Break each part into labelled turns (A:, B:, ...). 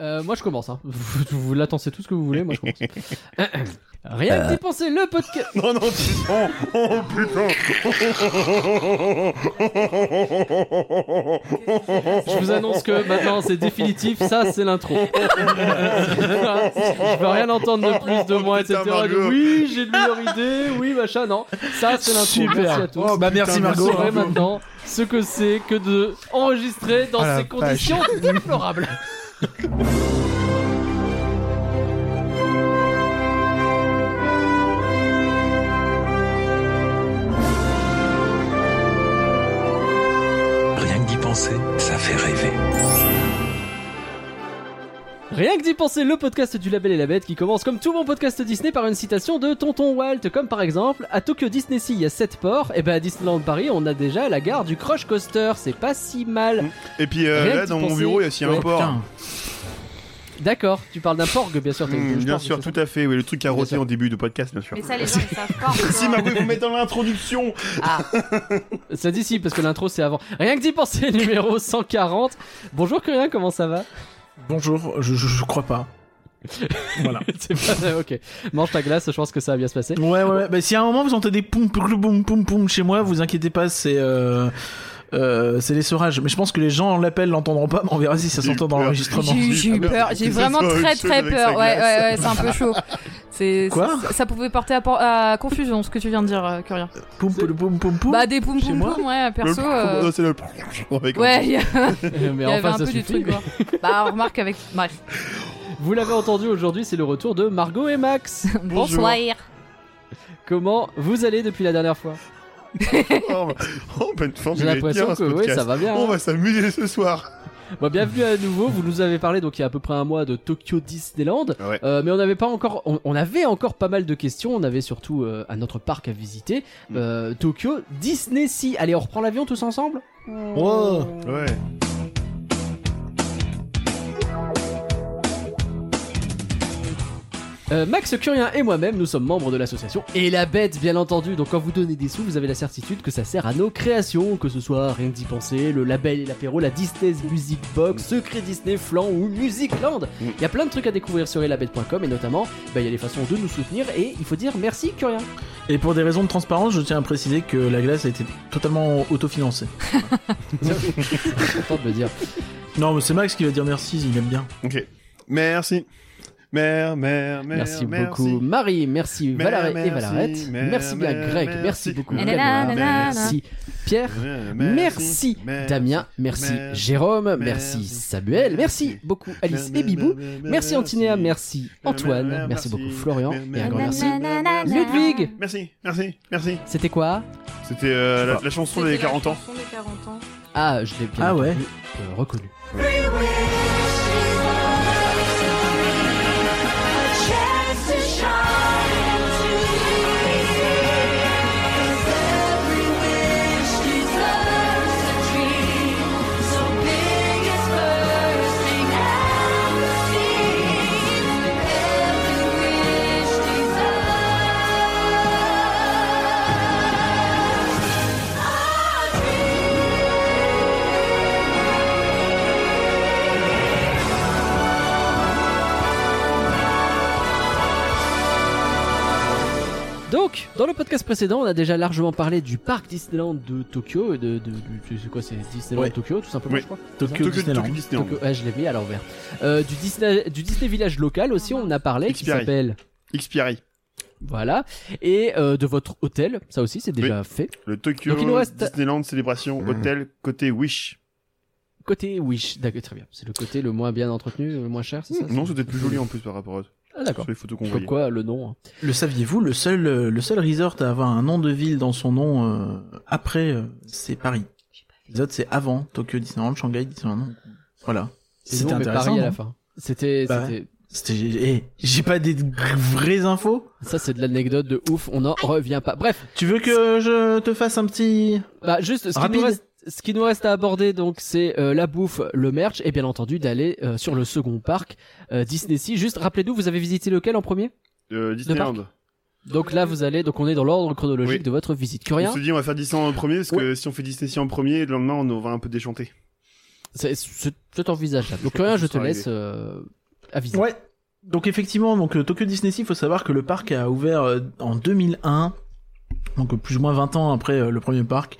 A: Euh, moi, je commence. Hein. Vous, vous l'attendez tout ce que vous voulez, moi, je commence. Rien
B: Euh.
A: que dépenser le podcast.
C: Non, non, putain Oh putain
A: Je vous annonce que maintenant, c'est définitif. Ça, c'est l'intro. je veux rien entendre de plus de
B: Oh,
A: moi, etc. oui, j'ai une meilleure idée. Oui, machin. Non, ça, c'est l'intro.
B: Super.
A: Merci à tous.
B: Oh, bah, merci,
A: Vous
B: Margot.
A: saurez maintenant ce que c'est que de enregistrer dans
B: Ah, la
A: ces conditions déplorables.
D: Rien que d'y penser, ça fait rêver.
A: Rien que d'y penser, le podcast du Label et la Bête qui commence comme tout mon podcast Disney par une citation de Tonton Walt, comme par exemple à Tokyo Disney Sea il y a 7 ports, et ben à Disneyland Paris on a déjà la gare du Crush Coaster, c'est pas si mal.
C: Et puis euh,
A: Rien
C: là,
A: que
C: dans
A: d'y
C: mon
A: penser.
C: bureau, il y a aussi un
A: Ouais,
C: port.
A: D'accord, tu parles d'un porg bien sûr. t'as-
C: Mmh,
A: je
C: bien
A: pense
C: sûr,
A: que
C: tout à fait. Oui, le truc
A: Bien
C: carotté
A: sûr.
C: en début de podcast, bien sûr.
E: Mais ça, les gens, ils savent pas. encore.
C: Si Margot, il faut mettre dans l'introduction.
E: Ah,
A: c'est- Ça dit si parce que l'intro c'est avant. Rien que d'y penser, numéro 140. Bonjour Curien, comment ça va
B: Bonjour, je, je, je crois pas. Voilà.
A: C'est pas... Ok, mange ta glace, je pense que ça va bien se passer.
B: Ouais, ouais, ouais. Bah, si à un moment vous entendez poum, poum, poum, poum, poum chez moi, vous inquiétez pas, c'est. Euh... euh, c'est les sorages, mais je pense que les gens en l'appel l'entendront pas, mais on verra si ça
C: J'ai eu
B: s'entend dans
C: peur.
B: l'enregistrement.
C: J'ai-
E: j'ai j'ai eu
C: Ah, merde.
E: peur. J'ai
C: Que ça
E: vraiment
C: soit
E: très
C: une chose
E: très
C: avec
E: peur.
C: sa
E: Ouais, ouais,
C: glace.
E: ouais, c'est un peu chaud. C'est
B: Quoi
E: ça, ça pouvait porter à, por- à confusion ce que tu viens de dire, euh, Curien.
B: Poum, poum, poum, poum, poum.
E: Bah des poum
B: Chez
E: poum
B: moi
E: poum, ouais,
C: Le-
E: perso. euh,
C: Non, c'est le. avec-
E: Ouais, il y, a-
A: Euh, Mais
E: il y avait
A: enfin,
E: un
A: ça
E: peu du
A: suffit.
E: truc, quoi. Bah, on remarque avec. Bref.
A: Vous l'avez entendu aujourd'hui, c'est le retour de Margot et Max.
C: Bonjour.
E: Bonsoir.
A: Comment vous allez depuis la dernière fois
C: Oh, oh, bonne forme,
A: J'ai
C: il est
A: l'impression
C: bien, ce
A: que oui,
C: podcast.
A: ça va bien.
C: On
A: hein.
C: va s'amuser ce soir.
A: Bon, Bah, bienvenue à nouveau. Vous nous avez parlé donc il y a à peu près un mois de Tokyo Disneyland,
C: Ouais.
A: Euh, mais on n'avait pas encore, on, on avait encore pas mal de questions. On avait surtout euh, un autre parc à visiter, Euh, Tokyo Disney Sea. Allez, on reprend l'avion tous ensemble.
B: Oh.
C: Ouais.
A: Euh, Max Curien et moi-même, nous sommes membres de l'association et la bête, bien entendu. Donc quand vous donnez des sous, vous avez la certitude que ça sert à nos créations, que ce soit rien que d'y penser, le label et l'apéro, la Disney's Music Box, Secret Disney Flan ou Musicland.
C: Mm.
A: Il y a plein de trucs à découvrir sur elabette.com et notamment, bah, il y a les façons de nous soutenir et il faut dire merci Curien.
B: Et pour des raisons de transparence, je tiens à préciser que la glace a été totalement autofinancée.
A: Content de le dire.
B: Non, mais c'est Max qui va dire merci, il aime bien.
C: Ok. Merci. Mère, mère,
A: euh,
C: mère.
A: Merci, beaucoup Marie, merci
C: Mère,
A: Valaré et
C: merci,
A: Valarette,
C: mère,
A: merci bien
C: mère,
A: Greg,
C: merci.
A: merci beaucoup
C: Nanana,
A: Grégoire,
E: nanana.
A: merci Pierre, Merci, Damien, merci
C: Merci.
A: Jérôme,
C: Merci.
A: merci Samuel, merci
C: Merci.
A: beaucoup Alice et Bibou, merci Antinéa, merci Antoine,
C: Nanana,
A: merci beaucoup
C: merci.
A: Florian et un grand merci.
E: Nanana.
A: Ludwig,
C: Merci, merci, merci.
A: c'était quoi
C: C'était euh,
A: Je sais
C: la,
A: pas.
C: la chanson des 40 ans.
E: C'était la chanson des 40 ans.
A: Ah, je l'ai bien
B: Ah ouais.
A: entendu, euh, reconnu. Donc, dans le podcast précédent, on a déjà largement parlé du parc Disneyland de Tokyo, et de, de, de- c'est quoi, c'est Disneyland
B: Ouais.
A: Tokyo, tout simplement,
C: Oui.
A: je crois.
B: Tokyo
C: Tokyo-
B: Disneyland.
C: Tokyo Disneyland.
A: Tokyo- ouais, je l'ai mis à l'envers. Euh, du Disney, du Disney Village local aussi, on en a parlé, qui
C: Xperia.
A: s'appelle,
C: Xperi.
A: voilà, et euh, de votre hôtel, ça aussi, c'est déjà fait.
C: Le Tokyo
A: Donc, il nous reste-
C: Disneyland Célébration Hotel côté Wish.
A: Côté Wish, d'accord, très bien. C'est le côté le moins bien entretenu, le moins cher, c'est ça
C: Non, c'était plus joli en plus par rapport à eux.
A: Ah d'accord.
C: Sur les photos qu'on
A: Comme
C: voyait.
A: quoi, le nom. hein
B: Le saviez-vous, le seul, euh, le seul resort à avoir un nom de ville dans son nom euh, après, euh, c'est Paris. Les autres, c'est avant Tokyo Disneyland, Shanghai Disneyland. Voilà. C'était
A: C'était un
B: intéressant.
A: Paris à la
B: non
A: fin. C'était,
B: Bah
A: c'était-
B: C'était- j'ai- eh, j'ai pas des gr- vraies infos.
A: ça, c'est de l'anecdote de ouf. On n'en revient pas. Bref,
B: Tu veux que je te fasse un petit
A: bah juste ce qui,
B: Rapide.
A: nous reste, ce qui nous reste à aborder, donc, c'est euh, la bouffe, le merch, et bien entendu d'aller euh, sur le second parc euh, Disney Sea. Juste, rappelez-nous, vous avez visité lequel en premier
C: Euh, Disneyland.
A: Donc là, vous allez, donc on est dans l'ordre chronologique
C: Oui.
A: de votre visite.
C: On
A: Curien,
C: se dit on va faire Disneyland en premier parce que si on fait Disneyland en premier, le lendemain on va un peu déchanter.
A: C'est- C'est c'est envisageable. Donc rien, je te
C: Ça va
A: laisse euh, aviser.
B: Ouais. Donc effectivement, donc euh, Tokyo Disney Sea, il faut savoir que le parc a ouvert euh, en 2001. Donc euh, plus ou moins 20 ans après euh, le premier parc,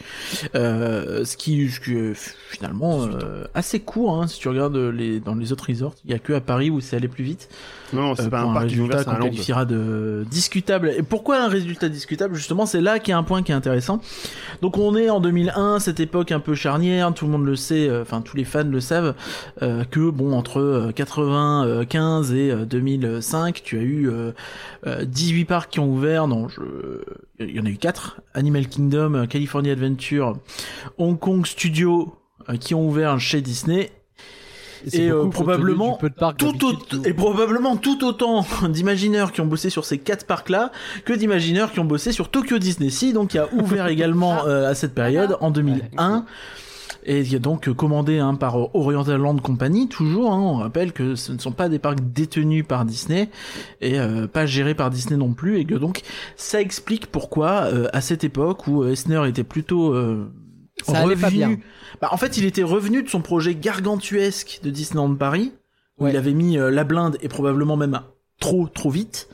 B: Euh, ce qui, ce qui est f- finalement euh, assez court. Hein, si tu regardes euh, les, dans les autres resorts, il y a que à Paris où c'est allé plus vite.
C: Non, c'est
B: euh,
C: pas
B: pour
C: un parc qui est ouvert,
B: résultat
C: c'est un
B: qu'on
C: land.
B: qualifiera de discutable. Et pourquoi un résultat discutable Justement, c'est là qu'il y a un point qui est intéressant. Donc on est en 2001, cette époque un peu charnière, tout le monde le sait, euh, enfin tous les fans le savent, euh, que bon entre euh, 95 et euh, 2005, tu as eu euh, euh, 18 parcs qui ont ouvert. Non, je... il y en a eu 4. Animal Kingdom, euh, California Adventure, Hong Kong Studio euh, qui ont ouvert chez Disney
A: c'est
B: et,
A: beaucoup
B: euh,
A: compte tenu
B: probablement
A: du peu de parcs
B: tout
A: d'habitude
B: au-
A: qui-
B: et probablement tout autant d'imagineurs qui ont bossé sur ces quatre parcs là que d'imagineurs qui ont bossé sur Tokyo Disney Sea donc qui a ouvert également euh, à cette période en 2001 et qui est donc euh, commandé hein, par Oriental Land Company toujours hein. on rappelle que ce ne sont pas des parcs détenus par Disney et euh, pas gérés par Disney non plus et que donc ça explique pourquoi euh, à cette époque où euh, Eisner était plutôt euh,
A: Ça allait pas bien.
B: bah, en fait, il était revenu de son projet gargantuesque de Disneyland Paris, où
A: Ouais.
B: il avait mis euh, la blinde et probablement même trop, trop vite,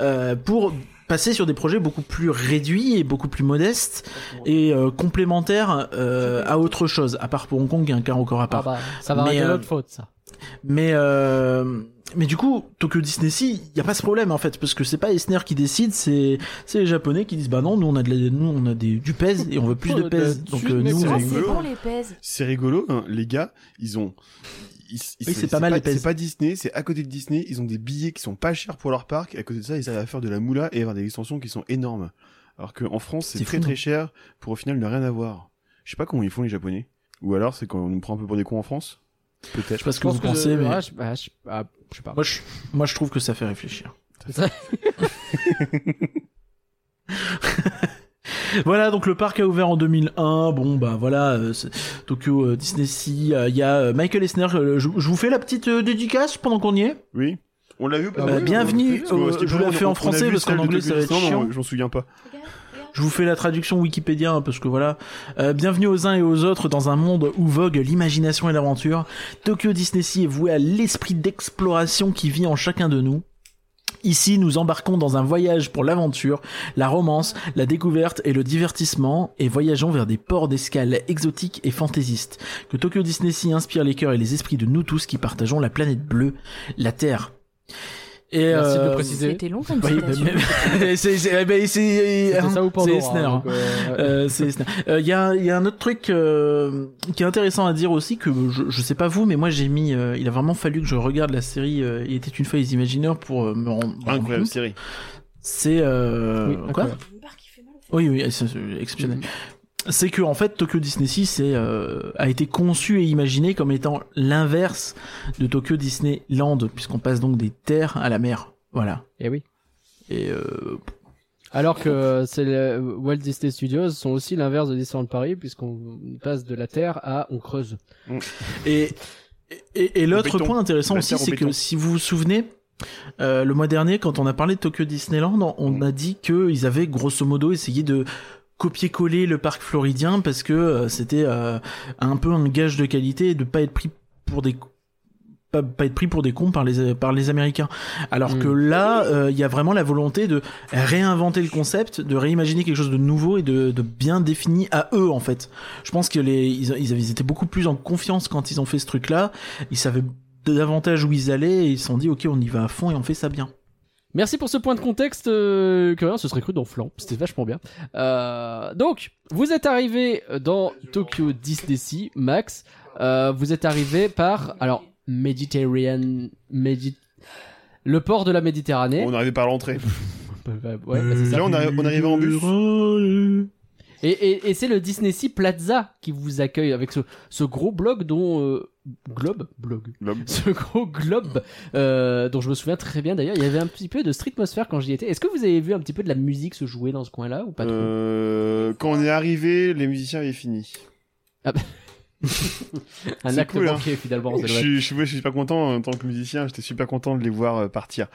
B: euh, pour passer sur des projets beaucoup plus réduits et beaucoup plus modestes et euh, complémentaires euh, à autre chose, à part pour Hong Kong, qui est un cas encore à
A: Ah
B: part.
A: bah, ça va être
B: Mais, euh,
A: notre faute, ça.
B: Mais euh, mais du coup, Tokyo Disney Sea, il y a pas ce problème en fait parce que c'est pas Eisner qui décide, c'est c'est les japonais qui disent bah non, nous on a de la, nous on a des, du pèse et on veut plus de pèse. Donc euh, nous
C: c'est
B: on
E: Ah,
B: a-
E: c'est
C: rigolo.
E: bon les pèses.
C: C'est rigolo, hein, les gars, ils ont. ils- ils-
B: Oui, c'est pas mal, les pèses.
C: C'est pas Disney, c'est à côté de Disney. Ils ont des billets qui sont pas chers pour leur parc. À côté de ça, ils arrivent à faire de la moula et avoir des extensions qui sont énormes. Alors qu'en France, c'est
B: C'est
C: très
B: fou,
C: très
B: non
C: cher pour au final ne rien avoir. Je sais pas comment ils font les Japonais. Ou alors c'est quand on nous prend un peu pour des cons en France.
B: je sais
C: Peut-être.
B: pas ce que vous pensez
A: je,
B: mais
A: ouais, je, bah, je- ah, je sais pas.
B: Moi je, moi, je trouve que ça fait réfléchir.
A: Ça-
B: voilà, donc le parc a ouvert en 2001. Bon, bah voilà, euh, c'est- Tokyo euh, Disney Sea. euh, Il y a euh, Michael Eisner. euh, je, je vous fais la petite euh, dédicace pendant qu'on y est.
C: Oui. On l'a vu.
A: Ah
C: pas
A: oui,
B: Bah,
A: oui,
B: bienvenue.
C: Parce que,
B: euh,
C: parce que
B: je vous la
C: on-
B: fais
C: on
B: en
C: a
B: français
C: vu
B: parce qu'en
C: celle de
B: anglais ça va être
C: Tokyo Disney,
B: chiant.
C: non, J'en souviens pas.
B: Je vous fais la traduction Wikipédia hein, parce que voilà. Euh, bienvenue aux uns et aux autres dans un monde où vogue l'imagination et l'aventure. Tokyo Disney Sea est voué à l'esprit d'exploration qui vit en chacun de nous. Ici, nous embarquons dans un voyage pour l'aventure, la romance, la découverte et le divertissement et voyageons vers des ports d'escale exotiques et fantaisistes. Que Tokyo Disney Sea inspire les cœurs et les esprits de nous tous qui partageons la planète bleue, la Terre. Et
A: Merci de le
B: euh,
A: préciser.
E: C'était long comme
B: oui,
E: citation.
B: mais- c'est- c'est- eh ben, c'est-
A: C'était
B: hein,
A: ça ou pas
B: c'est
A: Pandora,
B: Eisner, hein.
A: donc, euh, ouais.
B: Euh, c'est il y, a, y a un autre truc euh, qui est intéressant à dire aussi que je, je sais pas vous mais moi j'ai mis euh, il a vraiment fallu que je regarde la série euh, il était une fois les imagineurs pour euh, me rendre me rendre
C: Incroyable
B: compte.
C: série.
B: c'est euh,
A: Oui,
B: quoi
A: incroyable. Mm-hmm.
B: oui oui c'est c'est exceptionnel c'est que en fait Tokyo Disney Sea c'est euh, a été conçu et imaginé comme étant l'inverse de Tokyo Disneyland puisqu'on passe donc des terres à la mer voilà
A: Eh oui.
B: et euh,
A: Alors que euh, c'est le- Walt Disney Studios sont aussi l'inverse de Disneyland Paris puisqu'on passe de la terre à on creuse.
B: Et, et, et l'autre
C: Béton.
B: point intéressant
C: La
B: aussi,
C: terre au
B: c'est que
C: béton.
B: si vous vous souvenez, euh, le mois dernier, quand on a parlé de Tokyo Disneyland, on a dit qu'ils avaient grosso modo essayé de copier-coller le parc floridien parce que euh, c'était euh, un peu un gage de qualité et de pas être pris pour des pas, pas être pris pour des cons par les par les Américains. Alors
A: Mm.
B: que là, euh, il y a vraiment la volonté de réinventer le concept, de réimaginer quelque chose de nouveau et de, de bien défini à eux en fait. Je pense que les ils, ils avaient- ils étaient beaucoup plus en confiance quand ils ont fait ce truc-là. Ils savaient davantage où ils allaient et ils se sont dit ok on y va à fond et on fait ça bien.
A: Merci pour ce point de contexte, euh, Curien, ce serait cru dans Flan, c'était vachement bien. Euh, donc, vous êtes arrivé dans Tokyo Disney Sea, Max. Euh, vous êtes arrivé par, alors, Mediterranean, Medi- le port de la Méditerranée.
C: On arrivait par l'entrée.
A: Euh, ouais, bah, c'est ça.
C: Là, on, arri- on arrivait en bus.
A: Et, et- et c'est le Disney Sea Plaza qui vous accueille avec ce, ce gros blog dont euh, globe blog
C: Globe.
A: ce gros globe euh, dont je me souviens très bien d'ailleurs il y avait un petit peu de streetmosphère quand j'y étais est-ce que vous avez vu un petit peu de la musique se jouer
B: Euh,
A: dans ce coin là ou pas trop
C: Euh, quand on est arrivé, les musiciens avaient fini.
A: Un
C: C'est
A: acte
C: cool, hein.
A: manqué finalement.
C: Je
A: Zelwan.
C: suis, je, suis, je suis pas content en tant que musicien, j'étais super content de les voir euh, partir.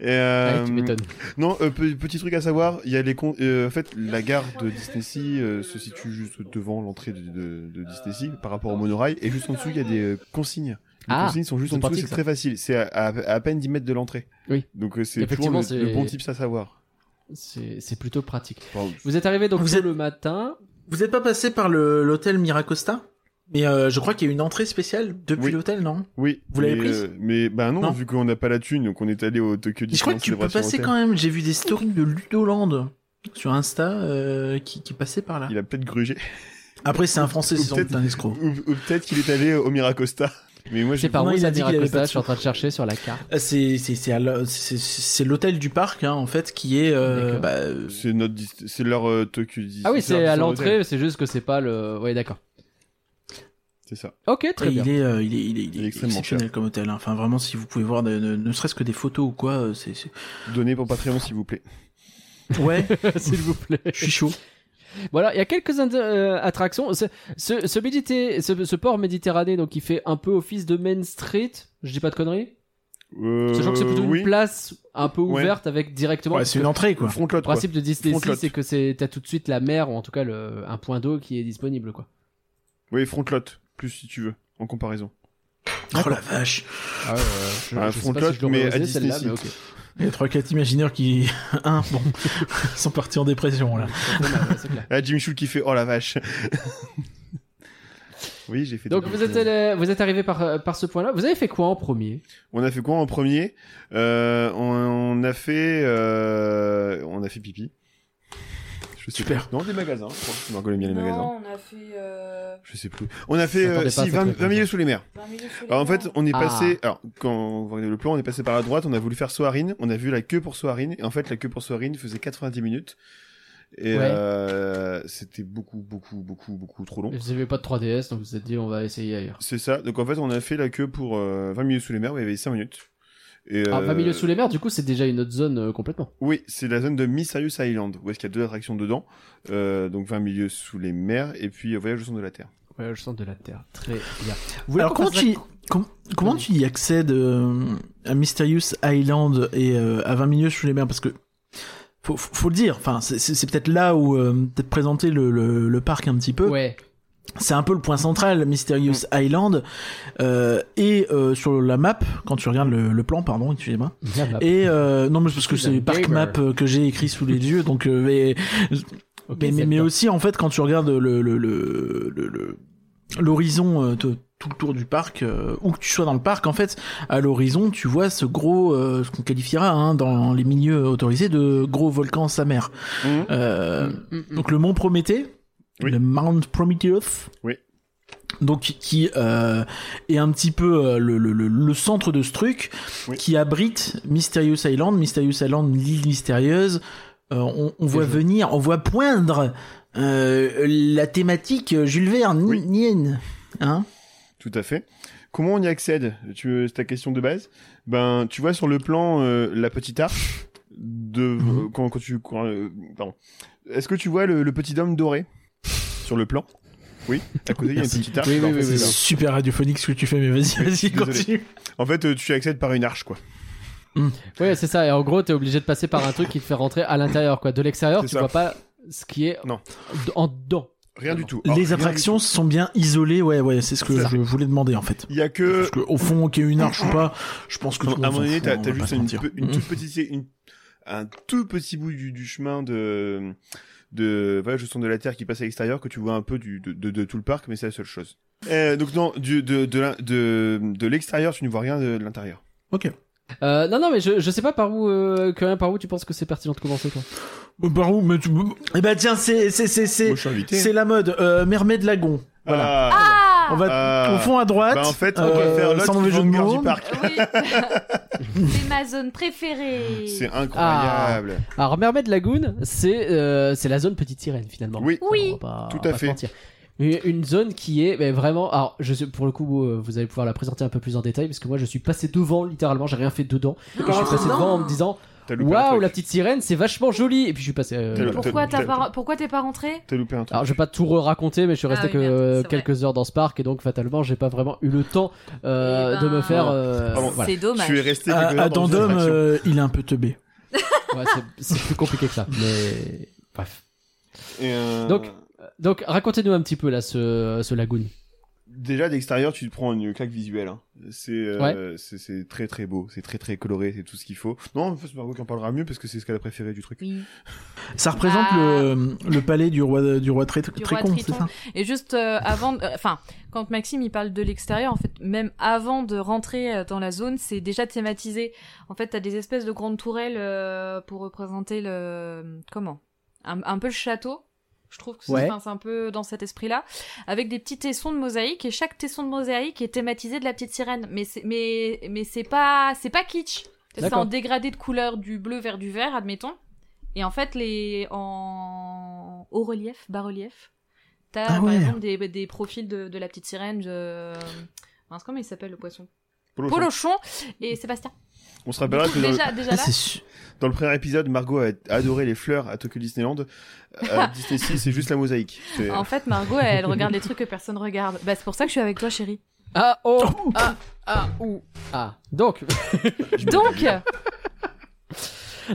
C: Et, euh,
A: Ah Ouais, tu m'étonnes.
C: Non, euh, pe- petit truc à savoir, il y a les con- euh, en fait la gare de Disney Sea, euh, se situe juste devant l'entrée de, de, de Disney Sea, par rapport au monorail et juste en dessous il y a des euh, consignes. Les
A: Ah,
C: consignes sont juste
A: c'est
C: en dessous,
A: pratique,
C: c'est
A: ça.
C: très facile, c'est à, à- à peine 10 mètres de l'entrée.
A: Oui.
C: Donc euh, c'est toujours
A: Effectivement,
C: le,
A: c'est-
C: le bon tips à savoir.
A: C'est c'est plutôt pratique.
C: Enfin,
A: Vous êtes arrivé donc
B: Vous
A: tôt
B: êtes-
A: le matin.
B: Vous n'êtes pas passé par le- l'hôtel Miracosta Mais euh, je crois qu'il y a une entrée spéciale depuis
C: Oui.
B: l'hôtel, non
C: oui.
B: Vous l'avez
C: mais,
B: prise
C: euh, Mais bah non,
B: Non.
C: vu qu'on n'a pas la thune, donc on est allé au Tokyo
B: Je crois que tu peux passer quand même. J'ai vu des stories de Ludoland sur Insta euh, qui, qui passait par là.
C: Il a peut-être grugé.
B: Après, c'est un Français,
C: Ou
B: c'est sans doute
C: peut-être-
B: un escroc.
C: Ou, ou peut-être qu'il est allé au Miracosta. Mais moi,
A: Je sais
C: j'ai
A: pas
B: Non,
A: où
B: il
A: ça
B: a dit qu'il
A: Miracosta,
B: avait pas de
A: je suis en train de
B: sous.
A: chercher sur la carte.
B: Ah, C'est c'est- c'est à la- c'est- c'est- c'est l'hôtel du parc hein, en fait qui est euh,
A: D'accord.
B: bah, euh,
C: C'est notre, dis- c'est leur euh, Tokyo Disney.
A: Ah oui,
C: leur
A: c'est à
C: Disney Hotel.
A: l'entrée, c'est juste que c'est pas le. Ouais, d'accord.
C: C'est ça.
A: Ok, très
B: et
A: bien.
B: il est, euh, il est, il est,
C: Il est extrêmement
B: exceptionnel comme hôtel. hein. Enfin, vraiment, si vous pouvez voir, de- ne, ne serait-ce que des photos ou quoi, euh, c'est. c'est-
C: Donnez pour Patreon, s'il vous plaît.
B: Ouais,
A: S'il vous plaît.
B: je suis chaud.
A: Voilà, il y a quelques ind- euh, attractions. Ce, ce, ce, médité- ce- ce port méditerranéen, donc, il fait un peu office de Main Street. Je dis pas de conneries.
C: Euh,
A: Sachant que c'est plutôt
C: oui.
A: une place un peu
C: Ouais.
A: ouverte avec directement.
B: Ouais, c'est une entrée quoi.
C: Front lot,
A: Le principe de Disney,
C: Front lot.
A: c'est que c'est t'as tout de suite la mer ou en tout cas le, un point d'eau qui est disponible quoi.
C: quoi. Oui, front lot, plus si tu veux, en comparaison.
B: Oh la vache.
A: Ah ouais, je,
C: Ah,
A: je sais
C: front
A: pas
C: lot,
A: si je l'aurais
C: mais
A: osé,
C: à Disney,
A: celle-là,
C: si.
A: mais ok.
B: Il y a trois quatre imaginaires qui, un, bon, ils sont partis en dépression là.
A: Ça fait mal, ouais, c'est clair.
C: Ah, Jim Schul qui fait oh la vache. oui, j'ai fait.
A: Donc
C: des-
A: vous êtes allé- vous êtes arrivé par euh, par ce point-là. Vous avez fait quoi en premier
C: On a fait quoi en premier Euh, on, on a fait, euh, on a fait pipi. Je sais
B: Super.
C: plus. Dans des magasins. Je crois que Margot aime bien les magasins.
E: on a fait euh,
C: Je sais plus. On a fait
A: J'attendais
C: euh,
A: pas
C: si,
A: cette
C: 20,
A: réponse.
C: 20 minutes sous les mers.
E: 20 minutes sous les
C: Alors Bah, en
E: dents.
C: fait, on est
A: Ah.
C: passé. Alors quand vous regardez le plan, on est passé par la droite. On a voulu faire Soarine. On a vu la queue pour Soarine. Et en fait, la queue pour Soarine faisait 90 minutes. Et
A: Ouais.
C: euh, c'était beaucoup, beaucoup, beaucoup, beaucoup trop long.
A: Vous avez pas de 3DS, donc vous vous êtes dit on va essayer ailleurs.
C: C'est ça. Donc en fait, on a fait la queue pour euh, 20 minutes sous les mers. où Il y avait 5 minutes. Et,
A: Ah,
C: euh,
A: pas milieu sous les mers, du coup c'est déjà une autre zone euh, complètement.
C: Oui, c'est la zone de Mysterious Island, où est-ce qu'il y a deux attractions dedans, euh, donc 20 milieux sous les mers, et puis euh, Voyage au centre de la Terre.
A: Ouais, je sens de la terre. Très bien.
B: Alors comment tu, com- comment tu y accèdes euh, à Mysterious Island et euh, à 20 milieux sous les mers parce que faut, faut faut le dire. Enfin, c'est- c'est c'est peut-être là où euh, peut-être présenter le, le, le parc un petit peu.
A: Ouais.
B: C'est un peu le point central, Mysterious Island Euh, et euh, sur la map quand tu regardes le, le plan, pardon, excusez-moi.
A: Bien, bah,
B: Et euh, non, mais c'est parce que
A: She's
B: c'est
A: a
B: le parc map
A: gamer.
B: euh, que j'ai écrit sous les yeux, donc euh, mais,
A: ok,
B: mais, mais,
A: c'est
B: mais
A: le
B: aussi en fait quand tu regardes le le le le- le- l'horizon euh, de- tout le tour du parc euh, où que tu sois dans le parc en fait à l'horizon tu vois ce gros euh, ce qu'on qualifiera hein, dans les milieux autorisés de gros volcan sa mère
A: Mhm.
B: euh,
A: temps. Mm, mm, mm.
B: donc le mont Prométhée,
C: Oui.
B: le Mount Prometheus.
C: Oui.
B: Donc qui euh, est un petit peu euh, le, le- le- le centre de ce truc,
C: Oui.
B: qui abrite Mysterious Island, Mysterious Island, l'île mystérieuse. Euh, on, on voit
A: joli.
B: venir, on voit poindre euh, la thématique euh, Jules Verne, ni-
C: Oui.
B: nienne. Hein
C: Tout à fait. Comment on y accède Tu veux- C'est ta question de base. Ben, tu vois sur le plan euh, la petite arche de
B: Mhm.
C: quand, quand tu quand, euh, pardon. Est-ce que tu vois le, le petit homme doré sur le plan Oui. À côté, il y a une
B: Merci.
C: petite arche.
A: Oui, oui,
C: Ben, en
A: oui,
C: fait,
A: oui,
C: c'est
A: oui.
C: ça.
B: super radiophonique ce que tu fais, mais vas-y, vas-y,
C: désolé.
B: continue.
C: En fait, euh, tu y accèdes par une arche, quoi.
A: Ouais, c'est ça. Et en gros, t'es obligé de passer par un truc qui te fait rentrer à l'intérieur, quoi. De l'extérieur,
C: C'est
A: tu
C: ça.
A: vois pas ce qui est
C: Non.
A: d- en dedans.
C: Rien du tout. Alors, rien
B: Les
C: du
B: attractions sont bien isolées, ouais, ouais, c'est ce que
C: C'est ça.
B: je voulais demander en fait.
C: tout. Il y a que
B: Parce que, au fond, qu'il y ait une arche ou pas, je pense que tout
C: à
B: le
C: un
B: monde s'en
C: moment donné,
B: fout,
C: t'as
B: on va
C: t'as
B: pas
C: juste
B: se
C: une,
B: mentir. Mmh.
C: pe- une toute petite, une, un tout petit bout du, du chemin de de voilà, je sens de la terre qui passe à l'extérieur que tu vois un peu du, de, de, de tout le parc, mais c'est la seule chose. Euh, donc non, du, de de l'in- de, de l'extérieur, tu ne vois rien de, de l'intérieur.
B: Ok.
A: Euh, non, non, mais je, je sais pas par où, euh, Corinne, par où tu penses que c'est pertinent de commencer, toi.
B: Euh, Par où mais tu... Eh ben tiens, c'est c'est c'est c'est
C: Moi, je suis invité.
B: c'est la mode euh, Mermaid Lagon. Voilà.
C: Ah,
E: Ah
B: on va
C: Ah.
B: au fond à droite.
C: bah en fait, on
B: euh,
C: peut faire
B: sans
C: l'autre
B: mauvais jeu de
C: Vanguard
B: mots.
C: du parc.
E: Oui. Euh, c'est ma zone préférée.
C: C'est incroyable.
B: Ah.
A: Alors, Mermaid Lagoon, c'est euh, c'est la zone Petite Sirène, finalement.
C: Oui.
A: On
E: Oui.
A: va pas-
C: Tout
A: on va
C: à
A: pas se
C: fait.
A: mentir. Une, une zone qui est mais vraiment. Alors, je sais, pour le coup, euh, vous allez pouvoir la présenter un peu plus en détail, parce que moi, je suis passé devant, littéralement, j'ai rien fait dedans. Je suis passé devant en me disant
C: T'as loupé un
A: Waouh,
C: truc.
A: la petite sirène, c'est vachement joli. Et puis je suis passé. euh,
C: T'as le-
E: Pourquoi
C: t'as-
E: t'as
C: t'as-
E: pas- pourquoi t'es pas rentré
C: T'as loupé un truc.
A: Alors je vais pas tout raconter, mais je suis
E: Ah
A: resté
E: oui,
A: que
E: merde,
A: euh,
E: c'est vrai.
A: quelques heures dans ce parc et donc fatalement j'ai pas vraiment eu le temps euh,
E: Eh ben,
A: de me faire. euh,
C: Pardon.
A: voilà.
E: C'est dommage.
C: Tu es resté
B: À,
C: quelque
B: Ah, à
C: part dans une
B: Dandom,
C: attraction.
B: euh, il est un peu teubé.
A: Ouais, c'est- c'est plus compliqué que ça. Mais bref.
C: Et, euh,
A: Donc- Donc racontez-nous un petit peu là ce, ce lagoon.
C: déjà d'extérieur, tu te prends une claque visuelle. hein. C'est euh, c'est- c'est très très beau, c'est très très coloré, c'est tout ce qu'il faut. Non, c'est Margot qui en parlera mieux parce que c'est ce qu'elle a préféré du truc.
E: Oui.
B: Ça représente
E: Ah.
B: le, le palais du roi, du roi très,
E: Du
B: très
E: roi
B: con, c'est
E: Triton.
B: ça
E: Et juste euh, avant, de- euh, enfin, quand Maxime il parle de l'extérieur, en fait, même avant de rentrer euh, dans la zone, c'est déjà thématisé. En fait, t'as des espèces de grandes tourelles euh, pour représenter le comment, un, un peu le château. Je trouve que c'est
A: Ouais.
E: enfin, c'est un peu dans cet esprit-là, avec des petits tessons de mosaïque et chaque tesson de mosaïque est thématisé de la petite sirène. Mais c'est mais mais c'est pas c'est pas kitsch. C'est
A: D'accord.
E: en dégradé de couleur du bleu vers du vert, admettons. Et en fait, les en haut relief, bas relief, t'as
B: Ah
E: par
B: ouais.
E: exemple des, des profils de, de la petite sirène. Je... mince, comment il s'appelle le poisson
C: Polochon.
E: Polochon et Sébastien.
C: On se rappellera que dans,
E: déjà, déjà
B: Ah,
E: là.
B: c'est su-
C: dans le premier épisode, Margot a adoré les fleurs à Tokyo Disneyland. Euh, À Disney Sea, c'est juste la mosaïque. C'est- euh,
E: En fait, Margot, elle regarde des trucs que personne regarde. Bah, c'est pour ça que je suis avec toi, chérie.
A: Ah oh ah ah ou ah. Donc
E: Donc,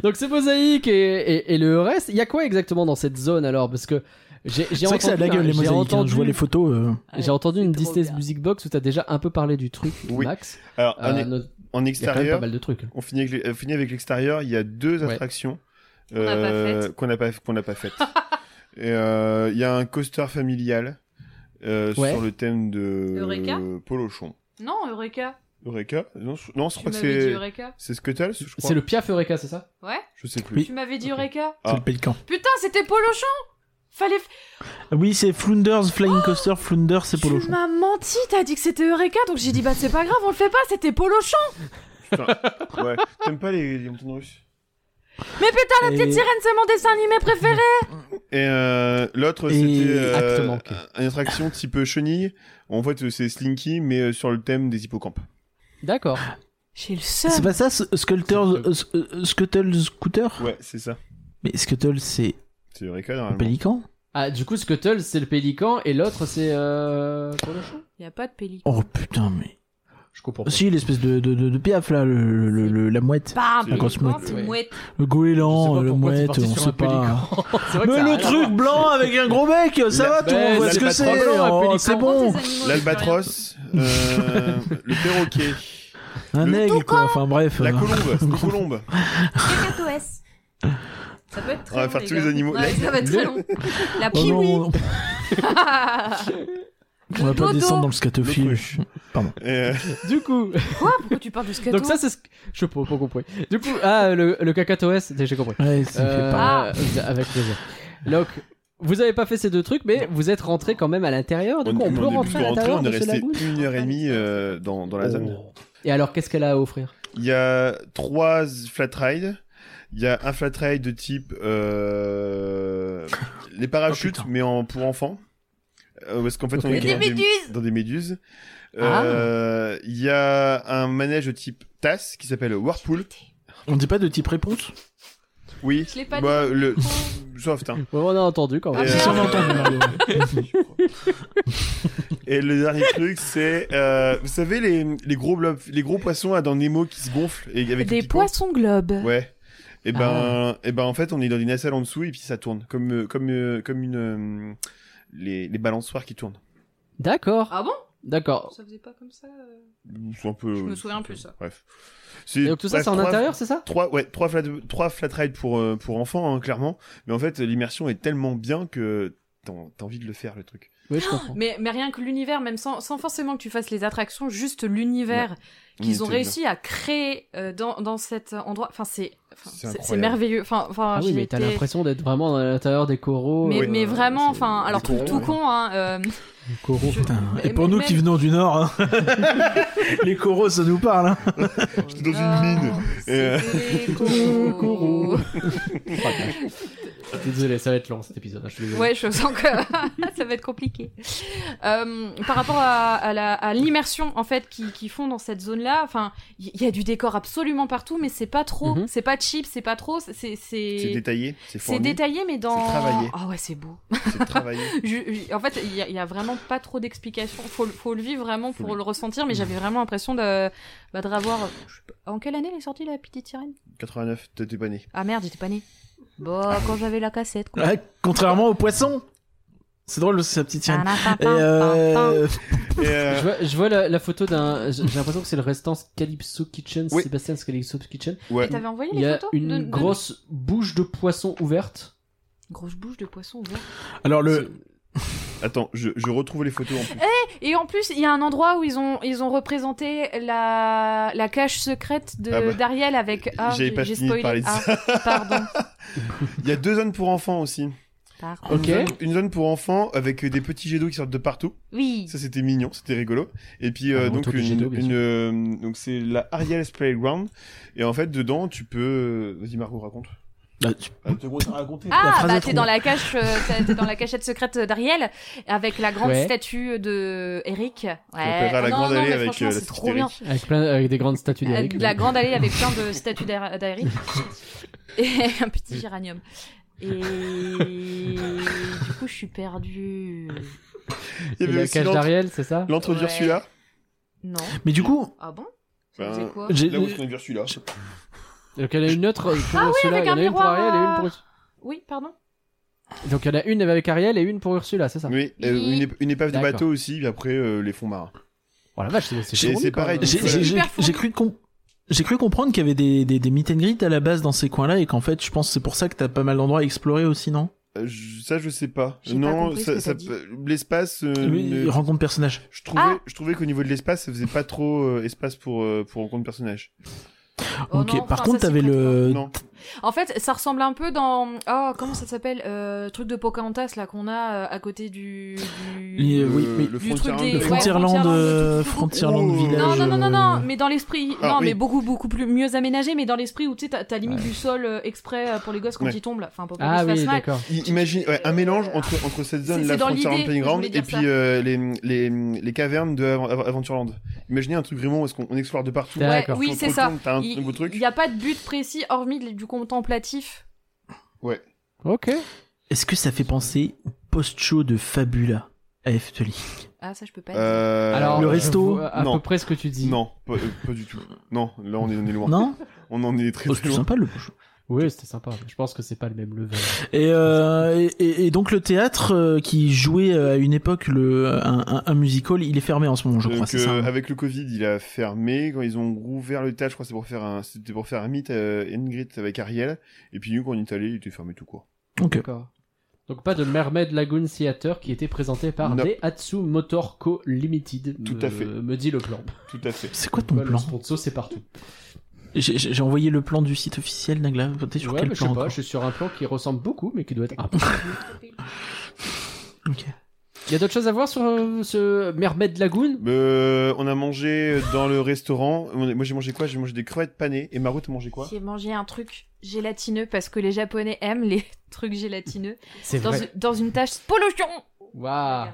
A: donc c'est mosaïque et, et, et le reste. Il y a quoi exactement dans cette zone alors parce que j'ai j'ai
B: C'est vrai que ça a de la gueule, les
A: j'ai
B: mosaïques. hein.
A: entendu-
B: Je vois les photos. euh.
A: J'ai entendu
E: Ouais,
A: une
E: Ah, c'est trop
A: Disney's
E: bien.
A: Music Box où t'as déjà un peu parlé du truc,
C: Oui.
A: Max.
C: Alors,
B: Ah,
A: Euh,
C: en,
A: no- Il
C: en
A: y a quand même pas
C: extérieur,
A: mal de trucs.
C: on finit avec, les- on finit avec l'extérieur. Il y a deux
A: Ouais.
C: attractions
E: n'a pas
C: euh,
E: faites.
C: qu'on n'a pas, qu'on n'a pas faites. Et, euh, Il y a un coaster familial euh,
A: Ouais.
C: sur le thème de
E: Eureka
C: Polochon.
E: non, Eureka.
C: Eureka Non, je, non, je
E: Tu
C: crois que
E: m'avais dit
C: c'est
E: Eureka.
C: c'est Scuttles, je crois.
A: C'est le Piaf Eureka, c'est ça
E: Ouais.
C: Je sais plus.
B: Oui.
E: Tu m'avais dit
A: Ok.
E: Eureka.
C: Ah.
B: C'est le pélican.
E: Putain, c'était Polochon. Fallait. f-
B: Oui, c'est Flounders, Flying
E: Ah.
B: Coaster, Flounders, c'est
E: Tu
B: Polochon.
E: m'as menti. T'as dit que c'était Eureka, donc j'ai dit bah c'est pas grave, on le fait pas. C'était Polochon.
C: Ouais. T'aimes pas les, les montagnes russes
E: Mais putain, la petite
B: Et-
E: sirène, c'est mon dessin animé préféré.
C: Et euh, l'autre,
B: Et
C: c'était euh,
A: acte manqué.
C: une attraction type chenille. En fait, c'est Slinky, mais euh, sur le thème des hippocampes.
A: D'accord.
E: J'ai le
B: C'est
E: seum.
B: pas ça, ce- Sculptors,
A: C'est-
B: euh, s- euh, Scuttle Scooter
C: Ouais, c'est ça.
B: Mais Scuttle, c'est
C: C'est Eureka,
B: un
C: normalement.
B: pélican
A: Ah, du coup, Scuttle, c'est le pélican et l'autre, c'est. Euh... Polochon
E: Y a pas de pellicule.
B: Oh putain, mais.
A: Je comprends pas.
B: Si, l'espèce de, de, de, de piaf là, le, le- le- la mouette.
E: Pas un
C: C'est-
E: pélican,
B: grosse mouette,
E: c'est
A: ouais.
E: une mouette.
B: Le
A: Je
B: goéland,
A: sais
B: la
A: pas pourquoi c'est
B: mouette,
A: parti
B: on
A: sur un
B: sait pas.
A: pélican. C'est vrai que
B: Mais
A: ça a
B: le
A: rien à
B: truc
A: voir.
B: blanc avec un gros bec, ça va, tout le monde
A: Ben,
B: voit ce que
A: l'albatros
B: c'est.
A: blanc, un
B: Oh,
A: pélican
B: C'est
E: En gros,
B: bon.
E: ces animaux,
C: L'albatros, euh, le perroquet,
B: Un
C: Le
B: aigle, quoi. Enfin bref.
C: la
B: euh,
C: colombe, c'est une colombe.
E: c'est rien. Cacatoès. Ça peut être très
C: On va
E: long,
C: faire tous les
E: gars.
C: animaux.
E: Ouais, ça va être très long. La
B: oh
E: kiwi.
B: non, on- on va
E: dodo.
B: pas descendre dans le scatophile.
C: L'autruche. Et, euh,
A: Du coup,
E: Pourquoi tu parles de scato
A: donc ça, c'est. ce que- Je sais pas, pas compris. Du coup, ah, le, le cacatoès, j'ai compris.
B: Ouais, ça
A: Euh,
B: fait pas.
A: Avec plaisir. Donc, vous avez pas fait ces deux trucs, mais vous êtes rentré quand même à l'intérieur. Du coup, on, peut
C: est
A: rentrer à
C: rentré,
A: l'intérieur
C: on est
A: de ce
C: resté
A: lagoon.
C: une heure et demie euh, dans, dans la zone.
A: Oh. Et alors, qu'est-ce qu'elle a à offrir
C: Il y a trois flat rides. Il y a un flat ride de type euh, les parachutes,
B: Oh, putain.
C: mais en, pour enfants. Euh, parce qu'en fait, on
A: Ok.
C: est
E: Des
C: dans
E: méduses.
C: dans des méduses.
A: Ah.
C: Euh, Il y a un manège de type TAS qui s'appelle Whirlpool.
B: On dit pas de type réponse
C: Oui.
E: Je l'ai pas Ah,
C: bah, le... Soft, hein.
A: Ouais, On a entendu quand même.
C: Euh,
B: Si on entend, Mario.
C: Et le dernier truc, c'est, euh, vous savez, les, les gros blobs, les gros poissons à dans Nemo qui se gonflent et avec les
E: Des
C: piquants.
E: poissons globes.
C: Ouais. Et ben,
A: Ah.
C: et ben, en fait, on est dans une nacelle en dessous et puis ça tourne comme, euh, comme, euh, comme une, euh, les, les balançoires qui tournent.
A: D'accord,
E: Ah bon
A: d'accord.
E: Ça faisait pas comme ça euh,
C: C'est un peu.
E: Je me souviens plus, ça.
C: Bref.
A: Et
C: C'est-
A: donc tout ça,
C: bref,
A: c'est en
C: trois-
A: intérieur, c'est ça
C: Trois, ouais, trois flat, trois flat rides pour, euh, pour enfants, hein, clairement. Mais en fait, l'immersion est tellement bien que t'as t'as envie de le faire, le truc.
A: Oui, je comprends.
E: mais, mais rien que l'univers, même sans, sans forcément que tu fasses les attractions, juste l'univers
C: On
E: qu'ils ont
C: était bien.
E: réussi à créer euh, dans, dans cet endroit. Enfin, c'est enfin,
C: C'est
E: c'est- c'est
C: incroyable.
E: merveilleux. Enfin, enfin
A: Ah oui,
E: j'ai
A: mais t'as
E: été-
A: l'impression d'être vraiment à l'intérieur des coraux.
E: Mais,
A: euh,
E: mais vraiment,
A: c'est-
E: enfin, alors
C: des
E: tout,
C: coraux,
E: tout
C: ouais.
E: con, hein, euh,
A: Le Corot.
B: Oh,
E: Je-
B: Putain,
E: mais-
B: Et pour
E: mais-
B: nous qui
E: même-
B: venons du Nord, hein, les coraux, ça nous parle. hein.
E: Oh
C: J'étais dans une mine. euh.
E: C'était les coraux.
A: Désolé, ça va être long cet épisode. hein, je suis désolé.
E: Ouais, je sens que ça va être compliqué. Euh, par rapport à, à la- à l'immersion en fait qu'ils qui font dans cette zone-là, enfin, il y, y a du décor absolument partout, mais c'est pas trop,
A: Mhm.
E: c'est pas cheap, c'est pas trop, c'est c'est
C: C'est détaillé, c'est
E: c'est
C: fourni,
E: détaillé, mais dans
C: c'est travaillé.
E: ah ouais, c'est beau.
C: c'est travaillé.
E: Je- je- en fait, il y, a- il y a vraiment pas trop d'explications. Faut, le- faut le vivre vraiment
C: Faut
E: pour
C: le-
E: le ressentir, mais j'avais vraiment l'impression de bah, de revoir. je sais pas- En quelle année elle est sortie la petite sirène
C: 89, t'es pas né.
E: Ah merde, j'étais pas née. Bah quand j'avais la cassette. Quoi.
B: Ouais, contrairement aux poissons. C'est drôle, c'est sa
A: Ah,
B: petite chaîne. Et euh,
C: Et,
A: Je
C: euh,
A: vois, je vois la, la photo d'un. J'ai j'ai l'impression que c'est le restant Calypso Kitchen,
C: Oui.
A: Sébastien Calypso Kitchen.
C: ouais.
E: Et T'avais envoyé
A: Il
E: les
A: y a
E: photos
A: une
E: de- de-
A: grosse bouche de poisson ouverte.
E: Grosse bouche de poisson ouverte.
B: alors le,
C: Attends, je, je retrouve les photos en plus.
E: Et en plus, il y a un endroit où ils ont, ils ont représenté la, la cache secrète de
C: Ah bah.
E: d'Ariel avec. Ah,
C: J'avais
E: j'ai-
C: pas
E: j'ai
C: fini de parler
E: spoilé.
C: de
E: Ah, pardon.
C: Il y a deux zones pour enfants aussi.
E: pardon.
A: Ok.
C: Une, zone, une zone pour enfants avec des petits jets d'eau qui sortent de partout.
E: Oui.
C: Ça c'était mignon, c'était rigolo. Et puis euh,
A: Ah, le
C: donc
A: retour du
C: une,
A: jet d'eau, bien
C: une,
A: sûr.
C: euh, donc c'est la Ariel's Playground. Et en fait dedans tu peux. euh, Vas-y Margot raconte.
B: Ah, tu-
C: Ah, t'as t'as raconté.
B: La
E: Ah,
B: phrase
E: bah
B: est
E: t'es
B: trop
E: dans la cache, euh, t'es- t'es dans la cachette secrète d'Ariel avec la grande
A: Ouais.
E: statue de Eric. Ouais. Ah
C: appellera la
E: non,
C: grande
E: non,
C: allée
E: mais
C: avec,
E: franchement,
C: euh, la
E: c'est
C: statue
E: trop bien.
C: d'Eric.
A: Avec, plein, avec des grandes statues
E: Euh,
A: d'Eric.
E: La grande allée avec plein de statues d'Er- d'Eric et un petit géranium. Et du coup, je suis perdue.
C: Il
A: Et
C: y avait
A: la
C: aussi
A: cage
C: l'entre-
A: d'Ariel, c'est ça
C: l'entre-dire
E: Ouais.
C: celui-là.
E: Non.
B: mais du coup,
E: Ah bon Ça
C: Ben,
E: faisait quoi
B: j'ai-
C: Là où est-ce qu'on a vu celui-là
A: Donc il y en a une autre euh, pour Ursula,
E: Ah avec
A: il y en
E: un
A: a une pour
E: miroir,
A: Ariel et une
E: euh,
A: pour Ursula.
E: Oui, pardon.
A: Donc il y en a une avec Ariel et une pour Ursula, c'est ça
C: Oui, euh,
E: Oui.
C: une, ép- une épave de
A: D'accord.
C: bateau aussi, puis après euh, les fonds marins.
A: Oh la vache, c'est c'est
C: C'est-
A: fourni,
C: c'est
A: quand
C: pareil,
A: même.
C: du
B: j'ai
C: coup,
B: j'ai-
C: euh,
B: j'ai- j'ai cru com- j'ai cru comprendre qu'il y avait des, des, des meet and greet à la base dans ces coins-là et qu'en fait, je pense que c'est pour ça que t'as pas mal d'endroits à explorer aussi, non
C: Euh, je- ça je sais pas.
E: J'ai pas
C: non,
E: compris ce
C: ça,
E: que
C: ça
E: t'as dit.
C: peut- l'espace. euh,
B: Oui,
C: ne-
B: rencontre personnage.
C: Je trouvais,
E: Ah
C: je trouvais qu'au niveau de l'espace, ça faisait pas trop euh, espace pour euh, pour rencontre personnage.
E: Oh
B: ok,
E: non,
B: par
E: enfin,
B: contre,
E: ça, c'est
B: t'avais
E: pas
B: le.
A: Euh,
C: Non.
E: En fait, ça ressemble un peu dans. Oh, comment ça s'appelle euh, Truc de Pocahontas là qu'on a euh, à côté du. du-
B: Les- Euh,
C: Le-
B: oui, oui.
C: le
E: Du truc
C: Frontierland.
E: des-
B: Le
E: Ouais,
B: Frontierland,
E: Frontierland,
B: euh,
E: tout, tout, tout, tout.
B: Frontierland
C: Oh.
B: Village.
E: Non, non, non, non, non,
B: euh,
E: mais dans l'esprit.
C: Ah,
E: non,
C: oui.
E: mais beaucoup, beaucoup plus mieux aménagé, mais dans l'esprit où tu sais, t'as- t'as limite du sol euh, exprès euh, pour les gosses quand
C: Ouais.
E: ils tombent là. Enfin, pas pour
A: Ah
E: qu'ils se
A: oui,
E: fassent mal.
A: d'accord.
C: I- Imagine ouais, un mélange entre entre cette zone,
E: euh, C'est-
C: la
E: c'est dans
C: Frontierland
E: l'idée,
C: Playground,
E: je voulais
C: et
E: dire
C: puis
E: ça.
C: euh, les, les les cavernes de Av- Av- Aventureland. Imaginez un truc vraiment où est-ce qu'on on explore de partout.
A: Ouais,
E: Ouais,
A: D'accord.
E: oui,
C: On se
E: c'est
C: rend
E: ça.
C: compte, T'as un
E: Il
C: nouveau truc.
E: n'y a pas de but précis hormis de- du contemplatif.
C: Ouais.
A: Ok.
C: Euh,
B: Est-ce que ça fait penser au post-show de Fabula à Efteling
E: Ah, ça, je peux pas. dire.
C: Euh,
A: Alors,
B: le
A: je
B: resto,
A: vois À
C: non.
A: peu près ce que tu dis.
C: Non, pas, euh, pas du tout. Non, là on est on est loin.
B: Non
C: On en est très
B: Oh,
C: très
B: C'était
C: loin.
B: sympa le post-show.
A: Oui, c'était sympa. Je pense que c'est pas le même level.
B: Et, euh, et, et- et donc le théâtre euh, qui jouait euh, à une époque le, un, un, un musical, il est fermé en ce moment, je crois.
C: Donc,
B: c'est ça,
C: euh,
B: hein.
C: avec le Covid, il a fermé. Quand ils ont rouvert le théâtre, je crois que c'est pour faire un, c'était pour faire un meet euh, and greet avec Ariel. Et puis nous, quand on est allé, il était fermé tout court.
B: Ok.
A: D'accord. Donc pas de Mermaid Lagoon Theater qui était présenté par
C: Nope.
A: Daihatsu Motor Co Limited.
C: Tout
A: me-
C: à fait.
A: Me dit le plan.
C: Tout à fait.
B: C'est quoi ton
A: Voilà, le
B: plan
A: sponsor, c'est partout.
B: J'ai j'ai- j'ai envoyé le plan du site officiel, Nagla. T'es sur
A: ouais,
B: quel
C: bah,
A: mais je
B: plan
A: sais pas,
B: encore
A: je suis sur un plan qui ressemble beaucoup, mais qui doit être un peu.
B: Ok.
A: Il y a d'autres choses à voir sur euh, ce Mermaid Lagoon
C: Euh, on a mangé dans le restaurant. On est- Moi, j'ai mangé quoi J'ai mangé des crevettes panées. Et Maro, t'as mangé quoi
E: J'ai mangé un truc gélatineux parce que les Japonais aiment les trucs gélatineux.
A: C'est
E: Dans,
A: vrai. Ah.
E: une- dans une tâche pollution.
A: Waouh.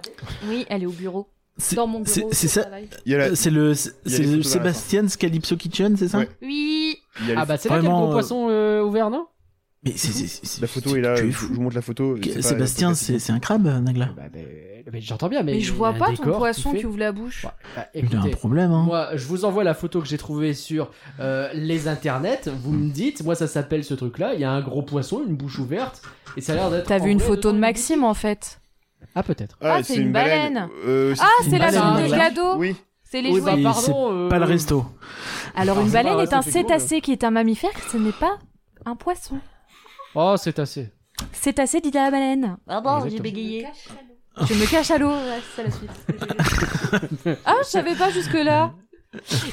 E: Oui, elle est au bureau.
B: C'est
E: Dans mon
B: c'est-
E: bureau.
B: c'est
E: au
B: ça.
E: travail.
C: Il y a la-
B: euh, C'est le, c'est
C: Il y a
B: c'est
C: les
B: le
C: photos vers la fin.
B: Sebastian's Calypso Kitchen, c'est ça
C: Ouais.
E: Oui.
C: il y a les-
A: Ah bah c'est là qu'il y a le
B: Vraiment,
A: gros
B: euh,
A: poisson euh, ouvert, non
B: Mais c'est- c'est- c'est-
C: la photo
B: c'est-
C: est là. Je
B: tu es
C: je
B: fou.
C: vous montre la photo.
B: Que-
C: C'est pas-
B: Sébastien,
C: c'est
B: c'est c'est un crabe, Nagla.
A: bah, mais- mais J'entends bien, mais.
E: Mais je vois
A: il y a un
E: pas
A: décor
E: ton poisson
A: tout
E: qui
A: fait.
E: ouvre la bouche.
A: Ouais, bah,
B: Il a un
A: écoutez,
B: problème, hein.
A: Moi, je vous envoie la photo que j'ai trouvée sur euh, les internets. Vous me dites, moi, ça s'appelle ce truc-là. Il y a un gros poisson, une bouche ouverte, et ça a l'air d'être.
E: T'as vu
A: en
E: une
A: vrai
E: photo de
A: dedans.
E: Maxime en fait.
A: Ah, peut-être.
E: Ah, c'est une baleine.
C: Euh,
E: Ah, c'est la
A: baleine,
E: zone des
A: là.
E: cadeaux.
C: Oui. Ah,
E: C'est les
A: Oui,
E: jouets.
A: bah,
B: Et
A: pardon, euh,
B: Pas le resto.
E: Alors une
A: c'est pas
E: baleine
A: vrai,
E: est un
A: c'est
C: hein.
A: gros,
E: cétacé qui est un mammifère, ce n'est pas un poisson.
A: Oh, c'est assez.
E: Cétacé dit à la baleine. Pardon, j'ai
A: Exactement.
E: bégayé. Je me cache à l'eau, ouais, c'est ça la suite. ah, je savais pas jusque-là.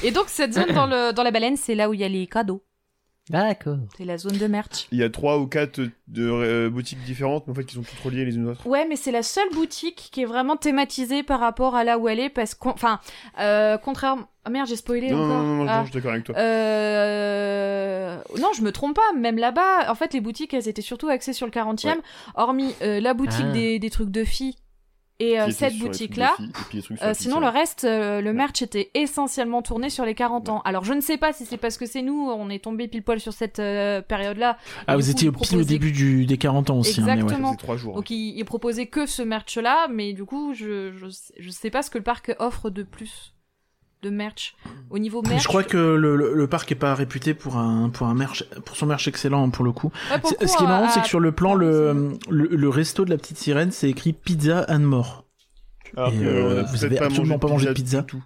E: Et donc, cette zone dans, le, dans la baleine, c'est là où il y a les cadeaux.
A: D'accord.
E: C'est la zone de merch.
C: Il y a trois ou quatre de, euh, boutiques différentes, mais en fait, qui sont toutes reliées les unes aux autres.
E: Ouais, mais c'est la seule boutique qui est vraiment thématisée par rapport à là où elle est, parce qu'on, enfin, euh, contrairement. Ah merde, j'ai spoilé
C: Non, non,
E: encore.
C: non, non,
E: Ah.
C: je suis d'accord avec toi.
E: Euh... Non, je me trompe pas. Même là-bas, en fait, les boutiques, elles étaient surtout axées sur le 40e, hormis euh, la boutique
A: Ah.
E: des, des trucs de filles et euh,
C: Qui était
E: cette
C: sur les trucs
E: boutique-là.
C: de filles, et puis les trucs sur
E: Euh,
C: la
E: sinon,
C: pizza.
E: le reste, euh, le merch était essentiellement tourné sur les 40 ans. Alors, je ne sais pas si c'est parce que c'est nous, on est tombé pile poil sur cette euh, période-là.
B: Ah,
E: Et du
B: vous
E: coup,
B: étiez
E: ils
B: pile au
E: proposaient-
B: début du, des 40 ans aussi. hein, mais ouais.
E: Exactement.
C: Ça faisait trois jours.
E: Donc, ils, ils proposaient que ce merch-là, mais du coup, je, je, sais- je sais pas ce que le parc offre de plus de merch. Au niveau merch,
B: Hmm. Je crois que le, le- le parc est pas réputé pour un pour un merch pour son merch excellent hein, pour le coup.
E: Ouais, pour
B: C'est-
E: le coup,
B: ce qui est marrant,
E: à-
B: c'est que sur le plan
E: à-
B: le, le le resto de la petite sirène, c'est écrit pizza and more.
C: Alors
B: Et,
C: que,
B: euh,
C: on a
B: vous
C: peut-être
B: avez absolument pas mangé de pizza.
C: du tout.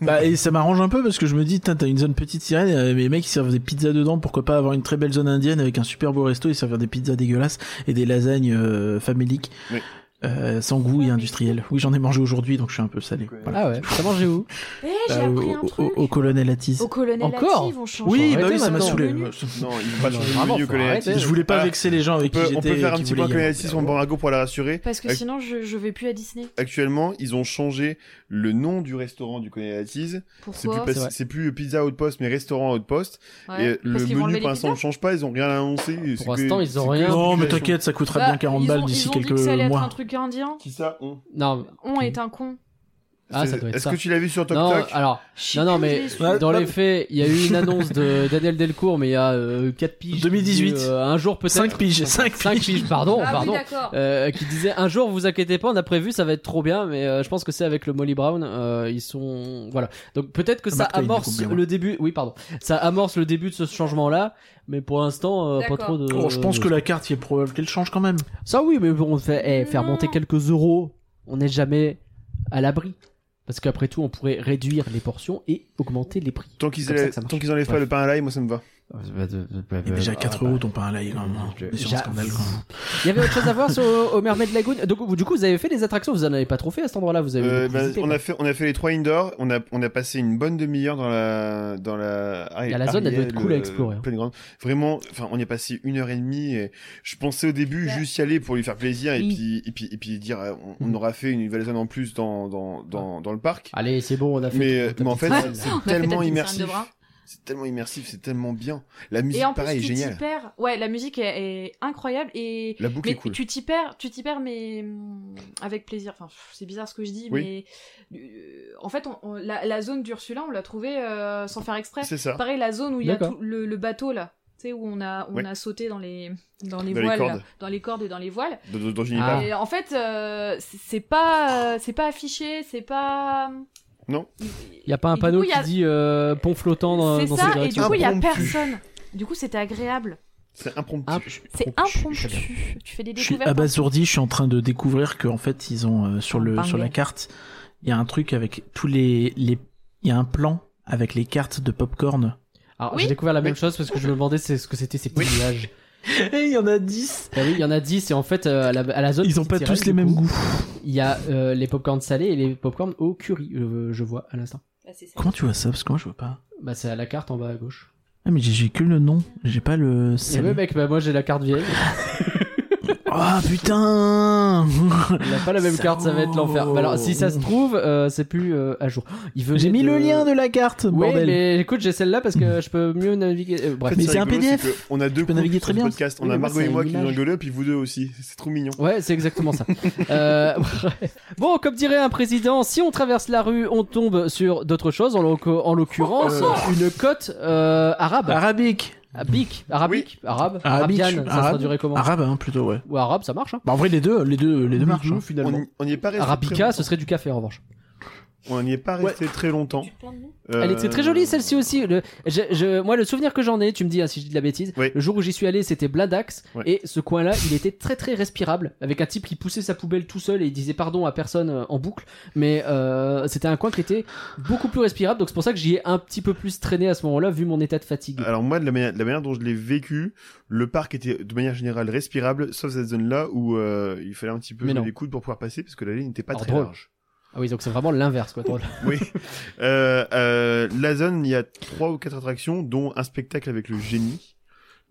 B: Bah, et ça m'arrange un peu parce que je me dis, putain, t'as une zone petite sirène, euh, mais les mecs ils servent des pizzas dedans, pourquoi pas avoir une très belle zone indienne avec un super beau resto et servir des pizzas dégueulasses et des lasagnes euh, faméliques
C: Oui.
B: euh, sans goût et industrielles. Oui, j'en ai mangé aujourd'hui donc je suis un peu salé. Voilà.
A: Ah ouais, ça mangeait où
E: Eh, j'ai
B: Euh,
E: appris
B: au,
E: un
B: au-
E: truc.
B: au- au colonel Atis.
E: Au colonel
A: Encore
E: Atti, ils vont changer
B: Oui,
E: leur
B: bah oui,
A: Arrêtez
B: ça m'a
E: menu.
A: maintenant.
B: saoulé.
C: Non, ils vont pas
A: Non,
C: changer le
A: vraiment,
C: menu
A: faut
C: que les
A: arrêter.
B: Je voulais pas
C: Ah,
B: vexer les gens
C: On
B: avec qui
C: peut,
B: j'étais.
C: on peut faire
B: et
C: un
B: qui
C: petit
B: voulaient
C: point
B: y
C: Colin
B: aller.
C: Assis, son Banrago pour la rassurer.
E: Parce que
C: Ac-
E: sinon, je, je vais plus à Disney.
C: Actuellement, ils ont changé le nom du restaurant du Colin Assis. C'est plus,
E: Pourquoi
A: C'est
C: pas-
A: vrai.
C: c'est plus Pizza Outpost, mais restaurant Outpost.
E: Ouais,
C: Et
E: parce
C: le
E: qu'ils
C: menu,
E: vont enlever
C: pour
E: les
C: l'instant,
E: pizzas
C: ne change pas. Ils ont rien annoncé. c'est
A: Pour
C: que-
A: l'instant, ils ont
C: c'est que-
A: rien.
B: Non, mais t'inquiète, ça coûtera
E: Bah,
B: bien 40
E: ils
B: balles
E: ont-
B: d'ici
E: ils ont dit
B: quelques
E: que ça allait être
B: mois.
E: un truc indien.
C: Qui ça on
A: Non,
E: On est un con.
A: Ah, ça
C: C'est-
A: doit être
C: Est-ce
A: ça.
C: que tu l'as vu sur Tok
A: non,
C: Tok
A: alors,
E: Je sais
A: non, non,
E: plus,
A: mais
E: je l'ai-
B: Ouais, bah-
A: dans
B: non,
A: les
B: mais-
A: faits, il y a eu une annonce de Daniel Delcourt, mais il y a 4 piges.
B: 2018.
A: Euh, un jour peut-être.
B: 5 piges, 5
A: 5
B: piges.
A: piges, pardon,
E: Ah oui,
A: pardon.
E: d'accord.
A: Euh, qui disait un jour vous inquiétez pas on a prévu ça va être trop bien mais euh, je pense que c'est avec le Molly Brown euh, ils sont voilà donc peut-être que ça
B: Ah, Marc Twain,
A: amorce
B: du coup, bien, ouais.
A: le début oui pardon ça amorce le début de ce changement là mais pour l'instant euh, pas
E: D'accord.
A: trop de
B: Oh, je pense que la carte, il est probable qu'elle change quand même.
A: ça oui mais bon, on fait eh, faire
E: Non.
A: monter quelques euros on n'est jamais à l'abri parce qu'après tout on pourrait réduire les portions et augmenter les prix
C: Tant qu'ils
A: Comme ça
C: enlèvent
A: que ça marche.
C: tant qu'ils enlèvent pas
A: Ouais.
C: le pain à l'ail, moi ça me va.
B: Et déjà 4
A: Ah, bah.
B: euros ton pain à l'ail, quand même. hein.
A: Je-
B: Mais C'est un scandale, quand même.
A: il y avait autre chose à voir sur, au Mermaid Lagoon donc vous- du coup vous avez fait les attractions vous en avez pas trop fait à cet endroit là vous avez
C: Euh,
A: beaucoup
C: bah,
A: visité,
C: on
A: quoi.
C: a fait on a fait les trois indoors, on a on a passé une bonne demi-heure dans la dans la ah,
A: Et à la zone, elle doit être
C: Ariel,
A: cool à
C: euh,
A: explorer, hein.
C: Playground. Vraiment, enfin on y est passé une heure et demie. Et je pensais au début
E: Ouais.
C: juste y aller pour lui faire plaisir et
A: Oui.
C: puis et puis et puis dire euh, on, on
A: Mhm.
C: aura fait une nouvelle zone en plus dans dans dans, dans le parc.
A: Allez, c'est bon, on a fait.
C: Mais, euh,
A: tout- tout-
C: mais en fait,
A: tout-
C: c'est- c'est
E: On a fait
C: tellement
E: tapis de serre de
C: immersif.
E: bras.
C: C'est tellement immersif, c'est tellement bien. La musique
E: Et en plus,
C: pareil est
E: tu t'y
C: géniale.
E: perds. Ouais, la musique est, est incroyable et
C: La boucle
E: mais
C: est cool.
E: tu t'y perds, tu t'y perds, mais hum, avec plaisir. Enfin, pff, c'est bizarre ce que je dis,
C: Oui.
E: mais euh, en fait, on- on- la, la zone d'Ursula, on l'a trouvée euh, sans faire exprès.
C: C'est ça.
E: Pareil, la zone où il y a
A: D'accord.
E: tout- le, le bateau là, tu sais où on a on
C: Oui.
E: a sauté dans les dans les
C: Dans les
E: voiles, là.
C: cordes.
E: dans les cordes et dans les voiles.
C: Dans, dans- dans une
A: Ah.
C: épave.
E: Et en fait, euh, c'est c'est pas euh, c'est pas affiché, c'est pas
C: Non.
A: Il y a pas un
E: Et du
A: panneau
E: coup, il y a-
A: qui dit euh, pont flottant dans,
E: C'est
A: dans
E: ça.
A: cette
E: Et du
A: direction.
E: coup, il y a
C: Impromptu.
E: personne. Du coup, c'était agréable.
C: C'est impromptu.
A: Ah,
E: C'est
A: Très bien.
E: impromptu. Tu fais des
B: Je suis
E: découvertes. hein.
B: abasourdi, je suis en train de découvrir qu'en fait, ils ont euh, sur,
E: Un
B: le,
E: binglet.
B: sur la carte, il y a un truc avec tous les. les- Il y a un plan avec les cartes de popcorn.
A: Alors,
E: Oui.
A: j'ai découvert la même
C: Oui.
A: chose parce que je me demandais c'est- ce que c'était ces petits villages.
B: Et il y en a 10
A: Bah oui, il y en a 10 et en fait, euh, à, la, à la zone.
B: Ils ont
A: petite
B: pas
A: sirène,
B: tous
A: du
B: les mêmes
A: coup,
B: goûts.
A: Il y a euh, les popcorns salés et les popcorns au curry, euh, je vois à l'instant.
E: Bah, c'est ça.
B: Comment tu vois ça Parce que moi, je vois pas.
A: Bah, c'est à la carte en bas à gauche.
B: Ah, mais j'ai- j'ai que le nom, j'ai pas le.
A: Et
B: salé.
A: ouais, mec, bah, moi j'ai la carte vieille.
B: Ah putain
A: Il a pas la même
B: Ça-
A: carte, ça va être l'enfer. Bah, alors, si ça se trouve, euh, c'est plus euh, à jour. Il venait
B: J'ai mis le lien de la carte,
A: Oui,
B: bordel.
A: mais écoute, j'ai celle-là parce que je peux mieux naviguer. euh,
C: En
A: bref.
C: fait,
B: Mais c'est un
C: rigolo,
B: PDF.
C: c'est que On a deux
B: peux
C: couples
B: naviguer
C: sur
B: très
C: ce
B: bien.
C: podcast.
A: Oui,
C: On a
A: mais moi,
C: Margot
A: c'est
C: et moi
A: une
C: qui nous
A: image.
C: engueulons, puis vous deux aussi. C'est trop mignon.
A: Ouais, c'est exactement ça. Euh, bref. bon, comme dirait un président, si on traverse la rue, on tombe sur d'autres choses, en l'oc- en l'occurrence une côte euh, arabe.
B: Arabique
A: Arabique. Arabique. Arabe.
B: Ah. Arabique,
A: Arabiane, ça se
B: arabe.
A: traduirait comment
B: Arabe, hein, plutôt, ouais.
A: Ou arabe, ça marche. Hein.
B: Bah, en vrai, les deux, les deux, les deux
A: Oui,
B: marchent.
A: nous,
B: hein.
C: On
A: finalement.
C: n'y- on n'y est pas resté.
A: Arabica,
C: très
A: ce
C: longtemps.
A: serait du café en revanche.
C: On n'y est pas resté très longtemps. Euh,
A: Elle était très jolie celle-ci aussi. Le- je- je- moi, le souvenir que j'en ai, tu me dis hein, si je dis de la bêtise,
C: Oui.
A: le jour où j'y suis allé, c'était Bladax.
C: Ouais.
A: Et ce coin-là, il était très très respirable. Avec un type qui poussait sa poubelle tout seul et il disait pardon à personne euh, en boucle. Mais euh, c'était un coin qui était beaucoup plus respirable. Donc c'est pour ça que j'y ai un petit peu plus traîné à ce moment-là, vu mon état de fatigue.
C: Alors moi, de la, manière, de la manière dont je l'ai vécu, le parc était de manière générale respirable, sauf cette zone-là où euh, il fallait un petit peu
A: Mais
C: jouer
A: non.
C: les coudes pour pouvoir passer, parce que l'allée n'était pas
A: Alors,
C: très
A: drôle.
C: large.
A: Ah oui, donc c'est vraiment l'inverse, quoi. drôle.
C: Oui. Euh, euh, la zone, il y a trois ou quatre attractions, dont un spectacle avec le génie.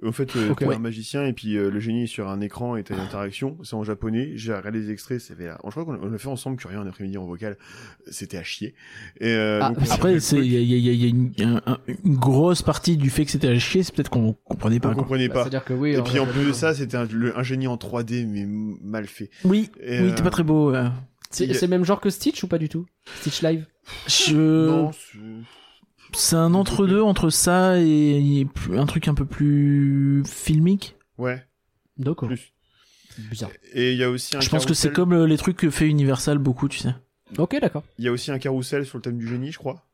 C: En fait, euh,
A: Ok.
C: t'as
A: Ouais.
C: un magicien et puis euh, le génie est sur un écran et t'as une interaction. C'est en japonais. J'ai regardé les extraits. Ça fait. Je crois qu'on on l'a fait ensemble, rien en après-midi en vocal. C'était à chier. Et, euh,
A: Ah,
C: donc,
A: parce
C: on-
B: Après, c'est- il y a, il y a- il y a- il y a une, un- un- une grosse partie du fait que c'était à chier, c'est peut-être qu'on comprenait
C: on
B: pas. quoi.
C: comprenait
A: Bah,
C: pas.
A: C'est-à-dire que oui.
C: Et
A: on-
C: puis en plus de ça, c'était un, le- un génie en 3D mais m- mal fait.
B: Oui,
C: Et,
B: oui,
C: euh,
B: t'es pas très beau. euh.
A: c'est c'est le même genre que Stitch ou pas du tout Stitch Live
B: Je-
C: euh, Non, c'est-
B: C'est un entre-deux entre ça et, et plus- un truc un peu plus filmique.
C: ouais,
A: D'accord.
C: plus.
A: Bizarre.
C: Et il y a aussi un.
B: Je pense que c'est
C: carrousel-
B: comme euh, les trucs que fait Universal beaucoup, tu sais.
A: Ok, d'accord.
C: Il y a aussi un carrousel sur le thème du génie, je crois.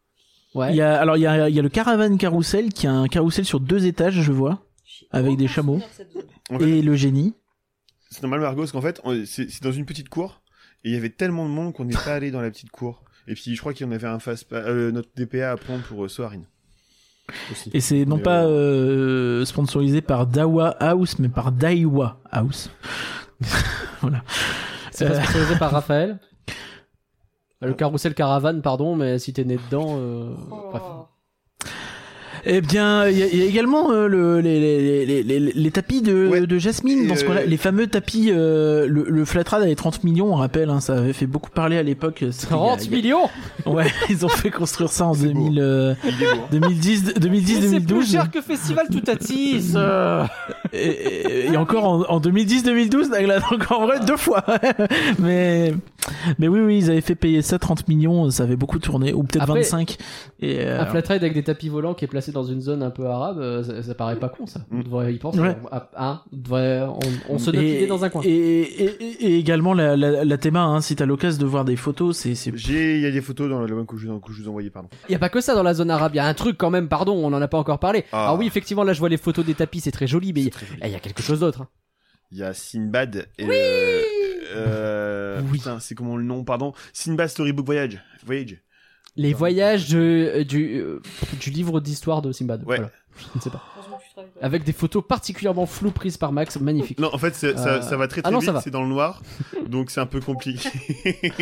A: Ouais.
B: Il y a, alors, il y a, il y a le Caravan Carousel, qui a un carrousel sur deux étages, je vois, avec des chameaux,
C: En fait,
B: et le génie.
C: C'est normal, Margot, parce qu'en fait, on- c'est c'est dans une petite cour, et il y avait tellement de monde qu'on n'est pas allé dans la petite cour. Et puis, je crois qu'il y en avait un face, euh, notre DPA à prendre pour euh, Soarin. Aussi.
B: Et c'est non
C: Mais,
B: pas
C: euh,
B: euh, sponsorisé par Dawa House, mais par Daiwa House.
A: C'est
B: Euh.
A: pas sponsorisé par Raphaël Bah, Le carrousel caravane, pardon, mais si t'es né dedans, euh,
B: Oh,
A: bref.
B: Eh bien, il y, a- il y a également euh, le, les, les, les, les, les tapis de,
C: Ouais.
B: de Jasmine
C: Et,
B: dans ce coin-là.
C: euh,
B: Les fameux tapis, euh, le, le flatrad avait 30 millions, on rappelle, hein, ça avait fait beaucoup parler à l'époque. C'était il y a-
A: 30
B: il y a-
A: millions
B: Ouais, ils ont fait construire ça en
C: C'est beau.
B: 2000, euh,
C: Il est beau, hein.
B: 2010,
A: Mais C'est
B: 2010
A: plus
B: 2012.
A: cher que Festival Toutatis
B: Et, et- et encore en, en 2010-2012, Nagla, donc en vrai deux fois. mais, mais oui, oui, ils avaient fait payer ça 30 millions, ça avait beaucoup tourné, ou peut-être
A: Après-
B: 25. Et, euh,
A: Un flatride avec des tapis volants qui est placé dans une zone un peu arabe, euh, ça, ça paraît pas con ça. On
C: Mm.
A: devrait y penser.
B: Ouais.
A: On, ah, hein, on devrait- on- on se note
B: Et-
A: l'idée dans un coin.
B: Et, et- et- et également la, la, la théma, hein, si t'as l'occasion de voir des photos, c'est. c'est-
C: J'ai, il y a des photos dans le web que je, que je vous envoyais, pardon.
A: Il y a pas que ça dans la zone arabe, il y a un truc quand même, pardon, on en a pas encore parlé.
C: Ah.
A: Ah oui, effectivement, là je vois les photos des tapis, c'est très joli, mais il y,
C: C'est très joli.
A: eh, il y a quelque chose d'autre. hein.
C: Il y a Sinbad et, euh, euh,
B: Oui.
C: putain, c'est comment le nom, pardon? Sinbad Storybook Voyage. Voyage.
A: Les voyages de- euh, du, euh, du livre d'histoire de Simbad.
C: Ouais.
A: Voilà. Je ne sais pas. Avec des photos particulièrement floues prises par Max, magnifique.
C: Non, en fait,
A: Euh,
C: c'est- ça, ça va très
A: ah
C: très
A: non, ça
C: vite,
A: va.
C: c'est dans le noir, donc c'est un peu compliqué.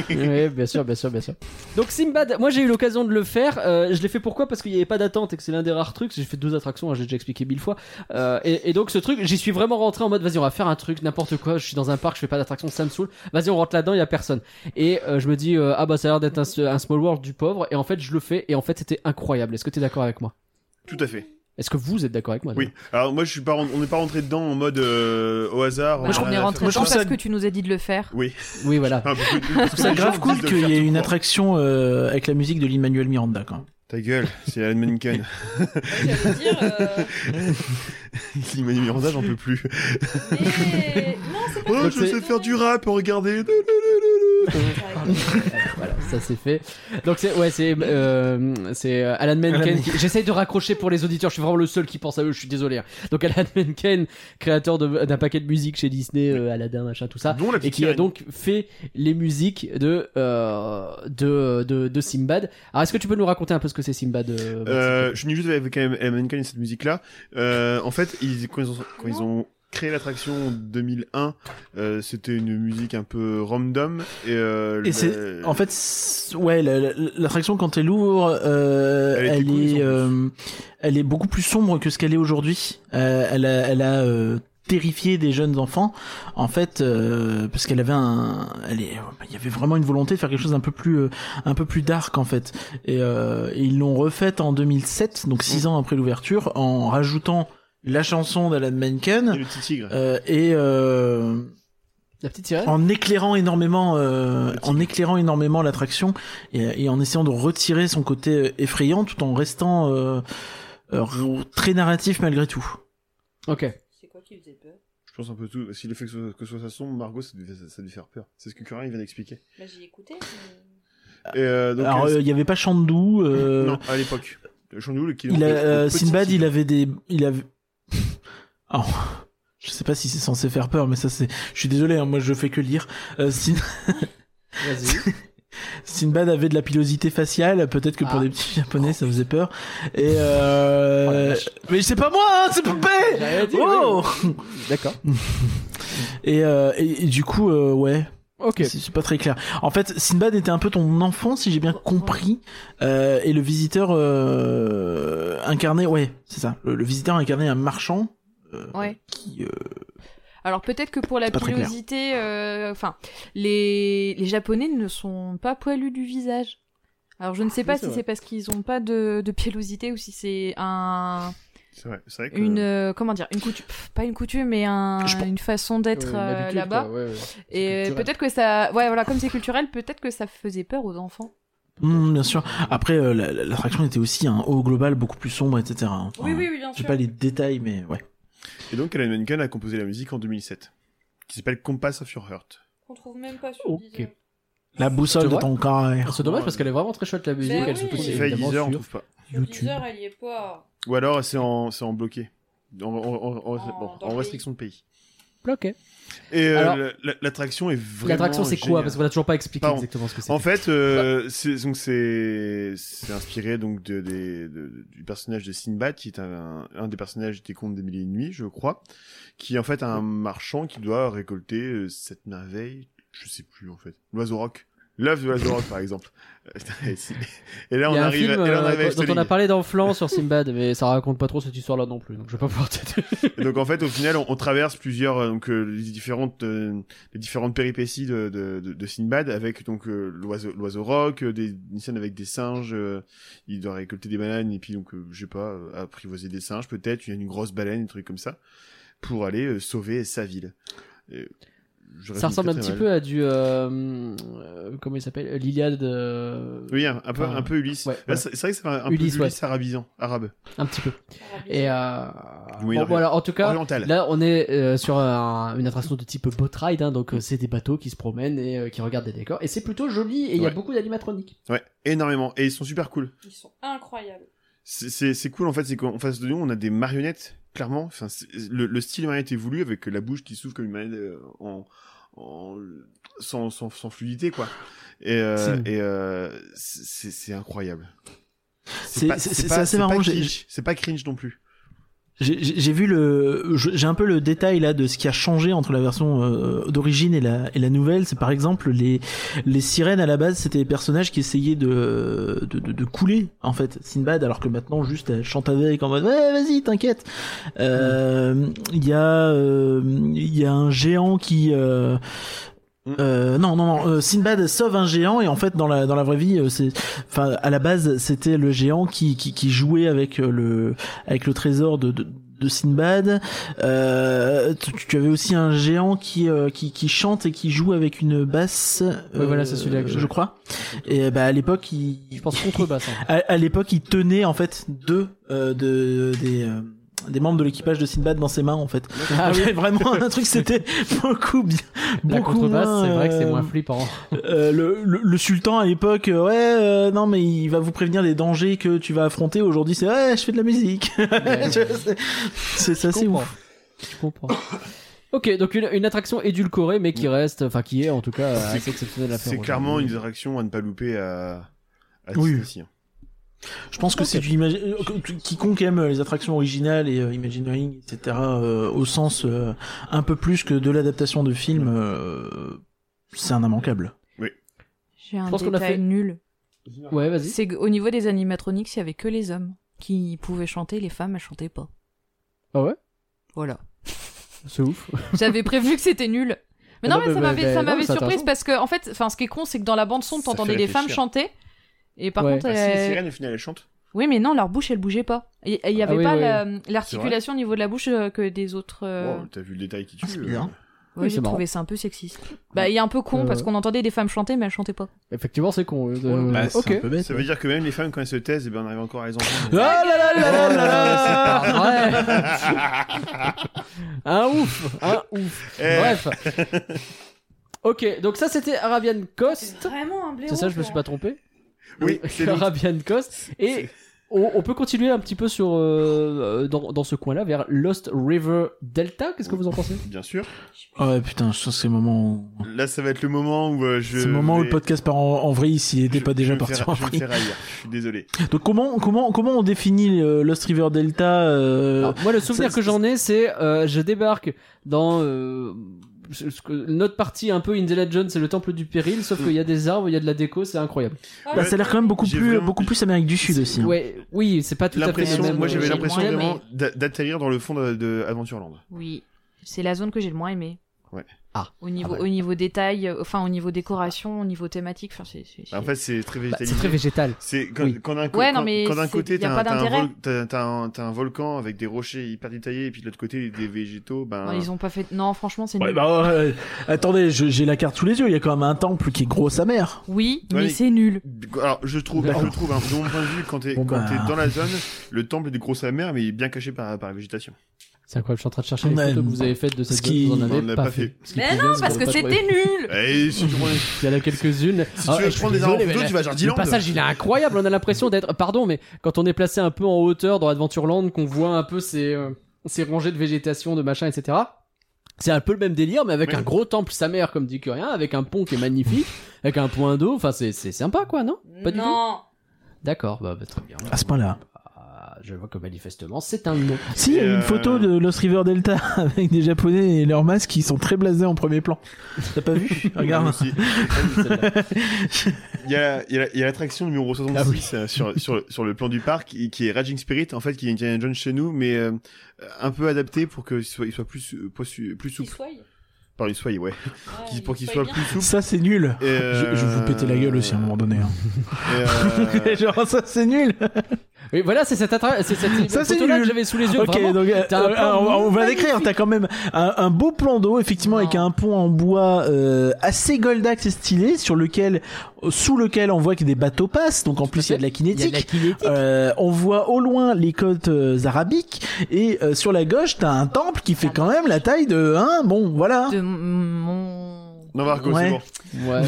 A: oui, bien sûr, bien sûr, bien sûr. Donc Simbad, moi j'ai eu l'occasion de le faire. euh, je l'ai fait pourquoi Parce qu'il n'y avait pas d'attente et que c'est l'un des rares trucs. J'ai fait deux attractions, hein, j'ai déjà expliqué mille fois. Euh, et, et donc ce truc, j'y suis vraiment rentré en mode vas-y on va faire un truc, n'importe quoi. Je suis dans un parc, je fais pas d'attraction, ça me saoule. Vas-y on rentre là-dedans, il y a personne. Et euh, je me dis euh, ah bah ça a l'air d'être un, un small world du pauvre. Et en fait je le fais et en fait c'était incroyable. Est-ce que t'es d'accord avec moi
C: Tout à fait.
A: Est-ce que vous êtes d'accord avec moi
C: Oui. Alors moi je suis pas ren- on n'est pas rentré dedans en mode euh, au hasard.
E: Moi,
C: on
E: je
C: a
E: on est
C: rien à
E: rentré
C: faire.
E: dedans
B: trouve ça-
E: parce que tu nous as dit de le faire.
C: Oui.
A: Oui voilà.
C: Enfin, parce que- parce que
B: C'est
C: les
B: grave
C: gens
B: cool
C: disent de
B: qu'il y
C: faire
B: ait
C: tout
B: une
C: court.
B: attraction euh, avec la musique de l'Emmanuel Miranda. Quoi.
C: Ta gueule, c'est Alan Menken.
E: J'allais dire. euh,
C: Il m'a mis Miranda, j'en peux plus.
E: Non, c'est
C: Oh,
A: Donc,
C: je
A: c'est-
C: sais faire du rap, oh, regardez.
A: voilà, ça c'est fait. Donc c'est ouais, c'est euh, c'est euh, Alan Menken. qui- J'essaye de raccrocher pour les auditeurs. Je suis vraiment le seul qui pense à eux. Je suis désolé. hein. Donc Alan Menken, créateur de- d'un paquet de musique chez Disney, euh, Aladdin, machin,
B: Ah,
A: tout ça,
C: Dont la
A: et
C: petite
A: qui a
C: sirène.
A: donc fait les musiques de euh, de, de de Simbad. Alors est-ce que tu peux nous raconter un peu ce que c'est Simbad euh, Maxime
C: Euh, je finis juste avec Alan Menken et cette musique là. en fait, ils, quand, ils ont, quand ils ont créé l'attraction en 2001, euh, c'était une musique un peu random et, euh,
B: Et c'est.
C: le-
B: En fait, c'est- ouais, la- la- l'attraction quand elle ouvre, euh,
C: Elle était
B: elle,
C: cool, ils ont
B: est, euh, elle est beaucoup plus sombre que ce qu'elle est aujourd'hui. Euh, elle a. Elle a euh, terrifié des jeunes enfants en fait euh, parce qu'elle avait un elle est- il y avait vraiment une volonté de faire quelque chose d'un peu plus euh, un peu plus dark en fait et, euh, et ils l'ont refaite en 2007 donc
C: Mm.
B: six ans après l'ouverture en rajoutant la chanson d'Alan Menken
C: et le petit tigre.
B: euh, et euh,
A: La petite sirène.
B: en éclairant énormément, euh, en éclairant énormément l'attraction et, et en essayant de retirer son côté euh, effrayant tout en restant euh, euh, r- très narratif malgré tout.
A: Ok.
F: C'est quoi qui faisait peur
C: Je pense un peu tout. Si le fait que ce soit, que ce soit ça sombre, Margot, ça devait, ça devait faire peur. C'est ce que Curien il vient d'expliquer.
F: Bah, j'ai écouté. mais-
C: Et, euh, donc,
B: Alors
C: euh,
B: euh, il y avait pas Chandou, euh,
C: Non, à l'époque. Chandou, le kilo.
B: il a, euh, Sinbad, il avait des, il avait. Oh, je sais pas si c'est censé faire peur, mais ça c'est. Je suis désolé, hein, moi je fais que lire. Euh, Sin-
A: Vas-y.
B: Sinbad avait de la pilosité faciale, peut-être que pour
A: Ah. Oh
B: des petits japonais ça faisait peur. Et euh... mais c'est pas moi, hein, c'est Poupée
A: J'avais dit,
B: Oh
A: oui. D'accord.
B: et, euh, et, et du coup, euh, ouais.
A: Ok.
B: C'est c'est pas très clair. En fait, Sinbad était un peu ton enfant, si j'ai bien
E: Ouais.
B: compris, euh, et le visiteur euh, incarné, ouais, c'est ça. Le, le visiteur incarnait un marchand. euh,
E: Ouais.
B: Qui, euh,
E: Alors peut-être que pour la
B: C'est pas très clair.
E: pilosité, euh, enfin, les... les Japonais ne sont pas poilus du visage. Alors je ne
B: Ah,
E: sais pas
A: Oui, c'est
E: si
A: vrai.
E: c'est parce qu'ils n'ont pas de, de pilosité ou si c'est un
C: C'est vrai, c'est vrai que-
E: une euh, comment dire une coutume pff, pas une coutume mais un,
B: Je pense-
E: une façon d'être
A: Ouais, une
E: euh,
A: habitude,
E: là-bas
A: quoi, ouais, ouais. C'est
E: et
A: culturel.
E: peut-être que ça ouais voilà comme c'est culturel peut-être que ça faisait peur aux enfants.
B: hum, bien sûr. Après, euh, la- la- l'attraction était aussi un haut global beaucoup plus sombre, etc. Enfin,
G: Oui, oui, oui, bien
B: J'ai
G: sûr.
B: pas les détails, mais ouais.
C: Et donc, Alan Menken a composé la musique en 2007, qui s'appelle Compass of Your Heart.
G: Qu'on trouve même pas sur
A: Ok.
G: Deezer.
B: La
A: Tu
B: boussole de
A: vois
B: ton carrière.
A: C'est dommage parce qu'elle est vraiment très chouette la musique.
G: Ben
A: elle
G: oui.
A: se trouve
C: Spotify,
A: évidemment
C: Deezer, on
A: sur-
C: trouve pas.
G: Sur
B: YouTube.
G: Deezer, elle y est pas.
C: Ou alors, c'est en, c'est en bloqué. En, en- en- en-
G: En-
C: bon,
G: dans
C: en
G: le
C: restriction de pays.
A: Ok.
C: Et euh,
A: Alors-
C: la- la- l'attraction est vraiment.
A: L'attraction c'est quoi
C: géniale.
A: Parce qu'on a toujours pas expliqué
C: Pardon.
A: exactement ce que c'est.
C: En fait, euh, c'est donc c'est c'est inspiré donc de, des- de- du personnage de Sinbad qui est un, un des personnages des contes des mille et une nuits, je crois, qui est en fait un marchand qui doit récolter euh, cette merveille, je sais plus en fait, l'oiseau rock, l'œuf de l'oiseau rock par exemple. et
A: Il
C: là on
A: y a un
C: arrive,
A: film
C: et là, on
A: euh,
C: arrive à
A: dont on
C: Efteling.
A: a parlé dans Flan sur Simbad, mais ça raconte pas trop cette histoire là non plus, donc je vais pas pouvoir t'aider.
C: Et donc en fait, au final, on, on traverse plusieurs euh, donc euh, les différentes euh, les différentes péripéties de de, de, de Sinbad avec donc euh, l'oiseau l'oiseau rock, euh, des une scène avec des singes. euh, il doit récolter des bananes et puis donc euh, je sais pas euh, apprivoiser des singes peut-être. Il y a une grosse baleine, des trucs comme ça pour aller euh, sauver sa ville. Et je résume
A: Ça ressemble un
C: très,
A: petit
C: très
A: peu
C: mal.
A: à du euh, euh, comment il s'appelle Euh, L'Iliade. euh,
C: Oui, un, un peu
A: Enfin,
C: un peu Ulysse.
A: ouais,
C: Là,
A: voilà.
C: c'est c'est vrai que c'est un, un
A: Ulysse,
C: peu Ulysse arabisant, arabe,
A: Un petit peu. Et euh,
C: Oui,
A: bon,
C: non,
A: voilà, en tout cas,
C: oriental.
A: Là, on est euh, sur un- une attraction de type boat ride, hein, donc euh, c'est des bateaux qui se promènent et euh, qui regardent des décors. Et c'est plutôt joli et il y a
C: Ouais.
A: beaucoup d'animatronique.
C: Ouais, énormément et ils sont super cool.
G: Ils sont incroyables.
C: C'est- C'est c'est cool en fait, c'est qu'en face de nous, on a des marionnettes, clairement. Enfin, c'est- le, le style marionnette est voulu avec la bouche qui s'ouvre comme une marionnette euh, en, en- sans, sans, sans fluidité, quoi. Et, euh,
A: C'est-
C: et euh, c'est c'est incroyable.
B: C'est-
C: pas-
B: c'est- c'est
C: pas-
B: assez
C: pas
B: marrant, j'ai-
C: cringe. C'est pas cringe non plus.
B: J'ai- J'ai j'ai vu le, je- j'ai un peu le détail là de ce qui a changé entre la version euh, d'origine et la et la nouvelle. C'est par exemple les les sirènes à la base c'était les personnages qui essayaient de de, de, de couler en fait Sinbad alors que maintenant juste elle chante avec en mode ouais vas-y t'inquiète. Euh, Il y a euh, il y a un géant qui euh, euh, non non non euh, Sinbad sauve un géant et en fait dans la dans la vraie vie euh, c'est enfin à la base c'était le géant qui qui, qui jouait avec euh, le avec le trésor de, de de Sinbad, Euh, tu, tu avais aussi un géant qui, euh, qui qui chante et qui joue avec une basse. euh,
A: voilà, c'est celui-là que je-
B: je crois. Et euh, bah à l'époque, il,
A: Je pense contrebasse. hein.
B: à, à l'époque, il tenait en fait deux euh, de des euh, des membres de l'équipage de Sinbad dans ses mains en fait.
A: Ah oui,
B: J'avais vraiment un truc, c'était beaucoup bien.
A: La
B: beaucoup
A: contrebasse,
B: moins,
A: c'est vrai que c'est
B: euh,
A: moins flippant.
B: euh, le, le, le sultan à l'époque, euh, ouais, euh, non mais il va vous prévenir des dangers que tu vas affronter. Aujourd'hui, c'est ouais, je fais de la musique.
A: Ouais.
B: Je sais. c'est ça,
A: Je
B: c'est
A: comprends.
B: ouf.
A: Je comprends. Ok, donc une, une attraction édulcorée, mais qui reste, enfin qui est en tout cas
C: C'est-
A: assez exceptionnelle à faire.
C: C'est clairement une
A: aujourd'hui.
C: direction à ne pas louper à, à
B: Oui.
C: Disney, si, hein.
B: Je pense que c'est du imagi- euh, que- quiconque aime euh, les attractions originales et euh, Imagineering, etc. euh, au sens euh, un peu plus que de l'adaptation de film, euh, c'est un immanquable.
E: J'ai un
A: pense qu'on a
E: détail
A: fait-
E: nul.
A: Ouais, vas-y.
E: C'est qu'au niveau des animatroniques, il y avait que les hommes qui pouvaient chanter, les femmes elles chantaient pas.
A: Ah ouais
E: Voilà.
A: C'est ouf.
E: J'avais prévenu que c'était nul. Mais non,
A: Ah Non,
E: mais,
A: mais-
E: ça m'avait
A: mais-
E: ça
A: non,
E: m'avait
A: c'est
E: surprise
A: intéressant.
E: parce que en fait, enfin ce qui est con c'est que dans la bande son
C: Ça
E: t'entendais
C: fait
E: des femmes
C: réfléchir.
E: chanter et par
A: Ouais.
E: contre
C: Ah, si,
E: elles-
C: les sirènes, au final, elles chantent.
E: Oui, mais non, leur bouche, elle bougeait pas. Et- et Il n'y
A: Ah
E: avait
A: oui,
E: pas
A: oui,
E: la- l'articulation au niveau de la bouche euh, que des autres. euh,
C: Wow, T'as vu le détail qui tue.
B: c'est
C: euh.
B: bizarre.
E: ouais,
A: Oh. Oui, c'est
E: j'ai
A: marrant.
E: trouvé ça un peu sexiste. Bah, il y a un peu con
A: Euh,
E: parce qu'on entendait des femmes chanter, mais elles chantaient pas.
A: Effectivement, c'est con. euh, de-
B: Bah, c'est
A: ok.
B: un peu bête.
C: Ça veut dire que même les femmes, quand elles se taisent, eh ben, on arrive encore à les entendre.
A: Oh
B: Ah
A: là là là là là là Ouais. Un ouf, un ouf.
C: Eh.
A: Bref. Ok, donc ça c'était Arabian Coast.
G: C'est vraiment un blaireau.
A: C'est ça, je me suis pas trompé
C: Oui, c'est donc-
A: Arabian Coast. Et on, on peut continuer un petit peu sur euh, dans, dans ce coin-là vers Lost River Delta. Qu'est-ce que vous en pensez
C: Bien sûr.
B: Ah ouais, putain, je sens que c'est le moment.
C: Là, ça va être le moment où euh, je.
B: Hein. C'est le moment où le
C: vais-
B: podcast part en, en vrille s'il
C: je-
B: n'était pas
C: je
B: déjà
C: vais me
B: parti
C: faire-
B: en
C: Je vais me
B: vrille.
C: faire haïr. Je suis désolé.
B: Donc comment comment comment on définit euh, Lost River Delta euh,
A: Alors, Moi, le souvenir
B: ça-
A: que j'en ai, c'est euh, je débarque dans euh, ce que- notre partie un peu Indiana Jones, c'est le temple du péril,
C: Mm.
A: sauf qu'il y a des arbres, il y a de la déco, c'est incroyable.
H: Ah,
B: Bah, ça a l'air quand même beaucoup
C: J'ai
B: plus,
C: vraiment-
B: beaucoup plus Amérique du Sud aussi. hein.
A: Ouais, oui, c'est pas tout à fait la
C: L'impression,
A: même. euh,
C: moi j'avais
E: j'ai
C: l'impression
E: moins aimé.
C: vraiment d'a- d'atterrir dans le fond de, de Adventureland.
E: Oui, c'est la zone que j'ai le moins aimée.
C: Ouais.
A: Ah.
E: Au niveau,
A: Ah bah.
E: au niveau détail, euh, enfin au niveau décoration, au niveau thématique, enfin c'est. c'est-
C: En
E: c'est-
C: fait, c'est très
A: Bah,
C: végétalisé.
A: c'est très végétal.
C: C'est quand,
A: Oui.
C: quand d'un co-
E: Ouais,
C: quand-
E: non, mais
C: quand d'un
E: c'est-
C: côté
E: y a
C: t'as
E: pas
C: un, t'as un
E: d'intérêt.
C: vol- t'as- t'as un- t'as un volcan avec des rochers hyper détaillés et puis de l'autre côté des végétaux, ben
E: Non,
A: hein.
E: ils ont pas fait. Non, franchement, c'est
B: Ouais,
E: nul.
B: bah, ouais, ouais. attendez, je- j'ai la carte sous les yeux. Il y a quand même un temple qui est gros sa mère.
E: Oui,
C: Ouais,
E: mais
C: mais-
E: c'est nul.
C: Alors, je trouve,
B: D'accord.
C: je trouve, hein, de mon point de vue, quand t'es,
B: Bon,
C: quand
B: bah.
C: t'es dans la zone, le temple est de grosse amère, mais il est bien caché par, par la végétation.
A: C'est incroyable, je suis en train de chercher les
B: Ouais.
A: photos que vous avez faites de cette
B: Ce qui-
A: zone, vous en
C: On
A: avez
C: ne l'a
A: pas
C: pas
A: fait.
C: fait.
A: Ce qui
E: Mais
A: prouve bien
E: non,
A: que
E: parce
A: vous
E: que
A: n'avez pas
E: c'était nul.
C: Et si tu prends,
A: trouvé.
C: si
A: Il y en a quelques-unes.
C: tu
A: Ah,
C: veux
A: je suis
C: prendre des arbres en
A: désolé,
C: photo,
A: mais
C: tu vas à
A: Le
C: Jardiland.
A: passage, il est incroyable. On a l'impression d'être. Pardon, mais quand on est placé un peu en hauteur dans Adventureland, qu'on voit un peu ces, euh, ces rangées de végétation, de machin, etc. C'est un peu le même délire, mais avec
C: Oui.
A: un gros temple sa mère, comme dit Curien, avec un pont qui est magnifique, avec un point d'eau. Enfin, c'est c'est sympa, quoi, non Pas du tout.
H: non.
A: D'accord, bah, bah, très bien.
B: À ce point-là.
A: Ah, je vois que manifestement, c'est un non.
B: Si, il y a
C: Euh,
B: une photo de Lost River Delta avec des japonais et leurs masques qui sont très blasés en premier plan. T'as pas vu Regarde.
C: Aussi. Il y a, il y a- il y a l'attraction numéro 66
B: Ah
C: euh, sur, sur, sur le plan du parc, qui qui est Raging Spirit, en fait, qui est Indiana Jones chez nous, mais euh, un peu adapté pour qu'il soit, il soit plus, euh, plus, plus
H: Qu'il
C: souple.
H: soye.
C: Par les soyez, ouais.
H: Ouais,
C: Qui- pour qu'il
H: soye
C: soit
H: bien.
C: plus souple.
B: Ça, c'est nul.
C: Et, euh,
B: Je, je vais vous péter la gueule aussi à un moment donné. hein.
C: et, euh,
B: Genre, ça, c'est nul.
A: Oui, voilà, c'est cette, attra- c'est cette
B: Ça, c'est
A: photo-là
B: nul.
A: que j'avais sous les yeux.
B: Ok,
A: vraiment.
B: donc euh,
A: t'as un
B: euh,
A: plan
B: on, on
A: magnifique.
B: va
A: Ah.
B: décrire. T'as quand même un, un beau plan d'eau, effectivement,
E: Non.
B: avec un pont en bois euh, assez goldax et stylé, sur lequel, sous lequel on voit que des bateaux passent. Donc en plus, il y a de la
A: Il y a de la
B: kinétique.
A: kinétique.
B: Euh, on voit au loin les côtes euh, arabiques et euh, sur la gauche t'as un temple qui fait quand même la taille de un bon voilà
E: De mon.
C: Non, Marco,
B: Ouais.
C: c'est bon.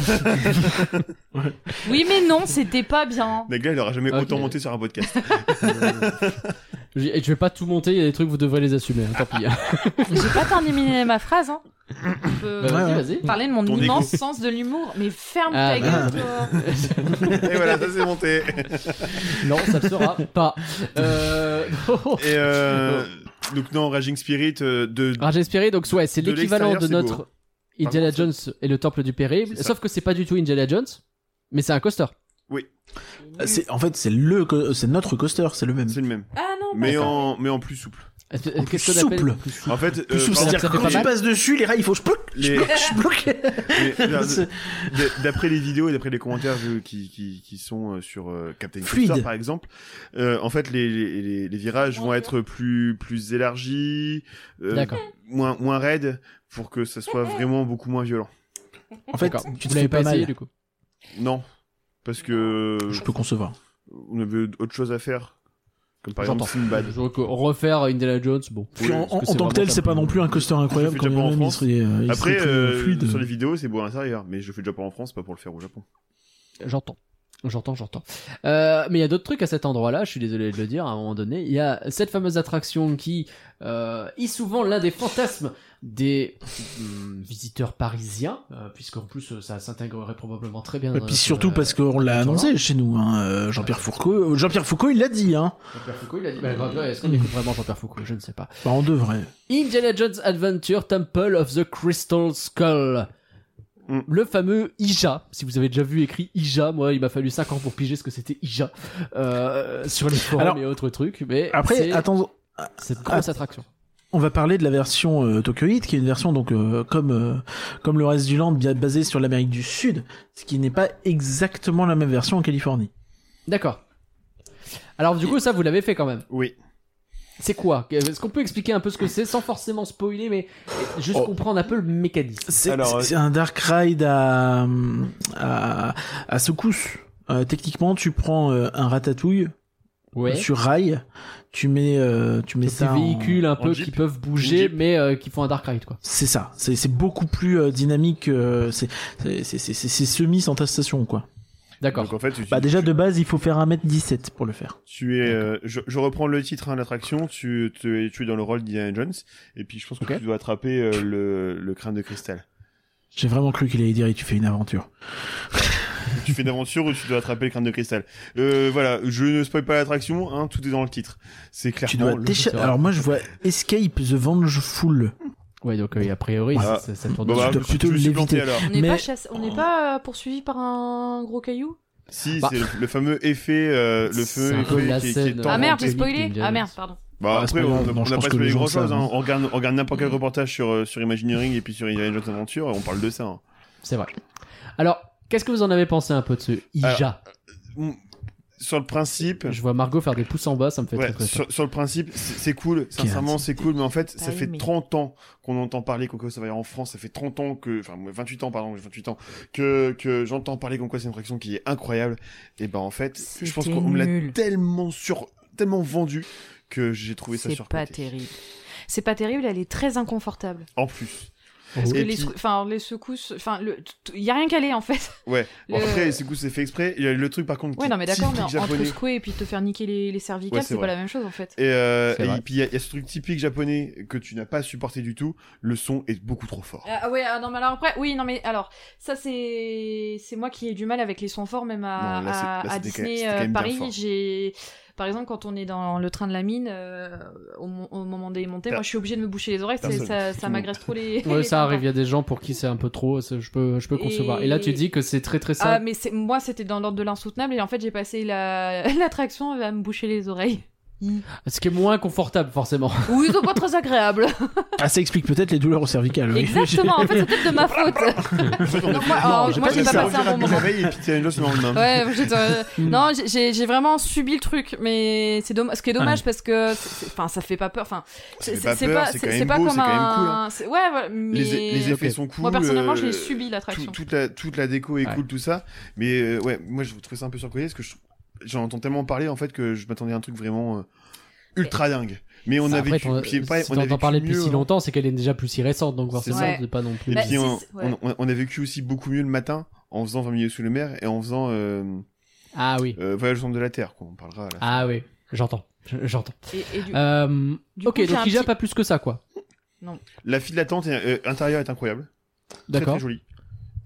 A: Ouais.
E: Oui, mais non, c'était pas bien.
C: Nagla, il aura jamais
A: Ok.
C: autant monté sur un podcast.
A: Je et je vais pas tout monter, il y a des trucs, vous devrez les assumer, hein, tant pis.
E: J'ai pas terminé ma phrase. Hein. Je peux
A: Vas-y,
B: ouais.
A: vas-y.
E: parler de mon
C: Bah, Ton
E: immense sens de l'humour, mais ferme
A: Ah,
E: ta
A: bah.
E: gueule, toi.
C: et voilà, ça c'est monté.
A: Non, ça ne sera pas. Euh... non.
C: Et euh, donc non, Raging Spirit euh, de
B: Ah.
A: Rage Spirit, Ah, donc ouais, c'est
C: De
A: l'équivalent de
C: l'extérieur, c'est
A: notre
C: beau,
A: Indiana
C: Par
A: Jones
C: contre,
A: et le Temple du Péril,
C: C'est ça.
A: sauf que c'est pas du tout Indiana Jones, mais c'est un coaster.
B: Euh, c'est en fait c'est le co- c'est notre coaster c'est le même
C: c'est le même,
H: Ah
B: Oh,
H: non,
C: mais
H: pas ça.
C: en mais en plus souple.
A: Qu'est-ce
B: plus
A: qu'on appelle-
B: souple.
A: plus souple.
C: En fait, euh,
B: Plus souple,
C: pardon,
A: ça fait pas mal.
B: passes dessus les rails il faut je bloque
C: les, Ah,
B: je bloque.
C: les-
B: C'est-
C: d'a- d'après les vidéos et d'après les commentaires je- qui, qui qui sont euh, sur euh, Captain
B: Fluide.
C: Coaster par exemple, euh, en fait les les, les- les virages vont être plus plus élargis, euh,
A: D'accord.
C: moins moins raides pour que ça soit vraiment beaucoup moins violent.
B: en fait
A: D'accord. Vous
B: tu te
A: l'avez
B: fais pas
A: essayé,
B: mal
A: du coup.
C: Non, parce que
B: je peux concevoir
C: on avait autre chose à faire, comme par exemple
A: J'entends.
C: Sinbad.
A: Je vois que refaire Indiana Jones, bon.
B: Puis en,
A: parce que
B: en- en
A: c'est
B: tant que
A: vraiment
B: tel c'est pas non plus un coaster incroyable
C: Je
B: quand
C: fais Japon en
B: même il
C: France.
B: serait, euh, il serait
C: Après,
B: plus
C: euh,
B: fluide
C: sur les vidéos, c'est beau à l'intérieur, mais je fais le Japon en France, pas pour le faire au Japon.
A: J'entends. J'entends, j'entends. Euh, mais il y a d'autres trucs à cet endroit-là, je suis désolé de le dire, à un moment donné. Il y a cette fameuse attraction qui euh, est souvent l'un des fantasmes des hum, visiteurs parisiens, euh, puisqu'en plus euh, ça s'intégrerait probablement très bien.
B: et
A: dans
B: puis
A: notre,
B: surtout
A: euh,
B: parce qu'on l'a
A: Jean-Pierre
B: annoncé chez nous, hein, euh, Jean-Pierre Foucault. Jean-Pierre Foucault, il l'a dit, hein.
A: Jean-Pierre Foucault, il a dit- Bah, Jean-Pierre, Est-ce qu'on écoute vraiment Jean-Pierre Foucault Je ne sais pas.
B: Bah, on devrait.
A: Indiana Jones Adventure Temple of the Crystal Skull.
C: Mm.
A: Le fameux Ija, si vous avez déjà vu écrit Ija, moi il m'a fallu 5 ans pour piger ce que c'était Ija euh, sur les forums
B: Alors,
A: et autres trucs, mais
B: Après,
A: c'est
B: attends,
A: cette grosse attraction.
B: On va parler de la version euh, Tokyo Heat, qui est une version donc euh, comme euh, comme le reste du land, bien basée sur l'Amérique du Sud, ce qui n'est pas exactement la même version en Californie.
A: D'accord. Alors du coup ça vous l'avez fait quand même.
C: Oui.
A: C'est quoi Est-ce qu'on peut expliquer un peu ce que c'est sans forcément spoiler, mais juste
C: Oh.
A: comprendre un peu le mécanisme
B: C'est
C: Alors,
B: c'est-
C: euh,
B: c'est un dark ride à à, à secousse. Euh, techniquement, tu prends euh, un ratatouille sur rail, tu mets euh, tu mets
A: Ces
B: ça. en-
A: véhicules un
C: en
A: peu
C: Jeep.
A: qui peuvent bouger,
C: Jeep.
A: mais euh, qui font un dark ride quoi.
B: C'est ça. C'est c'est beaucoup plus euh, dynamique. euh, c'est c'est c'est c'est- c'est semi station quoi.
A: D'accord.
C: Donc en fait, tu,
B: Bah
C: tu-
B: déjà de base, il faut faire 1m17 pour le faire.
C: tu es, euh, je, je reprends le titre hein, l'attraction. Tu, tu, es- tu es dans le rôle d'Indiana Jones, et puis je pense que
A: Ok.
C: tu dois attraper euh, le, le crâne de cristal.
B: J'ai vraiment cru qu'il allait dire et tu fais une aventure.
C: tu fais une aventure ou tu dois attraper le crâne de cristal. Euh, voilà, je ne spoil pas l'attraction. Hein, tout est dans le titre. C'est
B: Tu
C: clairement.
B: dois
C: le-
B: t'écha-
A: c'est vrai.
B: Alors moi je vois Escape the Vengeful.
A: Ouais, donc euh, a priori,
C: Ouais.
A: ça, ça- ça tourne
C: Bon,
A: dessus.
B: Tu dois
C: bah, je me suis- je me suis
B: plutôt
C: planté
B: l'éviter.
C: alors.
E: On n'est
B: Mais-
E: pas, chasse- on n'est pas euh, poursuivi par un gros caillou
C: Si,
A: Bah.
C: c'est le, le fameux effet, euh, le
A: C'est
C: fameux
A: un peu
C: effet
A: la
C: qui, qui
A: scène,
C: est
A: Dans
E: Ah
A: ouais.
C: tendu.
E: merde,
A: Angélique,
E: j'ai
A: il
E: spoilé
A: me dit,
E: Ah
A: euh,
E: merde, pardon.
C: Bah,
B: Ah, c'est
C: après,
B: pas grave.
C: on
B: Non, je
C: n'a
B: pense
C: pas
B: que les
C: spoilé
B: gens
C: grand
B: le savent,
C: chose.
B: hein.
C: On regarde, on regarde n'importe quel reportage sur, euh, sur Imagineering et puis sur Indiana Jones Adventure, on parle de ça. hein.
A: C'est vrai. Alors, qu'est-ce que vous en avez pensé un peu de ce Ija
C: Mm. Sur le principe,
A: Je vois Margot faire des pouces en bas, ça me fait
C: ouais,
A: très très peur.
C: sur, sur le principe, c'est c'est cool. Sincèrement, c'est cool, mais en fait, ça
E: Pas
C: fait
E: aimé.
C: 30 ans qu'on entend parler qu'on ça va en France. Ça fait 30 ans que, enfin, 28 ans, pardon, j'ai 28 ans que que j'entends parler qu'on c'est une fraction qui est incroyable. Et ben en fait, je pense
E: C'était
C: qu'on me l'a
E: nul.
C: tellement sur, tellement vendu que j'ai trouvé ça
E: C'est
C: sur
E: pas terrible. C'est pas terrible, elle est très inconfortable.
C: En plus.
E: Parce
C: Et
E: que les,
C: puis-
E: sou- enfin, les secousses, enfin, le- t- t- il y a rien qu'à aller en fait.
C: Ouais. Bon,
E: Le-
C: après, c'est coup, c'est fait exprès. Il y a Le truc, par contre,
E: Ouais,
C: qui
E: non, mais d'accord, mais
C: typique
E: entre
C: japonais.
E: secouer et puis te faire niquer les, les cervicales,
C: Ouais, c'est
E: c'est pas
C: vrai.
E: la même chose en fait.
C: Et, euh,
A: C'est
C: et
A: vrai.
C: puis il y, a- il y a ce truc typique japonais que tu n'as pas supporté du tout. Le son est beaucoup trop fort.
E: Ah ah ouais, ah non, mais alors après, oui, non, mais alors, ça c'est c'est moi qui ai du mal avec les sons forts, même à,
C: Non, là, c'est- là,
E: à-
C: c'est
E: à
C: des-
E: Disney
C: c'était quand
E: euh,
C: même bien
E: Paris.
C: fort.
E: J'ai par exemple quand on est dans le train de la mine, euh, au, mo- au moment des montées,
C: Per-
E: moi je suis obligée de me boucher les oreilles, c'est-
C: Personne.
E: ça,
C: Tout le
E: ça
C: monde.
E: m'agresse trop les.
A: Ouais,
E: les
A: ça arrive, il
E: tympans.
A: y a des gens pour qui c'est un peu trop, ça, je peux, je peux concevoir. Et... Euh,
E: Et-
A: là, tu dis que c'est très très
E: Ah
A: simple.
E: mais c'est moi c'était dans l'ordre de l'insoutenable et en fait j'ai passé la l'attraction à me boucher les oreilles.
A: Ce qui est moins confortable, forcément.
E: Oui, ils sont pas très agréables.
B: Ah, ça explique peut-être les douleurs au cervical. oui.
E: Exactement, en fait c'est peut-être de ma faute. Non, moi, alors,
C: j'ai
E: Oh, moi, j'ai
C: fait
E: pas
C: ça.
E: passé un
C: On dirait
E: bon
C: que
E: moment.
C: j'avais, Et puis t'es le lendemain.
E: Ouais, j'étais, euh,
A: Mm.
E: non, j'ai- j'ai j'ai vraiment subi le truc, mais c'est dommage. Ce qui est dommage parce que, c'est- c'est- enfin, ça fait pas peur. Enfin,
C: Ça fait pas peur, c'est quand
E: c'est-
C: même
E: c'est pas
C: beau,
E: comme
C: c'est quand même cool, hein.
E: un. c'est- Ouais, voilà, mais
C: Les, les effets sont cool.
E: moi personnellement, je
C: euh,
E: l'ai subi
C: tout-
E: l'attraction.
C: toute, la, toute la déco est
A: Ouais.
C: cool, tout ça. Mais euh, ouais, moi je trouvais ça un peu surprenant parce que je- j'en entends tellement parler en fait que je m'attendais à un truc vraiment euh, ultra dingue. Mais on
A: Bah, après,
C: avait vécu,
A: t'en-
C: puis pareil,
A: si
C: on a
A: t'entends
C: vécu
A: parler depuis
C: mieux,
A: si
C: hein.
A: longtemps, c'est qu'elle est déjà plus si récente, donc forcément,
E: ça.
A: c'est pas non plus.
C: Et
E: Bah,
C: puis
E: si,
C: on,
E: c'est- ouais.
C: on- on a vécu aussi beaucoup mieux le matin en faisant 20 milieux sous le mer et en faisant euh,
A: Ah oui,
C: euh, Voyage au centre de la Terre, quoi. On parlera. Là.
A: ah oui, j'entends, Je- j'entends.
E: Et, et du...
A: Euh,
E: du
A: ok,
E: coup, j'ai
A: donc
E: un
A: Ija,
E: petit-
A: pas plus que ça, quoi.
C: La file d'attente euh, intérieure est incroyable, très
A: D'accord.
C: très jolie,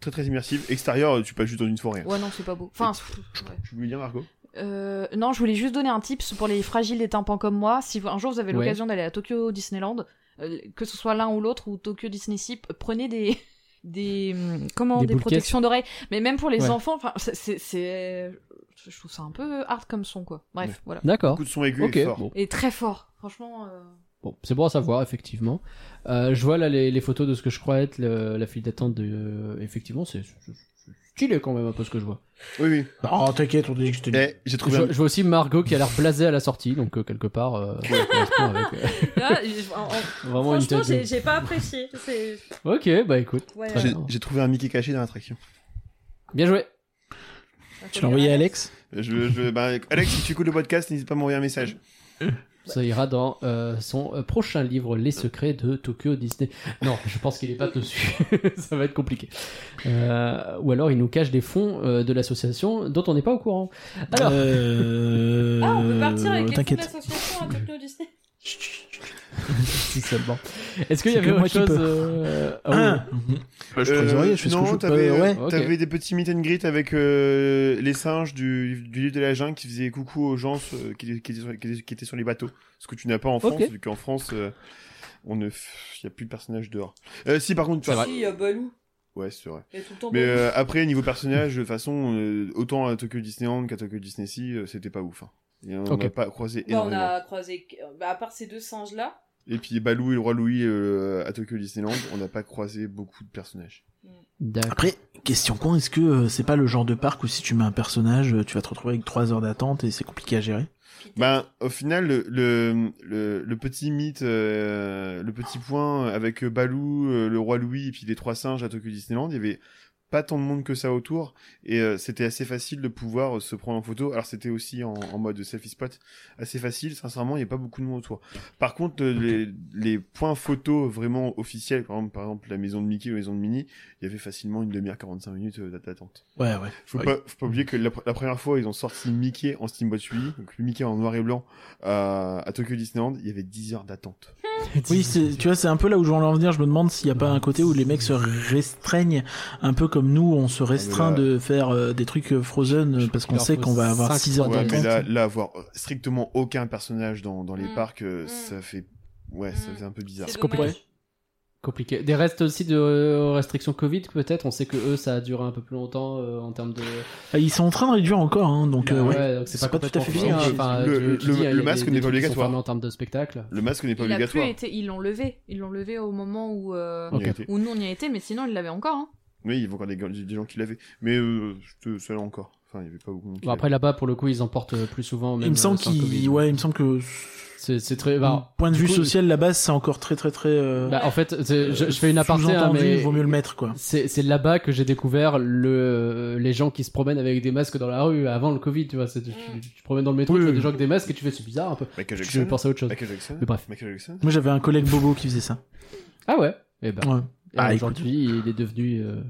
C: très très immersive. Extérieur, euh, tu passes juste dans une forêt. hein.
E: Ouais, non, c'est pas beau. Enfin, pff, ouais.
C: Tu veux dire Margot
E: Euh, non, je voulais juste donner un tips pour les fragiles des tympans comme moi. Si vous- un jour vous avez
A: Ouais.
E: l'occasion d'aller à Tokyo Disneyland, euh, que ce soit l'un ou l'autre ou Tokyo Disney Sea, p- prenez des des hum, comment
A: Des
E: des,
A: boules
E: protections d'oreilles. Mais même pour les
A: Ouais.
E: enfants, enfin, c'est- c'est c'est- je trouve ça un peu hard comme son quoi. Bref,
C: Ouais.
E: voilà.
A: D'accord.
C: Coup de son aigu
A: Ok,
C: et fort.
A: bon.
E: Et très fort, franchement. euh,
A: Bon, c'est bon à savoir, effectivement. Euh, je vois là les, les photos de ce que je crois être le- la file d'attente de. euh, effectivement, c'est c'est- c'est stylé quand même un peu ce que je vois.
C: Oui oui.
B: Oh, t'inquiète, on dit que je te dis.
C: Eh, j'ai
A: Je,
C: trouvé. un-
A: je vois aussi Margot qui a l'air blasée à la sortie, donc euh, quelque part, euh, ça correspond avec, euh,
E: Là, j'ai- Ah, en- en-
A: vraiment une
E: franchement,
A: tête. de-
E: j'ai j'ai pas apprécié. C'est-
A: Ok, bah écoute,
E: ouais,
A: Très
E: ouais.
A: bien.
C: J'ai j'ai trouvé un Mickey caché dans l'attraction.
A: bien joué.
B: Tu l'as envoyé à Alex
C: Je, je, bah, Alex, si tu écoutes le podcast, n'hésite pas à m'envoyer un message.
A: Ça ira dans euh, son euh, prochain livre, Les secrets de Tokyo Disney. Non, je pense qu'il est pas dessus. Ça va être compliqué. Euh, ou alors il nous cache des fonds euh, de l'association dont on n'est pas au courant. Alors,
B: Euh,
I: Ah, on peut partir avec les fonds
B: T'inquiète.
I: d'association à Tokyo Disney.
A: si seulement. Est-ce qu'il y
B: C'est
A: avait
B: que
A: autre
B: moi qui
A: chose
B: peux.
A: euh, ah oui.
B: Ah. Bah, je crois que les oreillers, je fais ce que
C: non,
B: je peux.
C: t'avais,
B: Euh, ouais.
C: euh, t'avais
A: Ok.
C: des petits meet and greet avec euh, les singes du, du livre de la jungle qui faisaient coucou aux gens euh, qui, qui étaient sur, qui étaient- qui étaient sur les bateaux. Ce que tu n'as pas en France,
A: Ok.
C: vu qu'en France, euh, on ne, il y a plus de personnages dehors. Euh, si par contre, tu
I: Si, il y a Balou.
C: ouais, c'est vrai.
I: Il y a tout le temps
C: Mais
I: Balou.
C: euh, après, niveau personnage, de toute façon, euh, autant à Tokyo Disneyland qu'à Tokyo Disney Sea, euh, c'était pas ouf. hein. Et on n'a
A: Ok.
C: pas croisé
I: Bah, on
C: énormément.
I: a croisé.
E: euh,
I: Bah, à part ces deux singes-là.
C: Et puis Balou et le roi Louis euh, à Tokyo Disneyland, on n'a pas croisé beaucoup de personnages.
A: D'accord.
B: Après, question con, est-ce que euh, c'est pas le genre de parc où si tu mets un personnage, euh, tu vas te retrouver avec 3 heures d'attente et c'est compliqué à gérer
C: Ben, au final, le, le, le, le petit mythe, euh, le petit point avec Balou, euh, le roi Louis et puis les trois singes à Tokyo Disneyland, il y avait pas tant de monde que ça autour et euh, c'était assez facile de pouvoir euh, se prendre en photo. Alors c'était aussi en, en mode selfie spot, assez facile. Sincèrement, il n'y a pas beaucoup de monde autour. Par contre, euh, les, les points photos vraiment officiels, par exemple, par exemple la maison de Mickey ou la maison de Minnie, il y avait facilement une demi-heure, 45 minutes euh, d'attente.
B: Ouais, ouais.
C: Faut,
B: Oui.
C: pas, faut pas oublier que la, la première fois, ils ont sorti Mickey en Steamboat Willie, donc Mickey en noir et blanc euh, à Tokyo Disneyland, il y avait 10 heures d'attente.
B: Oui, c'est- tu vois, c'est un peu là où je veux en venir. Je me demande s'il n'y a pas un côté où les mecs se restreignent, un peu comme nous, on se restreint
C: là-
B: de faire euh, des trucs euh, Frozen euh, parce qu'on
A: qu'il leur
B: sait
A: faut
B: qu'on va avoir
A: cinq
B: 6 heures
A: fois
C: Ouais, mais
B: d'attente.
C: là, là, avoir euh, strictement aucun personnage dans, dans les
I: Mm.
C: parcs, euh,
I: Mm.
C: ça fait... Ouais, ça
I: Mm.
C: faisait un peu bizarre.
I: C'est
A: compliqué.
I: dommage.
A: Compliqué. Des restes aussi de euh, restrictions Covid, peut-être On sait que eux, ça a duré un peu plus longtemps euh, en termes de. Bah
B: Ah, Ils sont en train de réduire encore, hein, donc euh, ouais.
A: donc c'est
B: c'est
A: pas,
B: pas tout
A: complètement
B: à fait
A: fini.
B: fini,
A: hein.
C: hein.
A: Enfin,
C: Le-
A: tu- tu
C: le-
A: dis, il y a
C: le
A: des-
C: masque
A: des trucs
C: n'est pas
A: qui sont
C: obligatoire.
A: fermés en termes de spectacle.
C: Le masque n'est pas
E: Il a plus
C: obligatoire.
E: été, ils l'ont levé. Ils l'ont levé au moment où, euh,
C: Il y
A: Ok.
C: a été.
E: où nous on y a été, mais sinon ils l'avaient encore. Hein.
C: Oui, il y avait encore des, gars- des gens qui l'avaient. Mais euh, je te- ça là encore. Enfin, il n'y avait pas beaucoup. de monde qui
A: Bon, après là-bas, pour le coup, ils en portent plus souvent.
B: Il
A: même,
B: me semble
A: euh, sans le Covid.
B: qu'il, ouais, il me semble que
A: C'est c'est très. bah,
B: point de
A: du
B: vue
A: coup,
B: social, la base, c'est encore très très très. euh,
A: bah, en fait, c'est- je,
B: euh,
A: je fais une aparté, hein,
B: sous-entendu,
A: mais
B: vaut mieux le mettre quoi.
A: c'est c'est là-bas que j'ai découvert le euh, les gens qui se promènent avec des masques dans la rue avant le Covid. Tu vois, c'est- tu, tu, tu te promènes dans le métro,
B: Mm. Oui,
A: tu vois
B: oui.
A: des gens avec des masques et tu fais c'est bizarre un peu.
C: l'avaient. Michael
A: Je
C: Jackson.
A: pense à autre chose.
C: Michael Jackson.
A: Mais bref.
C: Michael Jackson.
B: Moi, j'avais un collègue bobo qui faisait ça.
A: Ah ouais. Et ben.
B: Ouais.
A: et
B: Ah,
A: aujourd'hui, il est devenu. euh,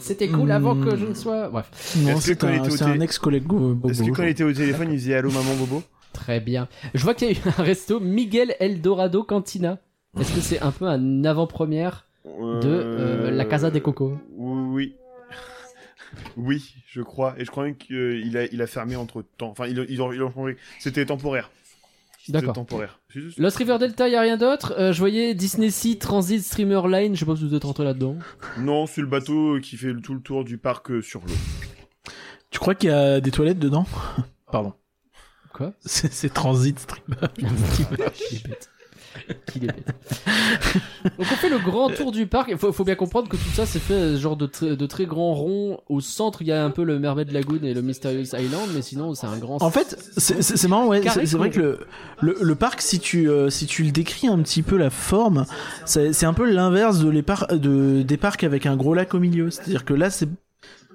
A: C'était
B: Hmm.
A: cool avant que je ne sois. Bref.
B: Non,
C: que
B: c'est
C: quand il
B: un,
C: était au
B: c'est
C: thé-
B: un ex-collègue go- bobo.
C: Est-ce que quand il était au téléphone, il faisait Allô maman Bobo
A: Très bien. Je vois qu'il y a eu un resto Miguel Eldorado Cantina. Est-ce que c'est un peu un avant-première de euh, la Casa des Cocos
C: Oui. Oui, Oui, je crois. Et je crois même qu'il a, il a fermé entre temps. Enfin, ils il ont il changé. C'était temporaire. C'était
A: D'accord.
C: temporaire. C'est juste-
A: Lost River Delta, y a rien d'autre. Euh, je voyais Disney Sea Transit Streamer Line. Je sais pas si vous êtes rentré là-dedans.
C: Non, c'est le bateau qui fait le- tout le tour du parc euh, sur l'eau.
B: Tu crois qu'il y a des toilettes dedans Pardon.
A: Quoi
B: C'est c'est transit streamer.
A: Qu'il est bête. Qu'il est bête. Donc on fait le grand tour du parc. Il faut, faut bien comprendre que tout ça c'est fait euh, genre de, tr- de très grands ronds. Au centre, il y a un peu le Mermaid Lagoon et le Mysterious Island, mais sinon c'est un grand.
B: En fait, c'est c'est- c'est marrant, ouais.
A: Carré
B: C'est c'est vrai que
A: court.
B: le, le, le parc, si tu, euh, si tu le décris un petit peu la forme, c'est c'est un peu l'inverse de les par- de, des parcs avec un gros lac au milieu. C'est-à-dire que là, c'est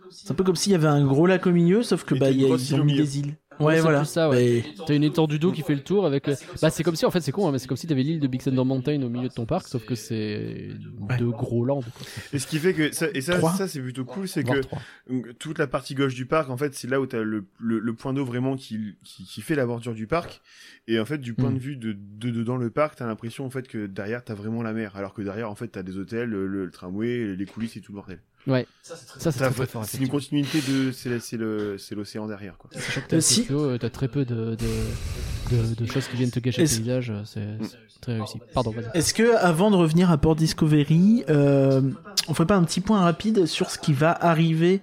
B: c'est un peu comme s'il y avait un gros lac au milieu, sauf que
C: Et
B: bah,
C: une
B: il y a
C: grosse
B: ils
C: île
B: ont
C: au
B: mis
C: milieu.
B: des îles.
A: Ouais,
B: Ouais,
A: c'est
B: voilà.
A: plus ça, ouais.
B: Et-
A: T'as une étendue d'eau qui fait le tour avec. euh, Bah, c'est comme si, en fait, c'est con, hein, mais c'est comme si t'avais l'île de Big Thunder Mountain au milieu de ton parc, sauf que c'est
B: Ouais.
A: deux gros landes, quoi.
C: Et ce qui fait que ça, et ça,
B: Trois.
C: ça c'est plutôt cool, c'est
A: Voire
C: que
A: trois.
C: Donc, toute la partie gauche du parc, en fait, c'est là où tu as le, le, le point d'eau vraiment qui, qui, qui fait la bordure du parc. Et en fait, du point
A: Mm.
C: de vue de, de dedans le parc, t'as l'impression en fait que derrière t'as vraiment la mer, alors que derrière en fait t'as des hôtels, le, le tramway, les coulisses et tout le bordel.
A: Ça, c'est
C: T'as-
A: très, très fort.
C: C'est une
A: effectivement.
C: continuité de c'est la- c'est le c'est l'océan derrière quoi.
A: Sachant que t'as
B: Euh, si.
A: Tokyo, euh, t'as très peu de, de, de- de choses qui viennent te gâcher le
B: Est-ce-
A: paysage, euh, c'est c'est très réussi. Pardon, vas-y.
B: Est-ce que, avant de revenir à Port Discovery, euh, on ferait pas un petit point rapide sur ce qui va arriver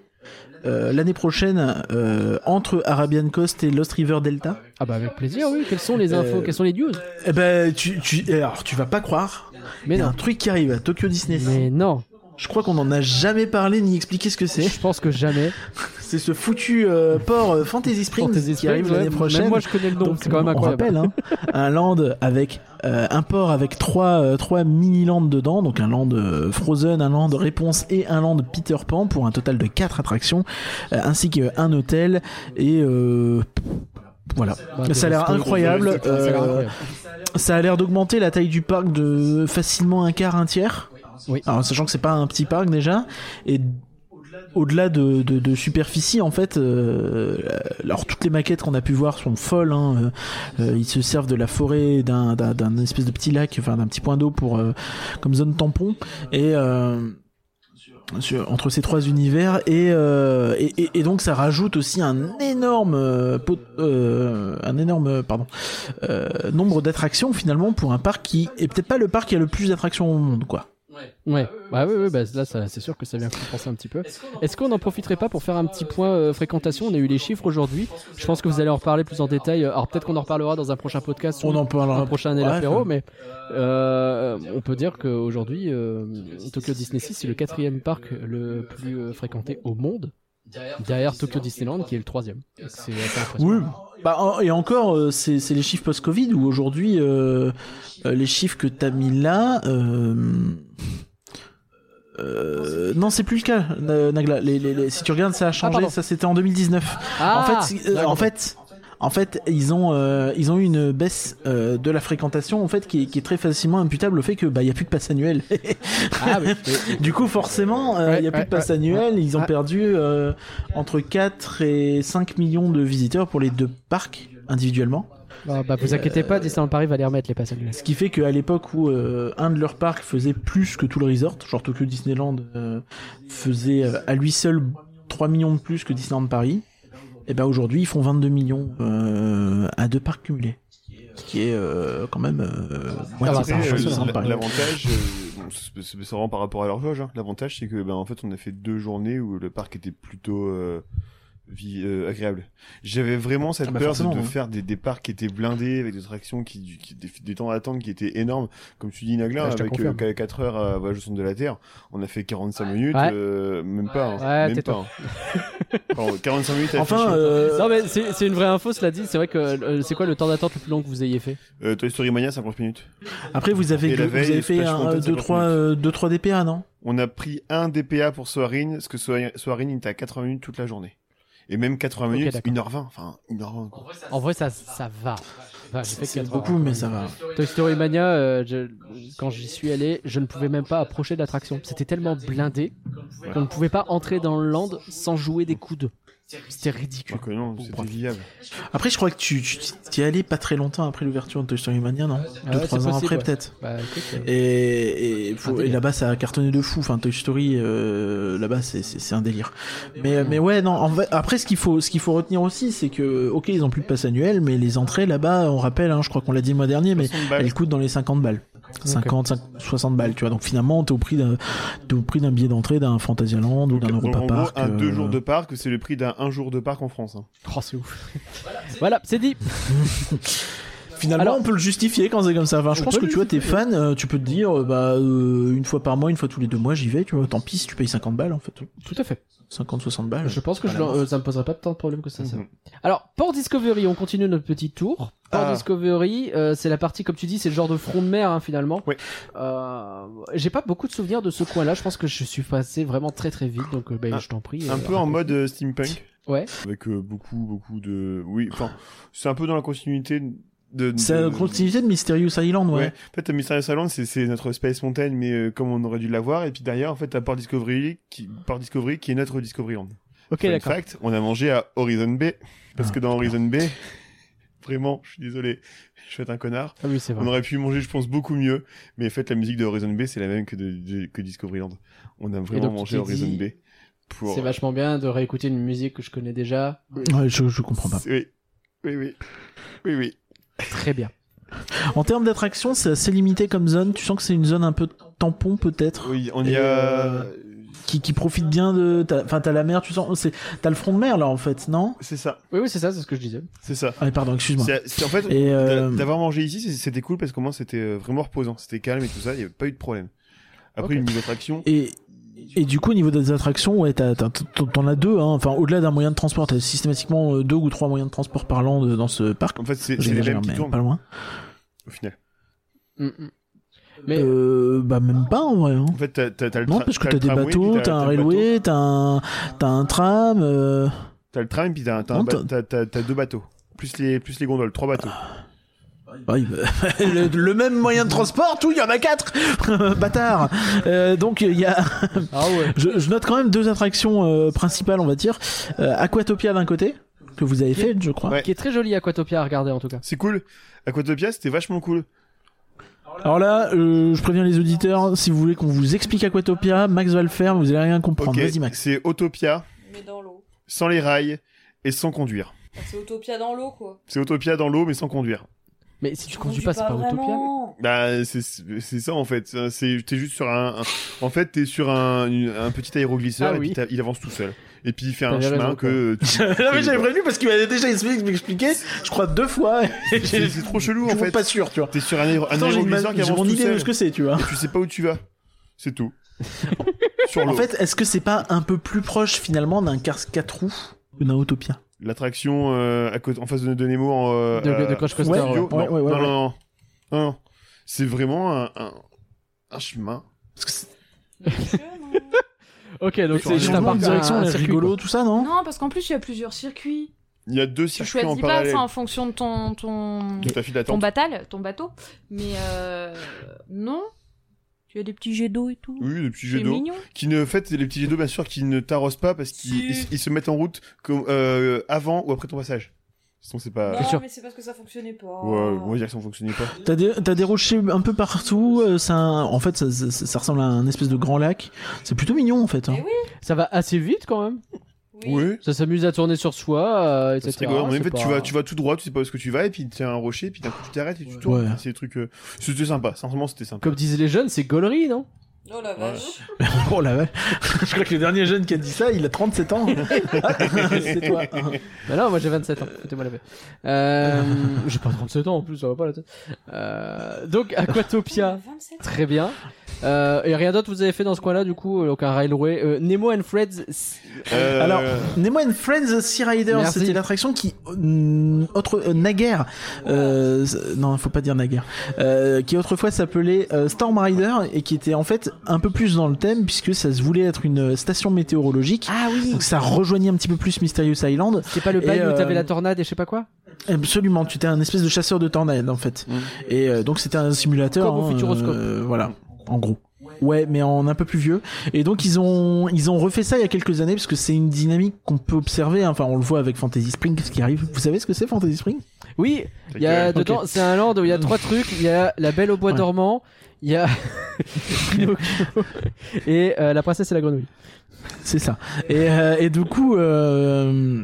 B: euh, l'année prochaine euh, entre Arabian Coast et Lost River Delta
A: Ah bah avec plaisir, oui. Quelles sont les infos
B: Euh,
A: Quelles sont les news
B: Eh ben, tu, tu, alors, tu vas pas croire,
A: Mais
B: il y a un
A: non.
B: truc qui arrive à Tokyo Disney.
A: Mais non,
B: Je crois qu'on n'en a jamais parlé ni expliqué ce que c'est.
A: je pense que jamais.
B: C'est ce foutu euh, port euh, Fantasy Springs
A: Fantasy
B: qui
A: Springs,
B: arrive l'année
A: ouais,
B: prochaine.
A: Même moi, je connais le nom,
B: Donc,
A: c'est quand même
B: on
A: incroyable.
B: rappelle, hein, un land avec euh, un port avec trois euh, trois mini lands dedans, donc un land euh, Frozen, un land Réponse et un land Peter Pan pour un total de quatre attractions, euh, ainsi qu'un hôtel et euh, voilà.
A: Bah, des
B: hein. ça a l'air
A: restos, des-
B: incroyable,
A: Ça a l'air
B: euh,
A: incroyable.
B: Ça a l'air d'augmenter la taille du parc de facilement un quart, un tiers.
A: Oui.
B: Alors, sachant que c'est pas un petit parc déjà. Et au-delà de, de- de superficie, en fait, euh, alors toutes les maquettes qu'on a pu voir sont folles. hein, euh, euh, ils se servent de la forêt, d'un, d'un- d'un espèce de petit lac, enfin d'un petit point d'eau pour euh, comme zone tampon. Et euh, sur- entre ces trois univers et, euh, et, et- et donc ça rajoute aussi un énorme euh, pot- euh, un énorme pardon euh, nombre d'attractions finalement pour un parc qui est peut-être pas le parc qui a le plus d'attractions au monde quoi.
A: Ouais, bah oui, oui, bah là, ça- c'est sûr que ça vient compenser un petit peu. Est-ce qu'on n'en profiterait pas pour faire un petit point euh, fréquentation On a eu les chiffres aujourd'hui. Je pense que vous allez en reparler plus en détail. Alors peut-être qu'on en reparlera dans un prochain podcast.
B: On en
A: un
B: parlera
A: prochain
B: Ouais,
A: apéro, mais euh, on peut dire qu'aujourd'hui, euh, Tokyo Disney Sea, c'est le quatrième parc le plus euh, fréquenté au monde, derrière Tokyo Disneyland, qui est le troisième. C'est assez impressionnant.
B: Oui. Bah, en- et encore, euh, c'est c'est les chiffres post-Covid où aujourd'hui, euh, euh, les chiffres que t'as mis là. euh, euh, non, c'est plus le cas, Na- Nagla. Les- les- les- si tu regardes, ça a changé.
A: Ah, pardon.
B: ça, c'était en 2019.
A: Ah,
B: en fait, c'est- euh, en fait, en fait, ils ont euh, ils ont eu une baisse euh, de la fréquentation en fait qui est, qui est très facilement imputable au fait que bah il y a plus de passe annuel.
A: Ah oui.
B: du coup, forcément, euh, il
A: Ouais,
B: y a plus
A: ouais,
B: de passe
A: ouais,
B: annuel. Ils ont
A: ouais.
B: perdu euh, entre 4 et 5 millions de visiteurs pour les deux parcs individuellement.
A: Bah, bah, vous inquiétez pas, Disneyland Paris va les remettre les passes annuelles.
B: Ce qui fait qu'à l'époque où euh, un de leurs parcs faisait plus que tout le resort, genre Tokyo Disneyland euh, faisait euh, à lui seul 3 millions de plus que Disneyland Paris, et ben aujourd'hui ils font 22 millions euh, à deux parcs cumulés. Ce qui est euh, quand même euh, moitié
A: va,
B: par
A: ça
C: Et,
A: va,
B: rapport à
A: ça
C: euh,
A: va,
B: Disneyland
C: l-
B: Paris.
C: L'avantage, euh, c'est c'est- c'est vraiment par rapport à l'horloge. Hein. L'avantage, c'est que ben en fait, on a fait deux journées où le parc était plutôt euh, vi- euh, agréable. J'avais vraiment cette
B: Ah bah
C: peur de,
B: forcément,
C: de
B: hein.
C: faire des, des parcs qui étaient blindés avec des tractions qui, qui- des, des temps d'attente qui étaient énormes. Comme tu dis, Nagla, hein,
A: Ah, je te
C: avec
A: confirme.
C: 4 heures à Voyage au centre de la Terre, on a fait 45 minutes,
A: Ouais.
C: euh, même pas, hein.
A: Ouais,
C: même
A: tais-toi.
C: pas. hein. Pardon, 45 minutes. à
B: Enfin,
C: afficher.
B: euh,
A: Non mais c'est c'est une vraie info, cela dit. C'est vrai que euh, c'est quoi le temps d'attente le plus long que vous ayez fait
C: Euh, Toy Story Mania, 50 minutes.
B: après vous avez,
C: Et la
B: vous
C: veille,
B: avez fait
C: Splash Mountain,
B: 2
C: 50
B: 3
C: minutes.
B: DPA non
C: On a pris un DPA pour Soarin, parce que Soa- Soarin, il était à 80 minutes toute la journée. Et même 80
A: Ok,
C: minutes,
A: d'accord.
C: 1h20, enfin, 1h20. quoi.
B: Euh,
A: En vrai, ça ça va. Enfin, j'ai fait
B: C'est
A: 80.
B: beaucoup mais ça va.
A: Toy Story Mania, euh, je- quand j'y suis allé, je ne pouvais même pas approcher de l'attraction. C'était tellement blindé qu'on ne pouvait pas entrer dans le land sans jouer des coudes. C'était ridicule.
C: Alors que euh, non,
A: Bon,
C: c'était
A: bref.
C: viable.
B: Après je crois que tu tu- t'y es allé pas très longtemps après l'ouverture de Toy Story Mania non
A: Ah
B: 2
A: ouais,
B: 3
A: c'est
B: ans
A: possible,
B: après
A: ouais.
B: peut-être.
A: Bah, écoute, euh,
B: Et, et, faut-
A: Un
B: et
A: délire.
B: là-bas, ça a cartonné de fou. Enfin, Toy Story, euh, là-bas, c'est- c'est c'est un délire. Mais, mais ouais, non. En vrai, après, ce qu'il faut, ce qu'il faut retenir aussi, c'est que, ok, ils ont plus de passe annuel, mais les entrées là-bas, on rappelle, hein, je crois qu'on l'a dit le mois dernier, mais
C: 60 balles.
B: elles coûtent dans les 50 balles. 50, 50, 60 balles, tu vois. Donc finalement, t'es au prix d'un, t'es au prix d'un billet d'entrée d'un Fantasyland ou d'un
C: Donc,
B: Europa
C: en gros,
B: Park.
C: un
B: euh,
C: deux jours de parc, c'est le prix d'un un jour de parc en France. hein.
A: Oh, c'est ouf. voilà, c'est dit.
B: Finalement,
A: Alors-
B: on peut le justifier quand c'est comme ça. Enfin, je
A: On
B: pense
A: peut
B: que
A: le
B: tu vois, t'es fan, euh, tu peux te dire, euh, bah, euh, une fois par mois, une fois tous les deux mois, j'y vais, tu vois. Tant pis si tu payes 50 balles, en fait.
A: Tout à fait.
B: 50, 60 balles.
A: Je pense que je l'en- euh, ça me poserait pas tant de problèmes que ça. ça.
C: Mhm.
A: Alors, Port Discovery, on continue notre petit tour. Port
C: Ah.
A: Discovery, euh, c'est la partie, comme tu dis, c'est le genre de front de mer, hein, finalement.
C: Oui.
A: Euh, J'ai pas beaucoup de souvenirs de ce coin-là. Je pense que je suis passé vraiment très très vite, donc euh, bah,
C: Un-
A: je t'en prie.
C: Un
A: euh,
C: peu en mode euh, steampunk,
A: Ouais.
C: avec euh, beaucoup, beaucoup de... Oui, enfin, c'est un peu dans la continuité de... de-
B: C'est la continuité de Mysterious Island, ouais.
C: Ouais. En fait, Mysterious Island, c'est- c'est notre Space Mountain, mais euh, comme on aurait dû l'avoir. Et puis derrière, en fait, t'as Port Discovery, qui, Port Discovery, qui est notre Discoveryland.
A: Ok,
C: Fun
A: d'accord.
C: fact, on a mangé à Horizon Bay. Parce
B: Ah,
C: que dans Horizon Bay, vraiment, je suis désolé, je suis un connard.
A: Ah oui, c'est vrai.
C: On aurait pu manger, je pense, beaucoup mieux. Mais en fait, la musique de Horizon Bay, c'est la même que, de, de- que Discoveryland. On a vraiment
A: donc, tu
C: mangé
A: t'es
C: Horizon
A: dit,
C: Bay. Pour... euh,
A: C'est vachement bien de réécouter une musique que je connais déjà.
B: Ouais, je, je comprends pas.
C: C'est- Oui, oui, oui. Oui, oui.
A: Très bien.
B: En termes d'attraction, c'est assez limité comme zone. Tu sens que c'est une zone un peu tampon, peut-être,
C: Oui, on y
B: Et,
C: a...
B: euh, qui, qui profite bien de. t'as- Enfin, t'as la mer, tu sens. c'est- T'as le front de mer, là, en fait, non
C: C'est ça,
A: Oui, oui, c'est ça, c'est ce que je disais.
C: c'est ça.
B: Ah, pardon, excuse-moi.
C: C'est- c'est- en fait,
B: Et.
C: d'a-
B: euh,
C: d'avoir mangé ici, c'est- c'était cool parce qu'au moins, c'était euh, vraiment reposant. C'était calme et tout ça, il n'y avait pas eu de problème. Après,
A: Ok.
C: une attraction...
B: Et, et du coup, au niveau des attractions, ouais, t'as- t'as- t'en t'en as deux, hein. Enfin, au-delà d'un moyen de transport, t'as systématiquement euh, deux ou trois moyens de transport par l'an de- dans ce parc.
C: En fait, c'est c'est les
B: J'exagère,
C: mêmes qui
B: hein, mais
C: tournent,
B: pas loin.
C: au final.
A: Mm, mm. Mais
B: Euh, bah, même pas, en vrai, hein.
C: En fait, t'as, t'as, t'as le
B: Non,
C: tra-
B: parce que
C: t'as
B: t'as
C: le
B: des
C: tramway,
B: bateaux,
C: puis
B: t'as un
C: le bateau.
B: railway, t'as un, t'as un tram. euh,
C: T'as le tram, puis t'as, un- t'as, un
B: Non,
C: ba-
B: t'as- Ah.
C: t'as- t'as- t'as deux bateaux. Plus les, plus les gondoles, trois bateaux.
B: oui, bah, le, le même moyen de transport, tout, il y en a quatre Bâtard Euh, Donc, il y a.
A: ah ouais.
B: Je, je note quand même deux attractions euh, principales, on va dire. Euh, Aquatopia d'un côté, que vous avez fait, je crois.
C: Ouais.
A: Qui est très joli Aquatopia à regarder en tout cas.
C: C'est cool. Aquatopia, c'était vachement cool.
B: Alors là, euh, je préviens les auditeurs, si vous voulez qu'on vous explique Aquatopia, Max va le faire, vous allez rien comprendre.
C: Ok,
B: Vas-y, Max.
C: c'est Autopia,
J: Mais dans l'eau.
C: sans les rails et sans conduire.
J: Enfin, c'est Autopia dans l'eau, quoi.
C: C'est Autopia dans l'eau, mais sans conduire.
A: Mais si tu
J: Conduis
A: conduis pas, c'est pas Autopia.
J: vraiment.
C: Bah, c'est, c'est ça, en fait. C'est, t'es juste sur un, un- En fait, t'es sur un, une- un petit aéroglisseur,
A: Ah
C: et
A: oui.
C: puis t'as- il avance tout seul. Et puis il fait un
A: T'avais
C: chemin
A: raison,
C: que... tu-
B: Non, mais j'avais prévenu parce qu'il m'avait déjà essayé de m'expliquer, je crois deux fois. et
C: c'est,
B: j'ai-
C: c'est trop chelou, en
B: Je suis
C: fait.
B: pas sûr, tu vois.
C: T'es sur un, aéro- un
B: Pourtant, j'ai une ma-
C: aéroglisseur qui
B: j'ai
C: avance
B: mon
C: tout
B: idée de
C: seul.
B: ce que c'est, tu vois.
C: Et tu sais pas où tu vas. C'est tout. sur l'eau.
B: En fait, est-ce que c'est pas un peu plus proche finalement d'un Cars 4 roues que d'un Autopia
C: L'attraction euh, à côté, en face de, de Nemo en, euh,
A: De-
C: euh,
A: de Crash Coaster,
C: studio.
B: ouais.
C: Non,
B: Ouais, ouais, ouais,
C: non,
B: ouais.
C: non, non. Non, non. C'est vraiment un, un, un chemin.
B: Parce que c'est-
C: Euh,
A: Ok, donc
C: Mais
A: c'est juste
B: changement
A: un
B: de
A: parc
B: direction,
A: un- un
B: là,
A: circuit,
B: rigolo, tout ça, non
E: Non, parce qu'en plus, il y a plusieurs circuits.
C: Il y a deux
E: Tu
C: circuits en
E: choisis pas
C: parallèle.
E: ça en fonction de ton ton
C: Ta file
E: ton
C: d'attente.
E: batal, ton bateau. Mais euh, non, tu as des petits jets d'eau et tout.
C: Oui, les petits
E: C'est
C: jets d'eau.
E: mignon.
C: Qui ne, en fait, c'est les petits jets d'eau, bien sûr, qui ne t'arrosent pas parce qu'ils
J: Si.
C: ils- ils se mettent en route comme, euh, avant ou après ton passage. Sinon, c'est pas.
J: Non,
A: sûr.
J: mais c'est parce que ça fonctionnait pas.
C: Ouais, on va dire que ça ne fonctionnait pas.
B: T'as des, t'as des rochers un peu partout, euh, ça, en fait, ça, ça- ça ressemble à un espèce de grand lac. C'est plutôt mignon, en fait. hein.
J: Eh oui,
A: quoi. Ça va assez vite quand même.
J: oui.
C: Oui.
A: Ça s'amuse à tourner sur soi, euh, etc.
C: C'est rigolo. Mais en
A: C'est
C: fait, tu
A: pas-
C: vas, tu vas tout droit, tu sais pas où est-ce que tu vas, et puis tu as un rocher, puis d'un coup tu t'arrêtes et tu tournes.
B: Ouais.
C: C'est des trucs. euh, C'était sympa. Sincèrement, c'était sympa.
A: Comme disent les jeunes, c'est gaulerie, non
J: Oh la
C: Voilà.
J: vache.
B: Oh la vache. Je crois que le dernier jeune qui a dit ça, il a 37 ans. Ah, c'est toi.
A: Bah non, moi j'ai 27 ans, foutez-moi la paix. Euh, j'ai pas 37 ans en plus, ça va pas la tête. Euh, donc Aquatopia,
J: 27
A: très bien. Euh, et rien d'autre vous avez fait dans ce coin-là du coup, euh, donc un railway. Euh, Nemo and Fred's, c'est-
C: Euh,
B: Alors, Nemo and Friends Sea Rider,
A: Merci.
B: c'était l'attraction qui euh, autre euh, naguère, euh, s- non, faut pas dire naguère, euh, qui autrefois s'appelait euh, Storm Rider et qui était en fait un peu plus dans le thème puisque ça se voulait être une euh, station météorologique.
A: ah oui,
B: Donc ça rejoignait un petit peu plus Mysterious Island.
A: c'est pas le
B: Et,
A: bail où
B: euh,
A: t'avais la tornade et je sais pas quoi.
B: Absolument, tu étais un espèce de chasseur de tornades en fait. Et euh, donc c'était un simulateur.
A: Comme au
B: hein,
A: Futuroscope.
B: euh, voilà, en gros. Ouais, mais en un peu plus vieux. Et donc ils ont ils ont refait ça il y a quelques années parce que c'est une dynamique qu'on peut observer. hein. Enfin, on le voit avec Fantasy Spring ce qui arrive. Vous savez ce que c'est Fantasy Spring
A: Oui, il y a
C: Ok.
A: dedans, c'est un land où il y a trois trucs. Il y a la Belle au bois
B: Ouais.
A: dormant, il y a Pinocchio et euh, la princesse et la grenouille.
B: C'est ça. Et, euh, et du coup, euh,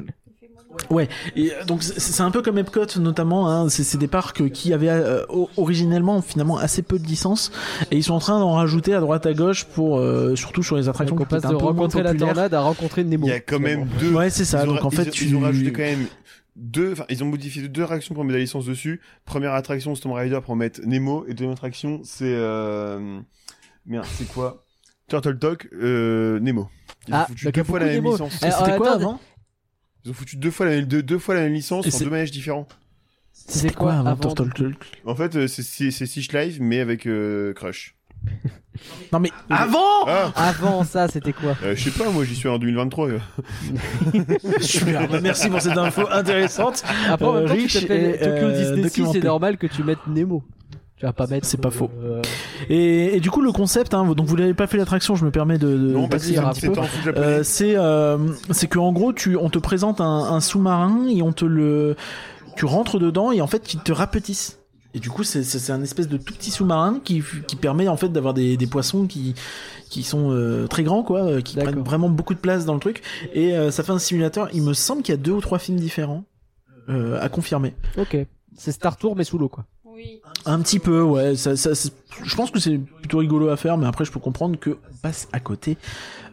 B: ouais. Et euh, donc c'est c'est un peu comme Epcot notamment. Hein. C'est c'est des parcs qui avaient euh, o- originellement finalement assez peu de licences et ils sont en train d'en rajouter à droite à gauche pour euh, surtout sur les attractions
A: Donc on
B: qui étaient
A: passe
B: un
A: de
B: peu moins
A: rencontrer la
B: populaires.
A: tornade à rencontrer Nemo.
C: il y a quand même deux.
B: Ouais, c'est ça.
C: ils ont
B: Donc
C: ra-
B: en fait,
C: ils,
B: tu
C: ils ont rajouté quand même deux. Enfin, ils ont modifié deux réactions pour mettre la licence dessus. Première attraction, Storm Rider pour en mettre Nemo, et deuxième attraction, c'est euh... merde, c'est quoi Turtle Talk, euh, Nemo. Ils
A: Ah,
C: ont foutu
B: bah,
A: donc il y
C: deux
A: a
C: fois
A: beaucoup
C: la même
A: Nemo.
C: licence.
A: Alors,
B: C'était quoi
A: attendez,
B: avant
C: Ils ont foutu deux fois la, deux, deux fois la même licence
B: Et
C: en
B: c'est-
C: deux manèges différents.
A: C'était quoi avant
B: Turtle Talk
C: En fait, euh, c'est c'est- c'est Six Live, mais avec euh, Crush.
B: Non mais avant
C: Ah
A: Avant ça, c'était quoi
C: Euh, Je sais pas, moi j'y suis allé en 2023. euh.
B: Super. Merci pour cette info intéressante.
A: Après, en
B: Euh,
A: même temps,
B: riche
A: tu t'appelles
B: et,
A: Tokyo
B: euh,
A: Disney Sea,
B: documenté.
A: c'est normal que tu mettes Nemo. Tu vas pas mettre.
B: C'est pas faux.
A: euh,
B: Et, et du coup le concept, hein, donc vous n'avez pas fait l'attraction, je me permets de,
A: Euh,
B: de
C: non, parce que
B: passer
C: c'est
B: un
C: un
B: petit
C: petit
B: peu.
C: temps en foot japonais.
B: Euh, c'est euh, c'est que en gros tu on te présente un, un sous-marin et on te le tu rentres dedans et en fait ils te rapetissent. Et du coup c'est c'est c'est un espèce de tout petit sous-marin qui qui permet en fait d'avoir des des poissons qui qui sont euh, très grands quoi, euh, qui
A: D'accord.
B: prennent vraiment beaucoup de place dans le truc et euh, ça fait un simulateur, il me semble qu'il y a deux ou trois films différents. euh, à confirmer.
A: Ok. C'est Star Tour mais sous l'eau quoi.
J: Oui.
B: Un petit peu, ouais. Ça, ça, c'est- je pense que c'est plutôt rigolo à faire, mais après je peux comprendre que on passe à côté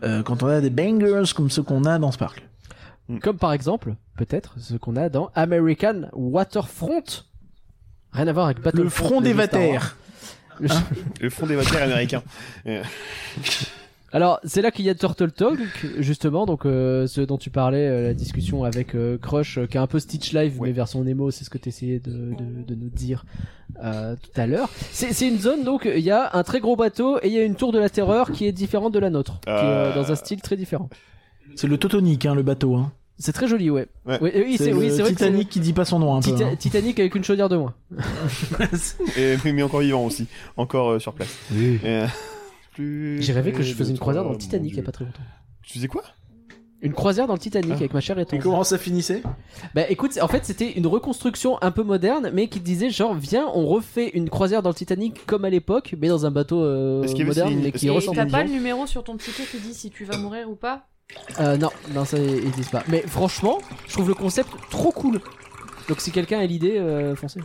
B: euh, quand on a des bangers comme ceux qu'on a dans ce parc.
A: Comme par exemple, peut-être ce qu'on a dans American Waterfront. Rien à voir avec Battlefront.
B: Le front Ah,
A: de
B: des
A: Star Wars.
B: vatères.
A: Euh,
C: Le front des vataires américains.
A: Alors, c'est là qu'il y a Turtle Talk, justement, donc euh, ce dont tu parlais, euh, la discussion avec euh, Crush, euh, qui est un peu Stitch Live,
C: Ouais.
A: mais version Nemo, c'est ce que tu essayais de, de, de nous dire euh, tout à l'heure. C'est c'est une zone, donc, il y a un très gros bateau et il y a une tour de la terreur qui est différente de la nôtre, qui est euh,
C: Euh.
A: dans un style très différent.
B: C'est le Totonic, hein, le bateau. Hein.
A: C'est très joli, ouais.
C: Ouais.
A: Oui, oui, c'est
B: le
A: oui, c'est vrai que c'est
B: Titanic qui dit pas son nom un peu.
A: Tita- Titanic avec une chaudière de moins.
B: hein.
C: Et, mais, mais encore vivant aussi. Encore euh, sur place. Euh, plus
A: J'ai rêvé que je
C: près
A: faisais
C: de
A: une croisière
C: toi,
A: dans le
C: mon
A: Titanic il y a
C: Dieu.
A: pas très longtemps.
C: Tu faisais quoi
A: Une croisière dans le Titanic
C: Ah.
A: avec ma chère étendue.
B: ça finissait
A: Bah écoute, en fait c'était une reconstruction un peu moderne, mais qui disait genre viens, on refait une croisière dans le Titanic comme à l'époque, mais dans un bateau euh,
C: Est-ce qu'il y avait
A: moderne,
C: Céline-
A: mais
C: est-ce
A: qui
C: qu'il y
E: Et
C: ressemble
E: t'as
A: ressemble.
C: aux
E: pas
C: gens.
E: le numéro sur ton ticket qui dit si tu vas mourir ou pas
A: Euh, non, non ça ils disent pas. Mais franchement, je trouve le concept trop cool. Donc si quelqu'un a l'idée, euh, foncez.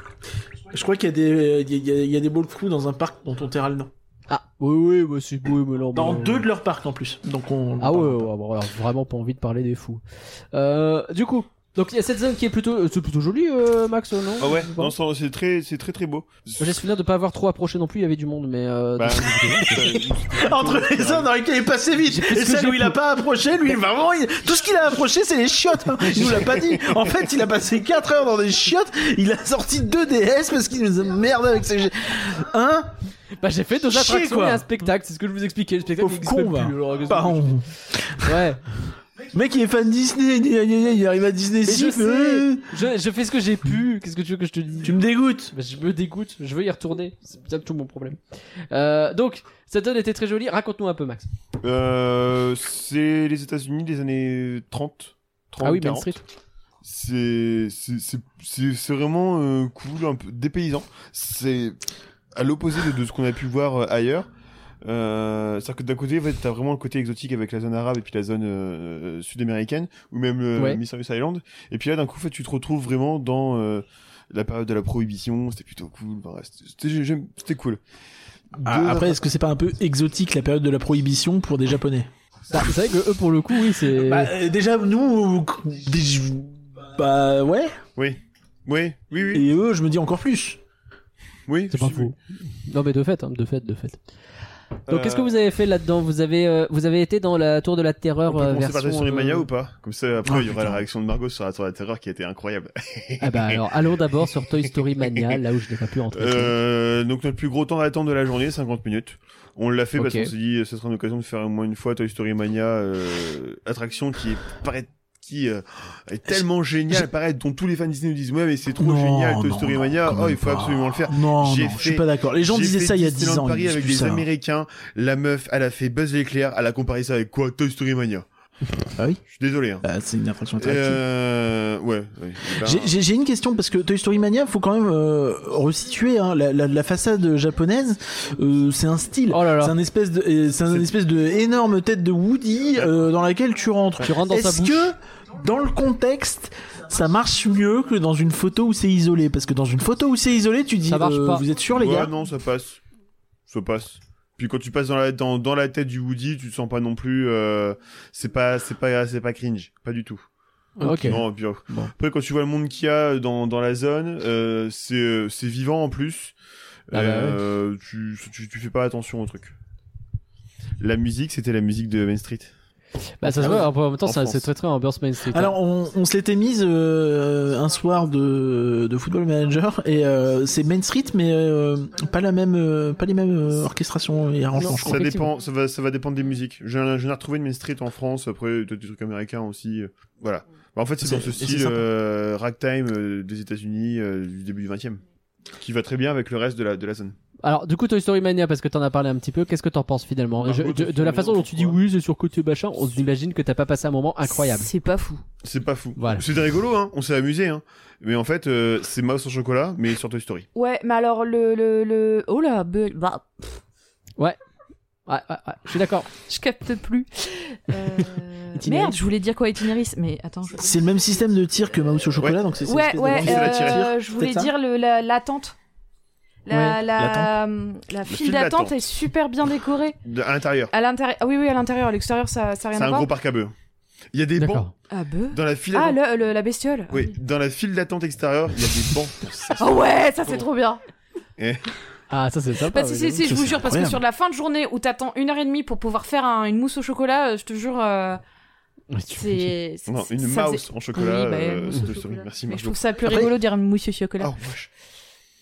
B: Je crois qu'il y a des, euh, il y a, il y a des walkthroughs dans un parc dont on terra le nom.
A: Ah oui oui, bah, euh, c'est oui, mais non,
B: Dans
A: mais-
B: deux de leurs parcs en plus. Donc on.
A: Ah ouais, ouais, ouais, bon, alors, vraiment pas envie de parler des fous. Euh, du coup, donc il y a cette zone qui est plutôt, euh, c'est plutôt joli, euh, Max, non
C: Ah ouais,
A: Je sais pas.
C: non, c'est c'est très, c'est très très beau.
A: J'ai souvenir de pas avoir trop approché non plus, il y avait du monde, mais euh,
C: Bah,
A: donc-
B: Entre les zones dans lesquelles il est passé vite
A: fait ce
B: et
A: que
B: celle
A: j'ai
B: où il a pas approché, lui vraiment, il- tout ce qu'il a approché c'est les chiottes. hein. Il nous l'a pas dit. En fait, il a passé 4 heures dans des chiottes. Il a sorti 2 DS parce qu'il nous a merdé avec ses. Hein
A: Bah j'ai fait deux
B: Chier,
A: attractions
B: quoi.
A: et un spectacle, c'est ce que je vous expliquais. Le spectacle
B: Pauvre
A: n'existe
B: con,
A: plus.
B: va.
A: alors, qu'est-ce que-
B: Pardon.
A: Ouais.
B: Le Mec, il est fan Disney, il, il- il- il arrive à Disney
A: Mais
B: si
A: je sais. Je, je fais ce que j'ai pu. Qu'est-ce que tu veux que je te dise
B: Tu me dégoûtes.
A: Bah, je me dégoûte. Je veux y retourner. C'est bien tout mon problème. Euh, donc cette donne était très jolie. Raconte-nous un peu, Max.
C: euh, c'est les États-Unis des années 30. 30
A: ah oui, Main
C: 40.
A: Street.
C: C'est, c'est, c'est, c'est- c'est vraiment euh, cool, un peu dépaysant. C'est à l'opposé de, de ce qu'on a pu voir euh, ailleurs. Euh, C'est-à-dire que d'un côté, en fait, t'as vraiment le côté exotique avec la zone arabe et puis la zone euh, sud-américaine, ou même le
A: Ouais.
C: Mysterious Island. Et puis là, d'un coup, en fait, tu te retrouves vraiment dans euh, la période de la prohibition. C'était plutôt cool. Enfin, ouais, C'était j'ai- j'aime- c'était cool.
B: Ah,
C: Deux-
B: après, est-ce que c'est pas un peu exotique la période de la prohibition pour des Japonais
A: Bah, c'est vrai que eux, pour le coup, oui, c'est.
B: Bah, euh, déjà, nous. des- Bah, ouais.
C: Oui. Oui, oui, oui.
B: Et eux, je me dis encore plus.
C: oui
A: C'est pas
C: si, oui.
A: faux. Non, mais de fait, hein, de fait, de fait. Donc,
C: Euh,
A: qu'est-ce que vous avez fait là-dedans vous avez, euh, vous avez été dans la tour de la
C: On
A: terreur
C: peut
A: euh,
C: commencer
A: version.
C: par sur les
A: euh,
C: Mayas ou pas Comme ça, après,
B: Ah,
C: il y aura
B: putain.
C: la réaction de Margot sur la Tour de la Terreur qui était incroyable.
A: Ah bah alors, allons d'abord sur Toy Story Mania, là où je n'ai pas pu rentrer.
C: Euh, donc notre plus gros temps d'attente de la journée, 50 minutes. On l'a fait parce
A: Ok.
C: qu'on s'est dit, ce sera une occasion de faire au moins une fois Toy Story Mania, euh, attraction qui est- paraît qui euh, est tellement géniale, paraît dont tous les fans Disney nous disent ouais mais c'est trop
B: Non,
C: génial Toy
B: non,
C: Story
B: non,
C: Mania,
B: quand
C: oh
B: même
C: il faut
B: pas.
C: absolument le faire.
B: Non, non,
C: J'ai
B: je suis
C: fait-
B: pas d'accord. Les gens
C: J'ai
B: disaient
C: fait
B: ça il y a 10
C: Disneyland
B: ans.
C: Paris
B: ils
C: avec des
B: disent ça.
C: Américains, la meuf elle a fait Buzz l'éclair, elle a comparé ça avec quoi Toy Story Mania.
B: Ah oui
C: Je suis désolé. Hein.
B: Bah, c'est une attraction interactive.
C: Euh, ouais. ouais. Eh ben,
B: J'ai- J'ai j'ai une question parce que Toy Story Mania, faut quand même euh, resituer hein, la, la- la façade japonaise. euh, c'est un style,
A: Oh là
B: c'est
A: là,
B: un espèce de, euh, c'est un
C: C'est-
B: espèce de énorme tête de Woody
C: Bah.
B: euh, dans laquelle tu rentres.
A: tu rentres dans sa
B: Est-ce
A: bouche.
B: que dans le contexte, ça marche mieux que dans une photo où c'est isolé Parce que dans une photo où c'est isolé, tu dis,
A: Ça marche
B: euh,
A: pas.
B: vous êtes sûr les
C: ouais,
B: gars
C: non, ça passe. Ça passe. Puis quand tu passes dans la, dans, dans la tête du Woody, tu te sens pas non plus. euh, c'est pas, c'est pas, c'est pas cringe, pas du tout.
A: Ok.
C: Non, et puis, euh,
B: Bon.
C: Après, quand tu vois le monde qu'il y a euh, dans, dans la zone, euh, c'est, euh, c'est vivant en plus.
A: Ah bah
C: Euh, tu, tu, tu fais pas attention au truc. La musique, c'était la musique de Main Street.
A: Bah ça se voit, en même temps
C: En
A: ça-
C: France.
A: c'est très très ambiance Main Street. hein.
B: Alors on, on se l'était mise euh, un soir de, de Football Manager et euh, c'est Main Street mais euh, pas la même, euh, pas les mêmes euh, orchestrations et arrangements.
A: Non,
B: je crois.
C: Ça
A: effectivement.
C: dépend, ça va, ça va dépendre des musiques. J'en j'en ai retrouvé de Main Street en France, après d'autres trucs américains aussi. euh, Voilà. Bah, en fait, c'est dans
B: C'est-
C: ce
B: et c'est
C: style
B: sympa.
C: euh, ragtime euh, des États-Unis euh, du début du 20e, qui va très bien avec le reste de la, de la zone.
A: Alors, du coup, Toy Story Mania, parce que t'en as parlé un petit peu, qu'est-ce que t'en penses finalement
C: Bah,
A: Je-
C: moi,
A: de,
C: Toy
A: de la
C: Story
A: façon
C: Mania,
A: dont tu dis
C: pourquoi
A: oui, c'est sur côté machin, on imagine que t'as pas passé un moment incroyable.
E: C'est pas fou.
C: C'est pas fou.
A: Voilà.
C: C'était rigolo, hein. On s'est amusé, hein. Mais en fait, euh, c'est Mouse en chocolat, mais sur Toy Story.
E: Ouais, mais alors le le le oh là, be- bah,
A: Ouais, ouais, ouais, je suis d'accord.
E: je capte plus. Euh,
A: Itinéris.
E: Merde, je voulais dire quoi itinéris, mais attends. Je...
B: C'est le même système de tir que Mouse au chocolat donc c'est c'est une
E: Ouais,
B: espèce
E: ouais,
B: de-
C: C'est la tirelire,
E: euh, je voulais
B: peut-être ça
E: dire le, la, la tente. La,
B: Ouais,
E: la, la file
C: file
E: d'attente
C: d'attente.
E: est super bien décorée.
C: De- à l'intérieur.
E: À l'intérieur, ah oui, oui, à l'intérieur, à l'extérieur, ça, ça a
C: C'est
E: rien à
C: un
E: voir.
C: gros parc à bœufs. Il y a des bancs
A: D'accord.
E: Ah, beuh.
C: dans la file
E: Ah,
C: d'attente.
E: le, le- la bestiole. Ah
C: Oui, dans la file d'attente extérieure, il y a des bancs. pour ça.
E: Ah ouais, ça c'est trop bien.
A: Ah, ça c'est sympa.
E: Bah, si,
A: ouais,
E: si,
A: j'avoue.
E: si, je
B: ça,
E: vous
B: c'est
E: jure, parce que
B: incroyable.
E: sur la fin de journée où t'attends une heure et demie pour pouvoir faire un- une mousse au chocolat, euh, je te jure, euh,
A: Ouais, tu-
E: c'est. c'est-
C: Non, une
E: ça faisait-
C: mouse en chocolat.
E: Oui, bah,
C: euh,
E: mousse au
C: Toy Story.
E: chocolat.
C: Merci,
E: Mais je
C: Margot.
E: trouve ça plus
B: Après-
E: rigolo de dire une mousse au chocolat.
C: Ah, wesh.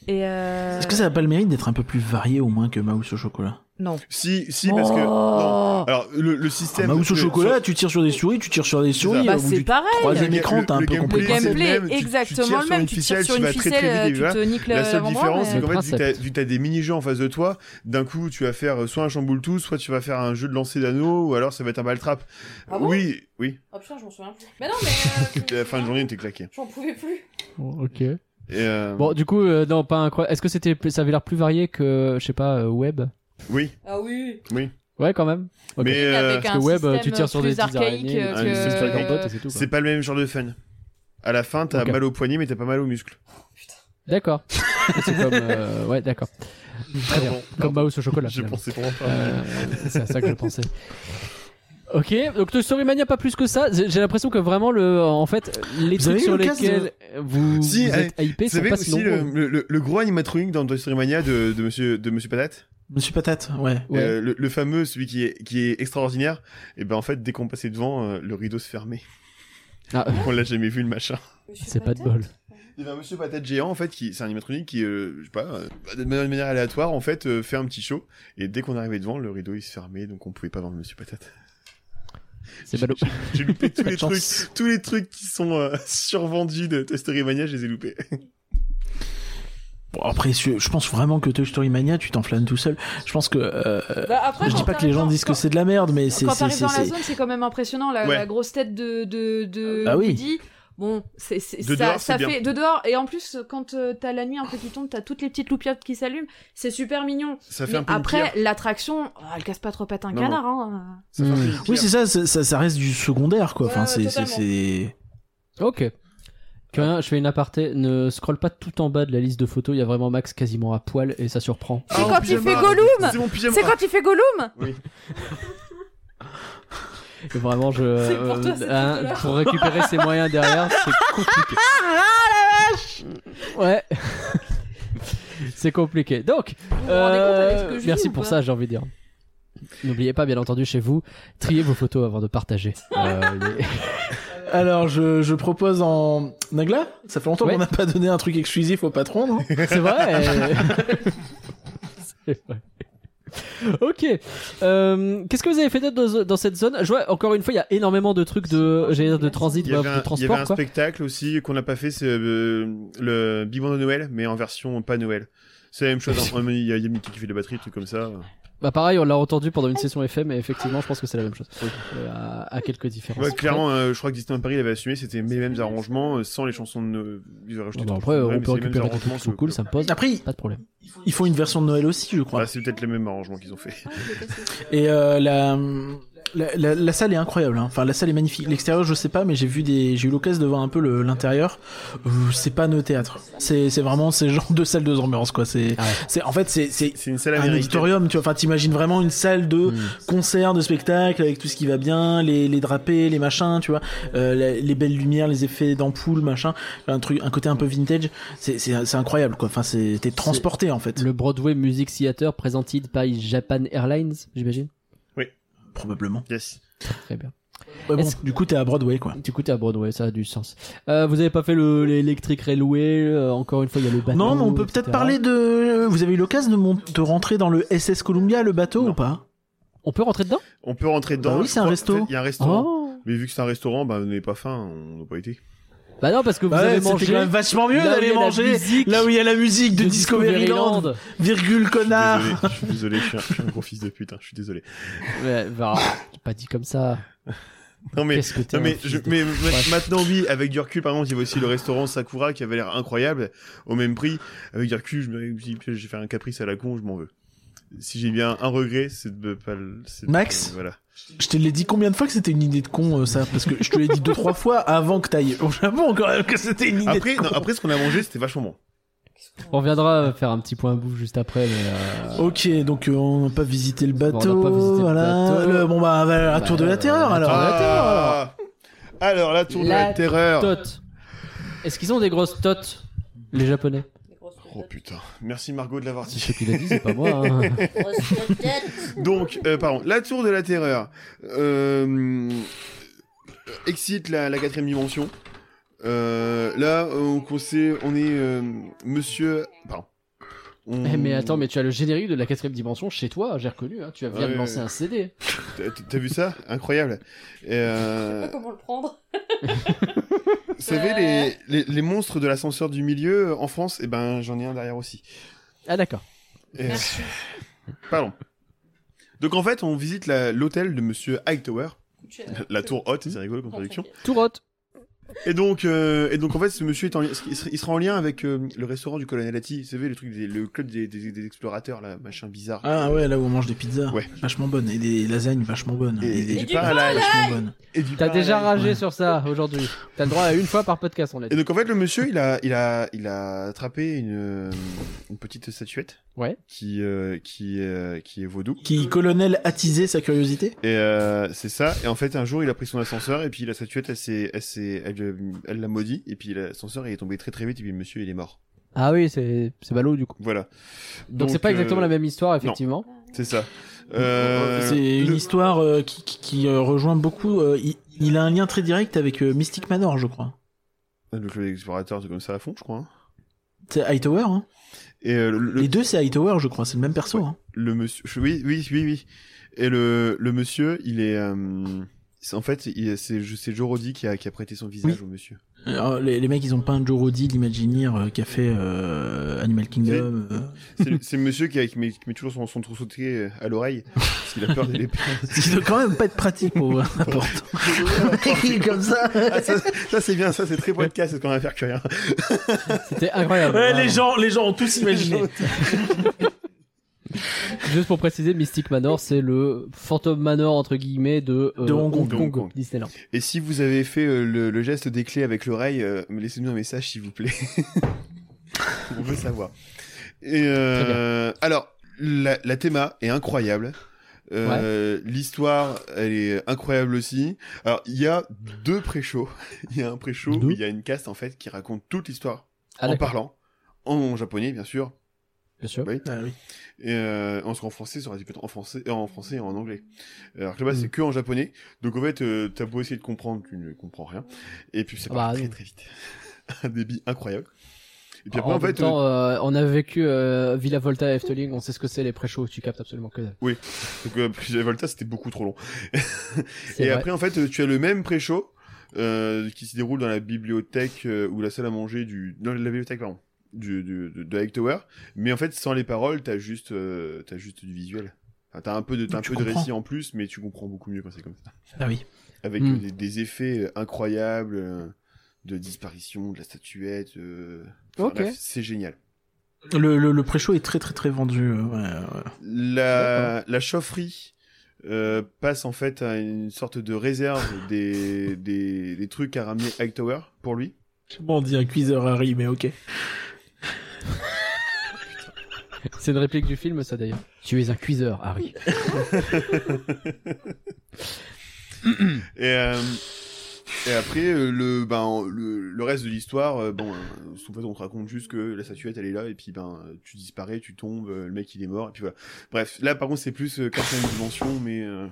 E: Et euh...
B: Est-ce que ça a pas le mérite d'être un peu plus varié au moins que Mouse au chocolat
E: Non.
C: Si, si, parce que. non. Alors, le, le système.
B: Ah, Mouse au
C: le-
B: chocolat,
C: sur-
B: tu tires sur des souris, tu tires sur des souris.
C: ça.
B: au
E: Bah,
B: bout
E: c'est
B: du
E: pareil.
B: troisième
C: Le-
B: écran,
C: le-
B: t'as un
C: le
B: peu
C: gameplay,
E: Le
B: compliqué.
C: c'est le
E: gameplay,
C: même, tu- tu tires
E: exactement le
C: sur
E: même.
C: une
E: Tu
C: ficelle,
E: tires sur
C: tu
E: une
C: vas très,
E: ficelle,
C: très vite,
E: euh,
C: et
E: tu
C: voilà.
E: te niques
C: La
E: le-
C: seule
E: l'avant-bras.
C: différence, c'est
E: mais-
C: qu'en
A: Le
C: fait, vu que t'as-
A: principe.
C: vu que t'as des mini-jeux en face de toi, d'un coup, tu vas faire euh, soit un chamboule tout, soit tu vas faire un jeu de lancer d'anneaux, ou alors ça va être un maltrape.
J: Ah bon
C: oui, oui.
J: Ah putain, je m'en souviens plus. Mais non, mais.
C: À la fin de journée, t'es claqué.
J: J'en pouvais plus.
A: Bon, Ok.
C: Et, euh,
A: Bon, du coup, euh, non, pas incroyable. Est-ce que c'était, plus- ça avait l'air plus varié que, je sais pas, euh, Web
C: Oui,
J: Ah oui.
A: Ouais, quand même. Ok.
C: mais euh,
E: Avec
A: Parce
E: un
A: que Web,
E: système
A: tu tires sur
E: plus
A: des petites
E: archaïque
A: araignées,
E: euh,
C: un
E: que-
C: système
A: tu
C: sur
A: fais
C: les
A: des bottes et Ah, c'est tout. quoi.
C: c'est pas le même genre de fun. À la fin, t'as
A: Ok.
C: mal au poignet, mais t'as pas mal aux muscles.
A: D'accord. c'est comme, euh, ouais, d'accord. Très bien. Comme Mouse au chocolat.
C: J'ai
A: finalement.
C: pensé vraiment pas.
A: Euh, c'est à ça que je pensais. Ok, donc Toy Story Mania pas plus que ça. J'ai j'ai l'impression que vraiment le, en fait, les
B: Vous
A: trucs
B: avez eu
A: sur
B: l'occasion
A: lesquels vous,
C: Si, eh,
A: vous êtes hypé
C: Vous
A: sont
C: savez
A: pas si
C: aussi le,
A: nombreux.
C: le, le- le gros animatronique dans Toy Story Mania de, de Monsieur de Monsieur Patate
B: Monsieur Patate, ouais.
A: Ouais.
C: Euh, le, le fameux, celui qui est, qui est extraordinaire, et ben en fait, dès qu'on passait devant, euh, le rideau se fermait.
A: Ah.
C: On l'a jamais vu le machin.
J: Monsieur
A: C'est pas de
J: Patate
A: bol.
C: Il y avait un monsieur patate géant en fait, qui c'est un animatronique qui, euh, je sais pas, euh, de manière, de manière aléatoire en fait, euh, fait un petit show. Et dès qu'on arrivait devant, le rideau il se fermait, donc on pouvait pas voir le monsieur patate.
A: C'est ballot.
C: J'ai- J'ai loupé tous
A: Pas
C: les
A: de
C: trucs,
A: chance.
C: tous les trucs qui sont euh, survendus de Toy Story Mania, je les ai loupés.
B: Bon, après, je je pense vraiment que Toy Story Mania, tu t'enflammes tout seul. Je pense que. euh,
J: Bah après,
B: je dis
J: quand
B: pas que les gens
J: t'arrives
B: disent que
J: dans-
B: c'est de la merde, mais c'est.
E: Quand
B: c'est-
E: t'arrives
B: c'est-
E: dans la
B: c'est-
E: zone, c'est quand même impressionnant la,
C: Ouais.
E: la grosse tête de de de
B: Ah oui.
E: Woody Bon, c'est, c'est-
C: De
E: ça,
C: dehors, c'est
E: ça
C: bien.
E: fait de dehors. Et en plus, quand euh, t'as la nuit un peu qui tombe, t'as toutes les petites loupiottes qui s'allument. C'est super mignon.
C: Ça fait
E: Mais
C: un peu une
E: après,
C: pierre.
E: l'attraction, oh, elle casse pas trop pattes un
C: Non,
E: canard. Hein.
C: Ça fait un peu une
B: Oui,
C: pierre.
B: c'est ça, ça, ça- ça reste du secondaire, quoi.
J: Ouais,
B: Enfin,
J: ouais,
B: c'est, c'est,
J: totalement.
B: c'est-
A: Ok. Tiens, je fais une aparté. Ne scrolle pas tout en bas de la liste de photos. Il y a vraiment Max quasiment à poil et ça surprend.
E: C'est
C: mon
E: quand il
C: Ah, pyjama.
E: fait Gollum
C: C'est mon pyjama
E: C'est quand il fait Gollum
A: Et vraiment, je.
E: C'est pour toi,
A: euh,
E: cette
A: hein,
E: photo-là.
A: pour récupérer ses moyens derrière, c'est compliqué. Ah la vache Ouais. c'est compliqué. Donc, euh,
E: Vous vous rendez compte avec ce que je dis
A: merci
E: ou
A: pour
E: pas
A: ça, j'ai envie de dire. N'oubliez pas, bien entendu, chez vous, triez vos photos avant de partager. Euh, les-
B: Alors, je, je propose en. Nagla Ça fait longtemps
A: Ouais.
B: qu'on n'a pas donné un truc exclusif au patron, non
A: C'est vrai. C'est vrai. Ok. Euh, Qu'est-ce que vous avez fait d'autre dans, dans cette zone Je vois encore une fois, il y a énormément de trucs de, j'allais dire de transit,
C: Il y,
A: bah, de
C: avait un, il y avait
A: transport,
C: un
A: quoi.
C: spectacle aussi qu'on n'a pas fait, c'est euh, le Big Band de Noël, mais en version pas Noël. C'est la même chose, hein. il y a, il y a Mickey qui fait des batteries, trucs comme ça.
A: Bah pareil, on l'a entendu pendant une session FM, et effectivement, je pense que c'est la même chose, Euh, à, à quelques
B: Ah,
A: différences.
C: Ouais, clairement, euh, je crois que Disneyland Paris il avait assumé, c'était les mêmes arrangements, euh, sans les chansons de Noël. Ils
A: Bon,
C: auraient
A: bah,
C: rajouté trois
A: après,
C: chansons de Noël,
A: on
C: mais
A: peut
C: c'est les mêmes
A: récupérer des trucs
C: arrangements
A: qui sont
C: que-
A: cool, ça me pose
B: Après,
A: pas de problème.
B: ils font une version de Noël aussi, je crois.
C: Voilà, c'est peut-être les mêmes arrangements qu'ils ont fait.
B: Et euh, la, la, la- la salle est incroyable. hein. Enfin, la salle est magnifique. L'extérieur, je sais pas, mais j'ai vu des, j'ai eu l'occasion de voir un peu le- l'intérieur. Euh, C'est pas nos théâtre. C'est, c'est vraiment ces genre de salle de ambiance quoi. C'est,
A: Ah ouais.
B: c'est en fait c'est, c'est
C: C'est une salle
B: Ah, un
C: américaine.
B: auditorium. Tu vois, enfin, t'imagines vraiment une salle de
A: Mm.
B: concert, de spectacle avec tout ce qui va bien, les, les drapés, les machins, tu vois, euh, la- les, belles lumières, les effets d'ampoule, machin. Un truc, un côté un peu vintage. C'est, c'est, c'est incroyable quoi. Enfin, c'est, t'es transporté en fait.
A: Le Broadway Music Theater presented by Japan Airlines, j'imagine.
B: Probablement.
C: Yes.
A: Très bien.
B: Ouais, bon,
A: Est-ce-
B: du coup, t'es à Broadway quoi.
A: Du coup, t'es à Broadway, ça a du sens. Euh, vous avez pas fait le- l'électrique railway, euh, encore une fois, il y a le bateau.
B: Non, mais on peut peut-être
A: etc..
B: parler de. euh, Vous avez eu l'occasion de, mon- de rentrer dans le SS Columbia, le bateau,
C: Non.
B: ou pas
A: On peut rentrer dedans
C: On peut rentrer dedans.
B: Bah oui, c'est
C: Je
B: un
C: crois-
B: resto. Ah.
C: en fait, Il y a un restaurant.
A: Oh
C: Mais vu que c'est un restaurant, bah, on n'est pas faim, on n'a pas été.
A: Bah non, parce que vous
B: Bah ouais,
A: avez
B: c'était
A: mangé.
B: quand même vachement mieux
A: là où il y
B: d'aller
A: a la
B: manger
A: musique
B: là où il y a la musique de, Discoveryland,
A: Discoveryland.
B: virgule
C: Je suis
B: connard
C: désolé, je suis désolé, je suis un- je suis un gros fils de pute, hein, je suis désolé.
A: Ouais, bah, j'ai pas dit comme ça.
C: Non mais,
A: Qu'est-ce que t'es un
C: non, mais,
A: fils
C: je-
A: de-
C: mais
A: Bref.
C: ma- maintenant oui, avec du recul par exemple, il y avait aussi le restaurant Sakura qui avait l'air incroyable, au même prix. Avec du recul, je me dis, putain, j'ai fait un caprice à la con, je m'en veux. Si j'ai bien un regret, c'est de pas le... c'est de-
B: Max
C: Voilà.
B: Je te l'ai dit combien de fois que c'était une idée de con, euh, ça Parce que je te l'ai dit deux, trois fois avant que t'ailles au Japon, quand même, que c'était une idée
C: Après,
B: de con.
C: non, après ce qu'on a mangé, c'était vachement bon.
A: On reviendra faire un petit point bouffe juste après, mais. euh,
B: Ok, donc euh, on n'a pas visité le
A: Bon, on n'a
B: bateau,
A: pas visité le
B: voilà.
A: bateau.
B: Le- bon bah, voilà, la
A: Bah,
B: tour de la
A: euh,
B: terreur
A: la
B: alors.
A: tour de la terreur,
C: Ah alors la tour de
A: La
C: la terreur.
A: Totes. Est-ce qu'ils ont des grosses totes les japonais
C: Oh putain, merci Margot de l'avoir
A: Je
C: dit.
A: sais qui l'a dit, c'est pas moi. hein.
C: Donc, euh, pardon, la tour de la terreur euh, excite la, la quatrième dimension. Euh, là, on, on sait- on est euh, monsieur. Pardon. On-
A: Eh, mais attends, mais tu as le générique de la quatrième dimension chez toi, j'ai reconnu, hein. tu viens
C: Ouais,
A: de lancer
C: ouais.
A: un CD.
C: T'as- T'as vu ça Incroyable. Euh,
J: Comment le prendre
C: vous savez, les, les, les monstres de l'ascenseur du milieu euh, en France, eh ben, j'en ai un derrière aussi.
A: Ah d'accord.
C: Euh, Pardon. Donc, en fait, on visite la- l'hôtel de monsieur Hightower. La tour haute, c'est rigolo comme traduction.
A: Tourotte.
C: Et donc, euh, et donc en fait, ce monsieur est en, li- il sera- il sera en lien avec euh, le restaurant du colonel Atti. Vous savez, le truc, des- le club des, des- des explorateurs, là, machin bizarre.
B: Ah ouais, là où on mange des pizzas,
C: Ouais.
B: vachement bonnes, et des lasagnes vachement bonnes,
C: Et-
B: et, des
C: et du
B: pâtes
C: pain à l'ail.
B: vachement bonnes.
C: Et du
A: T'as
C: pain
A: déjà
C: à l'ail.
A: ragé
B: ouais.
A: sur ça aujourd'hui. T'as le droit à une fois par podcast, on l'a
C: Et
A: dit.
C: donc en fait, le monsieur, il a, il a, il a attrapé une, euh, une petite statuette.
A: Ouais.
C: Qui, euh, qui, euh, qui est vaudou.
B: Qui, colonel, attisait sa curiosité
C: Et euh, c'est ça. Et en fait, un jour, il a pris son ascenseur et puis la statuette, elle s'est, elle s'est, elle, euh, elle l'a maudit. Et puis l'ascenseur, il est tombé très très vite. Et puis le monsieur, il est mort.
A: Ah oui, c'est c'est ballot du coup.
C: Voilà.
A: Donc c'est pas
C: euh,
A: exactement la même histoire, effectivement.
C: C'est ça. Euh,
B: C'est une
C: le-
B: histoire euh, qui, qui- qui, euh, rejoint beaucoup. euh, il, il a un lien très direct avec euh, Mystic Manor, je crois.
C: Le club des explorateurs, c'est comme ça à fond, je crois. hein.
B: C'est Hightower, hein
C: Et euh, le, le-
B: Les deux, c'est Hightower, je crois. C'est le même perso.
C: Ouais.
B: hein.
C: le monsieur, je- oui, oui, oui, oui. Et le, le monsieur, il est, euh, c'est- en fait, il- c'est je- c'est Joe Roddy qui a, qui a prêté son visage
B: Oui.
C: au monsieur.
B: Alors, les, les mecs, ils ont peint Joe Roddy, l'Imagineer, euh, qui a fait euh, Animal Kingdom. euh.
C: C'est c'est le monsieur qui, a- qui met, qui met toujours son, son trousseau de clés euh, à l'oreille, parce qu'il a peur des lépreux.
B: Ça euh, doit quand même pas être pratique pour ouvrir la porte. Il est comme ça.
C: Ah, ça, ça, c'est bien, ça c'est très podcast, c'est ce qu'on va faire que rien.
A: C'était incroyable.
B: Ouais,
A: vraiment.
B: les gens, les gens ont tous imaginé.
A: Juste pour préciser, Mystic Manor, c'est le Phantom Manor entre guillemets de, euh,
B: De Hong Kong.
C: De Hong Kong.
A: Disneyland.
C: Et si vous avez fait euh, le, le geste des clés avec l'oreille, euh, me laissez-nous un message s'il vous plaît. On veut savoir. Et, euh, alors, la, la théma est incroyable. Euh, L'histoire, elle est incroyable aussi. Alors, il y a deux pré-shows. Il y a un pré-show où
A: Deux
C: il y a une cast en fait qui raconte toute l'histoire
A: Ah,
C: en
A: d'accord,
C: parlant, en japonais bien sûr.
A: bien sûr.
C: Oui.
B: Ah oui.
C: Et euh, parce qu'en français, ça aurait dû être en français, euh, en français et en anglais. Euh, Alors que là-bas,
A: Mm.
C: c'est que en japonais. Donc en fait, euh, t'as beau essayer de comprendre, tu ne comprends rien. Et puis ça
A: Ah
C: part
A: bah,
C: très
A: non.
C: très vite. Un débit incroyable. Et puis après,
A: Ah, En,
C: en,
A: même
C: fait, euh,
A: temps, euh, on a vécu euh, Villa Volta et Efteling, on sait ce que c'est les pré-shows, tu captes absolument que dalle.
C: donc, euh, puis la Volta, c'était beaucoup trop long.
A: C'est
C: Et
A: vrai.
C: après, en fait, euh, tu as le même pré-show euh, qui se déroule dans la bibliothèque euh, ou la salle à manger du, non, la bibliothèque pardon, du, du- de, de High Tower. Mais en fait, sans les paroles, t'as juste, euh, t'as juste du visuel. Enfin, t'as un peu de, t'as un
B: Tu
C: peu de
B: comprends.
C: récit en plus, mais tu comprends beaucoup mieux quand c'est comme ça.
B: Ah oui.
C: avec
A: Mm.
C: euh, des, des effets euh, incroyables euh, de disparition de la statuette. euh, enfin,
A: Ok.
C: bref, c'est génial.
B: Le, le, le pré-show est très très très vendu. euh, ouais, ouais.
C: La, la chaufferie euh, passe en fait à une sorte de réserve des, des, des trucs à ramener Hightower pour lui.
B: Je sais pas, on dit un cuiseur Harry, mais ok.
A: C'est une réplique du film, ça d'ailleurs. Tu es un cuiseur, Harry.
C: Et, euh, et après, euh, le, ben, le, le reste de l'histoire, euh, bon, euh, en fait, on te raconte juste que la statuette, elle est là, et puis, ben, euh, tu disparais, tu tombes, euh, le mec, il est mort, et puis voilà. Bref, là, par contre, c'est plus euh, quatrième dimension, mais euh,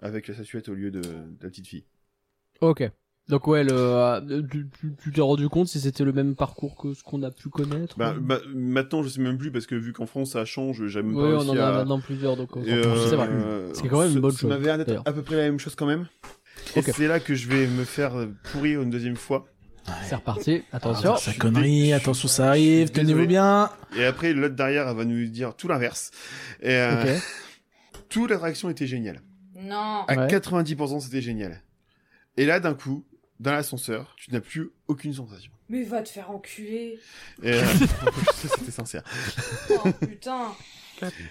C: avec la statuette au lieu de, de la petite fille.
A: Ok. Donc ouais, le, euh, tu tu- tu t'es rendu compte si c'était le même parcours que ce qu'on a pu connaître
C: Ben,
A: ou-
C: ma- maintenant, je sais même plus, parce que vu qu'en France, ça change, j'aime
A: Mm. Oui,
C: pas
A: on
C: bah, aussi
A: en a
C: à-
A: maintenant plusieurs, donc on s'en
C: Et,
A: fout.
C: euh,
A: c'est vrai.
C: euh,
A: Ce qui est quand même une
C: ça-
A: bonne
C: ça
A: chose,
C: m'avait l'air d'être
A: d'ailleurs.
C: à peu près la même chose quand même. Et
A: Ok.
C: c'est là que je vais me faire pourrir une deuxième fois.
A: C'est reparti, attention.
B: Attention,
C: je
B: sa
C: suis
B: connerie,
C: dé-
B: attention,
C: je
B: ça
C: suis
B: arrive,
C: désolé.
B: tenez-vous bien.
C: Et après, l'autre derrière, elle va nous dire tout l'inverse. Et euh,
A: Ok.
C: toute l'attraction était géniale.
J: Non.
C: À
A: Ouais.
C: 90%, c'était génial. Et là, d'un coup, dans l'ascenseur, tu n'as plus aucune sensation.
J: Mais va te faire enculer.
C: Et, euh, ça, c'était sincère.
J: Oh
C: Euh,
J: putain.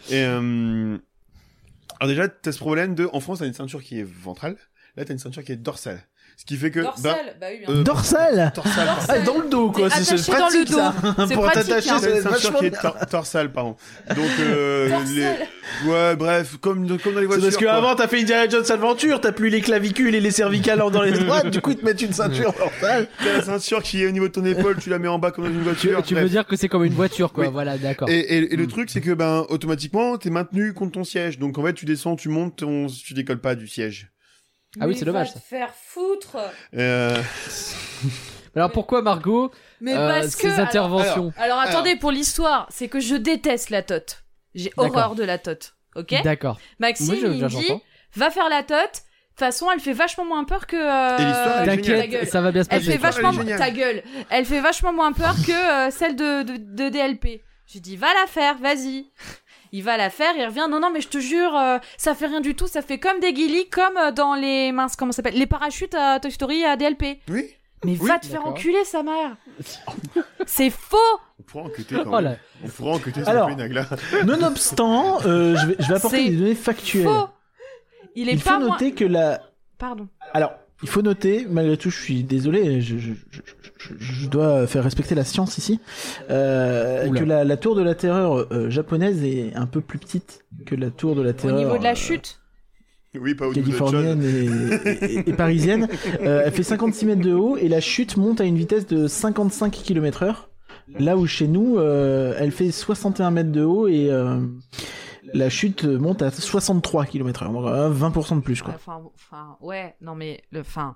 C: Et, euh, alors déjà, t'as ce problème de, en France, t'as une ceinture qui est ventrale. Là, t'as une ceinture qui est dorsale. Ce qui fait que, bah,
J: Dorsal. Bah oui, bien
C: euh,
B: Dorsal
C: dorsale, pardon.
B: Ah, dans le dos, quoi.
E: T'es
B: C'est c'est
E: attaché dans le
B: pratique, ça.
E: dos. C'est
B: Pour
E: pratique,
B: t'attacher,
E: hein.
C: T'as
B: c'est
C: une ceinture
B: vachement
C: qui est
B: bien.
C: tor- dorsale, pardon. Donc, euh,
J: Dorsale.
C: les- ouais, bref, comme, dans- comme dans les
B: C'est
C: voitures.
B: parce que
C: quoi.
B: avant t'as fait Indiana Jones Adventure, t'as plus les clavicules et les cervicales en- dans les droites, du coup ils te mettent une ceinture dorsale.
C: T'as la ceinture qui est au niveau de ton épaule, tu la mets en bas comme dans une
A: Tu,
C: voiture.
A: tu
C: bref.
A: veux dire que c'est comme une voiture, quoi.
C: Oui.
A: Voilà, d'accord.
C: Et, et- et le truc, c'est que ben automatiquement, t'es maintenu contre ton siège. Donc en fait, tu descends, tu montes, on, tu décolles pas du siège.
A: Ah oui, c'est dommage,
J: Va
A: ça.
J: te faire foutre.
C: Euh,
A: Alors pourquoi Margot
E: Mais
A: euh,
E: parce que.
A: ces interventions
E: Alors, alors, attendez, pour l'histoire, c'est que je déteste la tote. J'ai
A: D'accord.
E: horreur de la tote. Ok
A: D'accord.
E: Maxime,
A: Moi, je-
E: il me dit
A: j'entends.
E: va faire la tote. De toute façon, elle fait vachement moins peur que. euh,
C: Et l'histoire, elle est
E: ta
C: géniale.
E: gueule.
A: T'inquiète, ça va bien se
E: Elle
A: passer.
E: fait
C: l'histoire, elle est
E: vachement
C: géniale.
E: ta gueule. Elle fait vachement moins peur que euh, celle de, de, de DLP. J'ai dit va la faire, vas-y. Il va la faire, il revient. Non non mais je te jure, euh, ça fait rien du tout. Ça fait comme des guillis, comme euh, dans les minces comment ça s'appelle les parachutes à Toy Story à DLP.
C: oui.
E: Mais
C: Oui,
E: va te faire
A: d'accord.
E: enculer sa mère. C'est faux.
C: On pourra enquêter quand même.
A: Oh là.
C: On pourra enquêter sur
B: Alors.
C: Nagla.
B: Nonobstant, euh, je, vais, je vais apporter
E: C'est
B: des données factuelles.
E: Faux. Il est
B: Il
E: pas
B: faut
E: moins.
B: noter que la,
E: Pardon.
B: Alors, il faut noter, malgré tout, je suis désolé, je, je, je, je- je dois faire respecter la science ici, euh,
A: Oula.
B: que la, la tour de la terreur euh, japonaise est un peu plus petite que la tour de la
E: Au
B: terreur
E: niveau de
B: euh,
E: la chute.
C: Oui, pas au niveau de John.
B: californienne et, et- et parisienne. Euh, elle fait 56 mètres de haut et la chute monte à une vitesse de 55 km heure. Là où chez nous, euh, elle fait 61 mètres de haut et euh, la chute monte à 63 km heure, donc euh, 20% de plus quoi.
E: Enfin, bon, enfin, ouais, non mais le, enfin.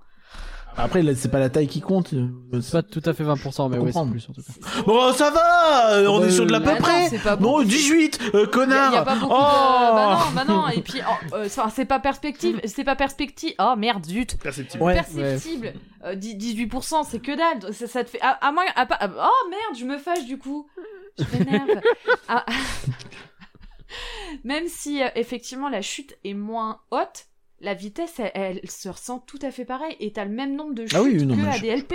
B: Après, là, c'est pas la taille qui compte. euh,
A: C'est pas tout à fait 20%, mais
B: Faut
A: ouais, c'est
B: comprendre.
A: plus en tout cas.
B: Bon, ça va euh, On
A: Bah,
B: est sur de l'à peu
E: bah non,
B: près
E: c'est pas
B: Non,
E: beaucoup.
B: 18 euh,
E: Il y a,
B: Connard
E: y a pas beaucoup
B: Oh
E: de... Bah non, bah non, et puis, oh, euh, enfin, c'est pas perspective, c'est pas perspective... Oh merde, zut
C: Perceptible.
B: Ouais,
E: Perceptible Euh, dix- 18%, c'est que dalle, ça, ça te fait... À, à moins... à pas- à- Oh merde, je me fâche du coup Je m'énerve Ah. Même si, euh, effectivement, la chute est moins haute, la vitesse, elle, elle se ressent tout à fait pareil, et t'as le même nombre de chutes
B: Ah oui, non,
E: que
B: mais je-
E: ADLP.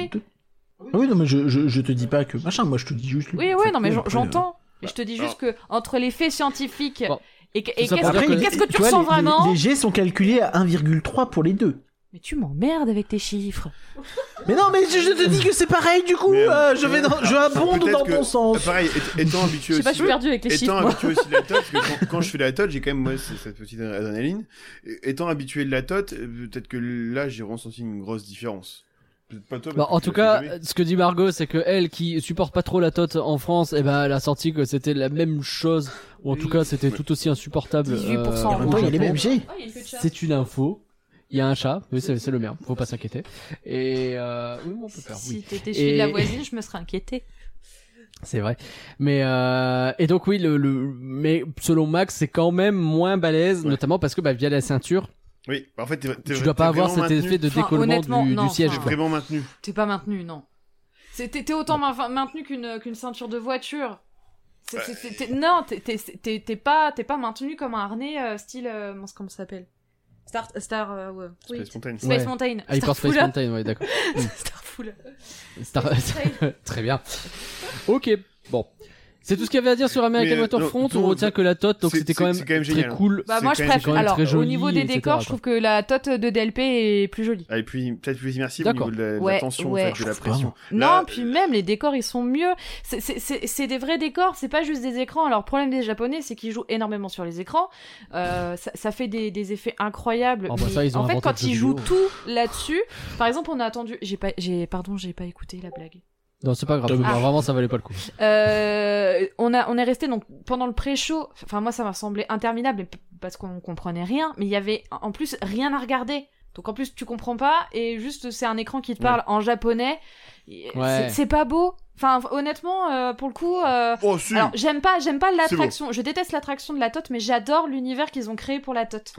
B: Ah oui, non, mais je, je, je te dis pas que machin, moi je te dis juste. le-
E: Oui, oui,
B: fait
E: non, mais
B: que,
E: j'en-
B: après, euh,
E: j'entends. Et Je te dis juste que entre les faits scientifiques
A: Bon.
E: et, que- et
A: Tout ça
E: qu'est-ce
B: euh,
A: pour
E: que,
B: Après,
A: dire
B: les-
E: qu'est-ce que tu
B: vois,
E: ressens
B: les-
E: vraiment
B: les, les jets sont calculés à 1,3 pour les deux.
E: Mais tu m'emmerdes avec tes chiffres.
B: Mais non, mais je, je te dis que c'est pareil du coup.
C: Mais,
B: euh, je vais, dans, je abonde
C: peut-être
B: dans
C: que-
B: ton
C: Ah,
B: sens.
C: pareil, et- étant habitué
E: Je sais pas, je
C: aussi-
E: suis perdu avec les
C: Étant
E: chiffres. moi.
C: habitué aussi de la tote, parce que quand, quand je fais de la tote, j'ai quand même moi, c- cette petite adrénaline. Et- Étant habitué de la tote, euh, peut-être que là, j'ai ressenti une grosse différence. Peut-être pas toi.
A: Bah,
C: parce
A: en
C: que
A: tout
C: tu l'as
A: cas,
C: jamais.
A: ce que dit Margot, c'est que elle, qui supporte pas trop la tote en France, eh ben, elle a sorti que c'était la même chose, ou en tout cas, c'était tout aussi insupportable.
E: 18%
A: euh,
B: En même temps, il y a les
A: au
B: mêmes
A: Japon.
B: jets.
J: Oh, il y a une queue de chat.
A: C'est une info. Il y a un chat. Oui, c'est c'est le mien. Faut pas s'inquiéter. Et euh... oui, on peut faire. Oui.
E: Si t'étais chez
A: Et-
E: la voisine, je me serais inquiétée.
A: C'est vrai. Mais euh, et donc oui, le, le mais selon Max, c'est quand même moins balèze,
C: Ouais.
A: notamment parce que bah, via la ceinture,
C: Oui, bah, en fait, t'es- t'es-
A: tu dois pas
C: t'es
A: avoir
C: vraiment
A: cet
C: maintenu.
A: effet de
E: Enfin,
A: décollement
E: honnêtement,
A: du,
E: non,
A: du siège.
C: T'es
E: enfin,
A: quoi.
C: vraiment maintenu.
E: T'es pas maintenu, non. C'est- t'es- T'es autant ma- maintenu qu'une qu'une ceinture de voiture. C'est- c'est- c'est- t'es- Non, t'es- t'es- t'es t'es pas, t'es pas maintenu comme un harnais euh, style. euh, mince, comment ça s'appelle Star. Star. euh, ouais. Oui.
C: Space Mountain.
E: Space
A: Ouais.
E: Mountain.
A: Hyper Space
E: Starfoulla.
A: Mountain, ouais, d'accord.
E: Starfoulla.
A: Star- Très bien. Ok, bon. C'est tout ce qu'il y avait à dire sur American
C: Mais, euh,
A: Waterfront.
C: non,
A: On
C: non,
A: retient que la tote, donc
C: c'est-
A: c'était
C: c'est-
A: quand même
C: c'est quand même
A: très
C: génial. hein.
A: cool.
E: Bah
C: C'est
E: moi
C: quand
E: je
C: même-
A: c'est quand
E: préfère.
A: même
E: Alors
A: très
E: au
A: joli,
E: niveau des
A: etc.,
E: décors, je
A: quoi.
E: trouve que la tote de DLP est plus jolie.
C: Ah, Et puis, peut-être plus immersive au
A: D'accord.
C: niveau de la, de la
E: Ouais,
C: tension, en
E: ouais.
C: fait, de la pression. Là,
E: Non, puis même les décors ils sont mieux. C'est- c'est- C'est c'est des vrais décors, c'est pas juste des écrans. Alors le problème des Japonais, c'est qu'ils jouent énormément sur les écrans. Euh, ça, ça fait des, des effets incroyables.
A: Ah bah
E: mais
A: ça, ils ont
E: en fait,
A: inventé
E: quand
A: le jeu
E: ils jouent
A: vidéo.
E: tout là-dessus, par exemple, on a attendu. J'ai pas, j'ai pardon, j'ai pas écouté la blague.
A: Non, c'est pas grave.
B: Ah.
A: Vraiment, ça valait pas le coup.
E: Euh, on, a, on est resté donc pendant le pré-show. Enfin, moi, ça m'a semblé interminable mais p- parce qu'on comprenait rien. Mais il y avait en plus rien à regarder. Donc en plus, tu comprends pas et juste c'est un écran qui te parle en japonais. Et
A: Ouais.
E: C'est c'est pas beau. Enfin, honnêtement, euh, pour le coup. euh,
C: Oh, si
E: Alors, j'aime pas, j'aime pas
C: C'est
E: l'attraction. Je déteste l'attraction de la tote, mais j'adore l'univers qu'ils ont créé pour la tote.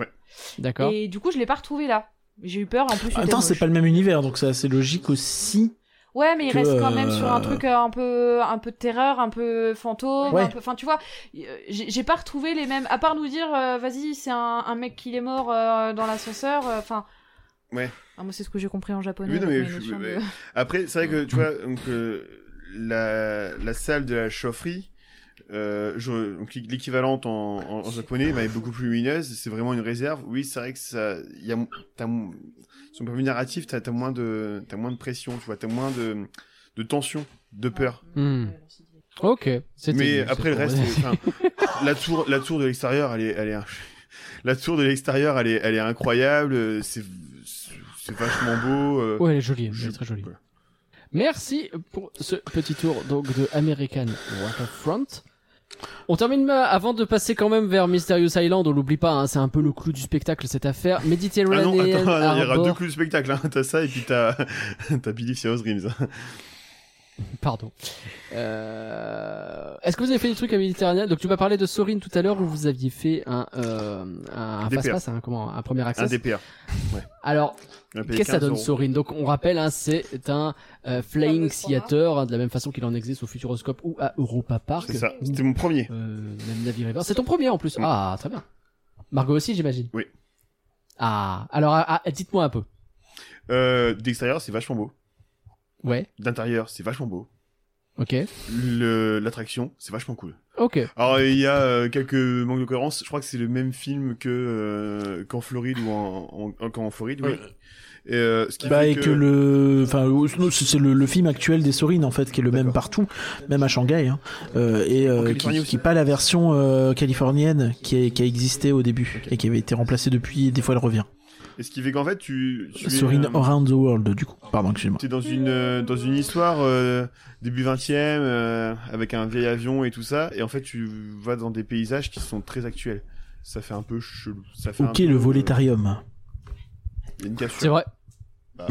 A: D'accord.
E: Et du coup, je l'ai pas retrouvé là. J'ai eu peur. En plus,
B: En
E: il
B: même
E: était
B: temps, c'est
E: moche.
B: pas le même univers, donc c'est assez logique aussi.
E: Ouais, mais il
B: que,
E: reste quand même
B: euh,
E: sur un truc euh, un peu, un peu de terreur, un peu fantôme,
B: Ouais.
E: un peu. Enfin, tu vois, euh, j'ai j'ai pas retrouvé les mêmes. À part nous dire, euh, vas-y, c'est un, un mec qui est mort euh, dans l'ascenseur. euh, Enfin.
C: Ouais.
E: Ah, moi, c'est ce que j'ai compris en japonais.
C: Oui, non,
E: avec
C: mais
E: mes
C: je-
E: notions
C: mais-
E: de-
C: Après, c'est vrai que tu vois, donc, euh, la, la salle de la chaufferie, euh, je- donc, l'équivalente en, en- en japonais, bah, est beaucoup plus lumineuse. C'est vraiment une réserve. Oui, c'est vrai que ça, il y a, t'as, mo- sur le point de vue narratif, t'as, t'as moins de, t'as moins de pression, tu vois, t'as moins de, de tension, de peur.
A: Hmm. Ok. C'était
C: Mais
A: nul,
C: après le
A: c'était-
C: reste, enfin, la tour, la tour de l'extérieur, elle est, elle est, la tour de l'extérieur, elle est, elle est incroyable. euh, C'est, c'est vachement beau. euh,
A: Ouais, elle est jolie, elle
C: je-
A: est très jolie.
C: voilà.
A: Merci pour ce petit tour donc de American Waterfront. On termine euh, avant de passer quand même vers Mysterious Island. On l'oublie pas, hein, c'est un peu le clou du spectacle cette affaire.
C: Ah
A: Mediterranean
C: non, attends, attends, il y aura
A: Harbor.
C: deux coups de spectacle. Hein. T'as ça et puis t'as t'as Billy Cyrus Dreams. hein.
A: Pardon. Euh, Est-ce que vous avez fait des trucs à Méditerranée Donc tu m'as parlé de Sorin tout à l'heure où vous aviez fait un euh, un
C: DPA.
A: passe-passe, un comment, un premier accès.
C: Un DPA.
A: Alors
C: On a payé
A: Qu'est-ce que ça
C: 15
A: donne
C: euros.
A: Sorin Donc on rappelle, hein, c'est un euh, Flying
J: Fameux format.
A: Theater, hein, de la même façon qu'il en existe au Futuroscope ou à Europa Park.
C: C'est ça. C'était mon premier.
A: Euh, même Navi River. C'est ton premier en plus.
C: Oui.
A: Ah, très bien. Margot aussi, j'imagine.
C: Oui.
A: Ah, alors ah, ah, dites-moi un peu.
C: Euh, D'extérieur, c'est vachement beau.
A: Ouais.
C: D'intérieur, c'est vachement beau.
A: Ok.
C: Le- L'attraction, c'est vachement cool.
A: Ok.
C: Alors il y a euh, quelques manques de cohérence. Je crois que c'est le même film que euh, qu'en Floride ou en, en- qu'en Floride, oui. Et, euh, ce qui
B: Bah,
C: fait
B: et que le. Enfin, euh, non, c'est c'est le, le film actuel des Sorines, en fait, qui est le même
C: D'accord.
B: partout, même à Shanghai, hein, euh, et euh,
C: En
B: qui-
C: Californie
B: qui,
C: aussi.
B: est pas la version euh, californienne qui, est- qui a existé au début
C: Ok.
B: et qui avait été remplacée depuis, et des fois elle revient.
C: et ce qui fait qu'en fait tu tu es,
B: Sorine
C: euh,
B: Around the World, du coup. Pardon, excuse-moi.
C: T'es dans une euh, dans une histoire euh, début 20e euh, avec un vieil avion et tout ça et en fait tu vas dans des paysages qui sont très actuels. Ça fait un peu chelou. Ça fait un
B: Ok,
C: peu,
B: le
C: euh,
B: volétarium.
C: il y a une cassure.
A: C'est vrai.
C: Bah,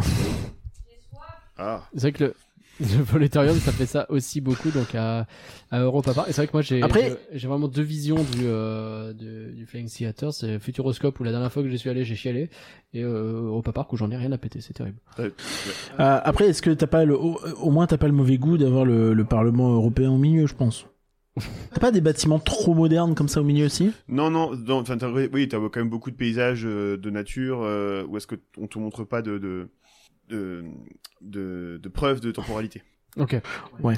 C: Ah.
A: C'est vrai que le, le Voletarium, ça fait ça aussi beaucoup, donc à, à Europapa. Et c'est vrai que moi, j'ai
B: Après-
A: je- j'ai vraiment deux visions du, euh, de- du Flying Theater. C'est Futuroscope, où la dernière fois que j'y suis allé, j'ai chialé. Et euh, Europa Park, où j'en ai rien à péter. C'est terrible.
B: Euh, après, est-ce que t'as pas le, au, au moins t'as pas le mauvais goût d'avoir le, le Parlement européen au milieu, je pense. T'as pas des bâtiments trop modernes comme ça au milieu aussi
C: Non, non, non, enfin, t'as- oui, t'as quand même beaucoup de paysages euh, de nature euh, où est-ce que t- on te montre pas de de de, de, de preuves de temporalité.
A: Ok.
C: Euh,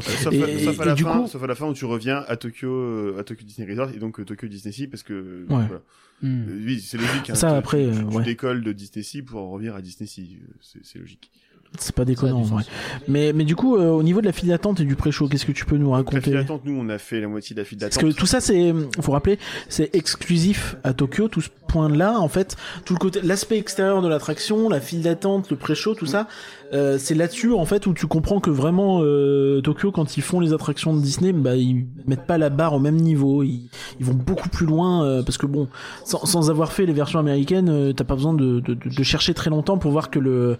C: sauf,
B: Et-
C: à, sauf à
B: et
C: la
B: du
C: fin,
B: coup-
C: sauf à la fin où tu reviens à Tokyo, euh, à Tokyo Disney Resort et donc euh, Tokyo Disney Sea parce que euh,
B: Ouais. Hmm.
C: voilà. Euh, oui, c'est logique. hein,
B: Ça,
C: tu-
B: après,
C: tu,
B: euh,
C: tu
B: ouais.
C: décolles de Disney Sea pour en revenir à Disney Sea, euh, c'est c'est logique.
B: C'est pas
A: Ça a
B: déconnant en
A: du
B: vrai.
A: sens.
B: Mais, mais du coup, euh, au niveau de la file d'attente et du pré-show, qu'est-ce que tu peux nous
C: La file
B: raconter
C: d'attente, nous, on a fait la moitié de la file
B: Parce
C: d'attente.
B: que tout ça, c'est, faut rappeler, c'est exclusif à Tokyo. Tout ce point-là, en fait, tout le côté, l'aspect extérieur de l'attraction, la file d'attente, le pré-show, tout ça, euh, c'est là-dessus, en fait, où tu comprends que vraiment euh, Tokyo, quand ils font les attractions de Disney, bah ils mettent pas la barre au même niveau. Ils, ils vont beaucoup plus loin euh, parce que bon, sans, sans avoir fait les versions américaines, euh, t'as pas besoin de, de, de- de chercher très longtemps pour voir que le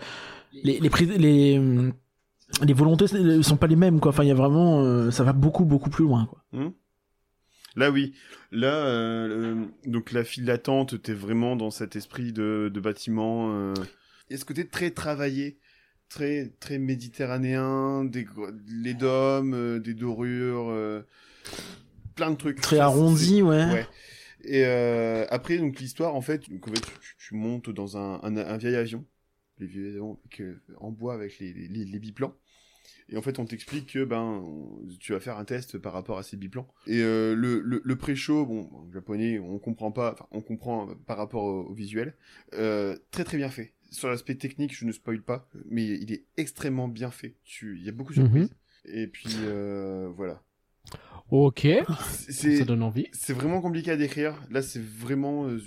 B: les les, pré- les, les volontés euh, sont pas les mêmes quoi. Enfin, il y a vraiment, euh, ça va beaucoup beaucoup plus loin. Quoi.
C: Là, oui. Là, euh, le- donc la file d'attente, t'es vraiment dans cet esprit de, de bâtiment. Euh... Il y a ce côté très travaillé, très très méditerranéen, des gro- les dômes, euh, des dorures, euh, plein de trucs.
B: Très
C: Ça,
B: arrondi, ouais.
A: Hein
C: Ouais. Et euh, après, donc l'histoire, en fait, donc, en fait, tu, tu- tu montes dans un, un, un vieil avion, les vieux avions avec, euh, en bois avec les, les, les- les biplans. Et en fait, on t'explique que ben, on- tu vas faire un test par rapport à ces biplans. Et euh, le, le, le pré-show, bon, en japonais, on comprend pas, enfin, on comprend euh, par rapport au, au visuel. Euh, très très bien fait. Sur l'aspect technique, je ne spoil pas, mais il est extrêmement bien fait. Tu, il y a beaucoup de
A: Mhm.
C: surprises. Et puis euh, voilà.
A: Ok.
C: C'est
A: Ça donne envie.
C: c'est vraiment compliqué à décrire. Là, c'est vraiment euh,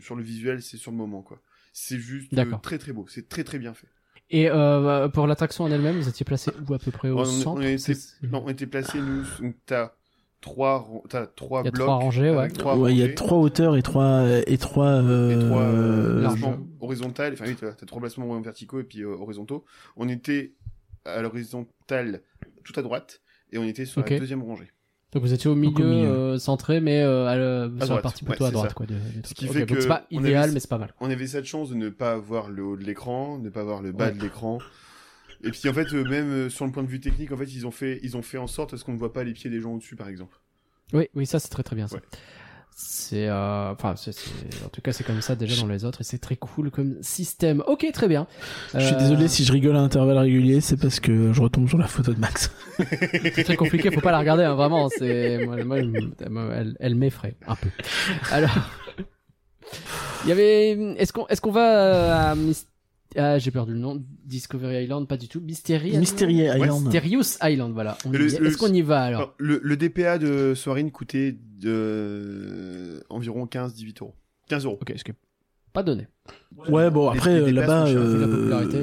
C: sur le visuel, c'est sur le moment, quoi. C'est juste euh,
A: D'accord.
C: très très beau, c'est très très bien fait.
A: Et euh, pour l'attraction en elle-même, vous étiez placé où à peu près au
C: on,
A: centre
C: on a été,
A: C'est- Ah.
C: non, on était placés, nous, donc t'as trois, ran- t'as trois
A: Il y a
C: blocs.
A: trois rangées, ouais.
C: avec trois
B: Ouais, il y a
C: rangées
B: trois hauteurs et trois et trois, euh,
C: et trois euh,
B: euh,
A: larges.
C: placements horizontaux. Enfin, oui, t'as t'as trois placements verticaux et puis euh, horizontaux. On était à l'horizontale tout à droite et on était sur
A: Ok.
C: la deuxième rangée.
A: Donc vous étiez au
B: Donc au
A: milieu,
B: milieu.
A: euh, centré, mais euh, à le- sur la
C: droite.
A: partie
C: Ouais,
A: plutôt à
C: c'est
A: droite,
C: ça.
A: quoi. de- des trucs.
C: qui
A: Ok,
C: fait
A: donc
C: que
A: c'est pas
C: on avait-
A: idéal, mais c'est pas mal.
C: on avait cette chance de ne pas avoir le haut de l'écran, ne pas avoir le bas
A: Ouais.
C: de l'écran. Et puis en fait, euh, même euh, sur le point de vue technique, en fait, ils ont fait, ils ont fait en sorte à ce qu'on ne voit pas les pieds des gens au-dessus, par exemple.
A: Oui, oui, ça c'est très très bien. Ça.
C: Ouais.
A: C'est, euh, enfin, c'est- c'est- en tout cas, c'est comme ça déjà dans les autres et c'est très cool comme système. Ok, très bien.
B: Je suis
A: Euh,
B: désolé si je rigole à intervalles réguliers, c'est parce que je retombe sur la photo de Max.
A: C'est très compliqué, faut pas la regarder, hein, vraiment. C'est, moi, moi, elle, me- elle me- elle- elle m'effraie un peu. Alors, il y avait, est-ce qu'on, est-ce qu'on va à, Mys- ah, j'ai perdu le nom, Discovery Island, pas du tout, Mystery,
B: Mystery Island.
A: Mysterious Island, voilà. On y
C: Le-
A: est.
C: le-
A: Est-ce qu'on y va alors?
C: Alors, le, le DPA de Soarin coûtait de... environ 15-18 euros. 15 euros.
A: Ok, ce qui est pas donné.
B: Ouais, bon,
C: Les-
B: après,
C: les
B: euh,
C: débats
B: là-bas.
C: sont chers,
A: vu la
B: euh,
A: popularité.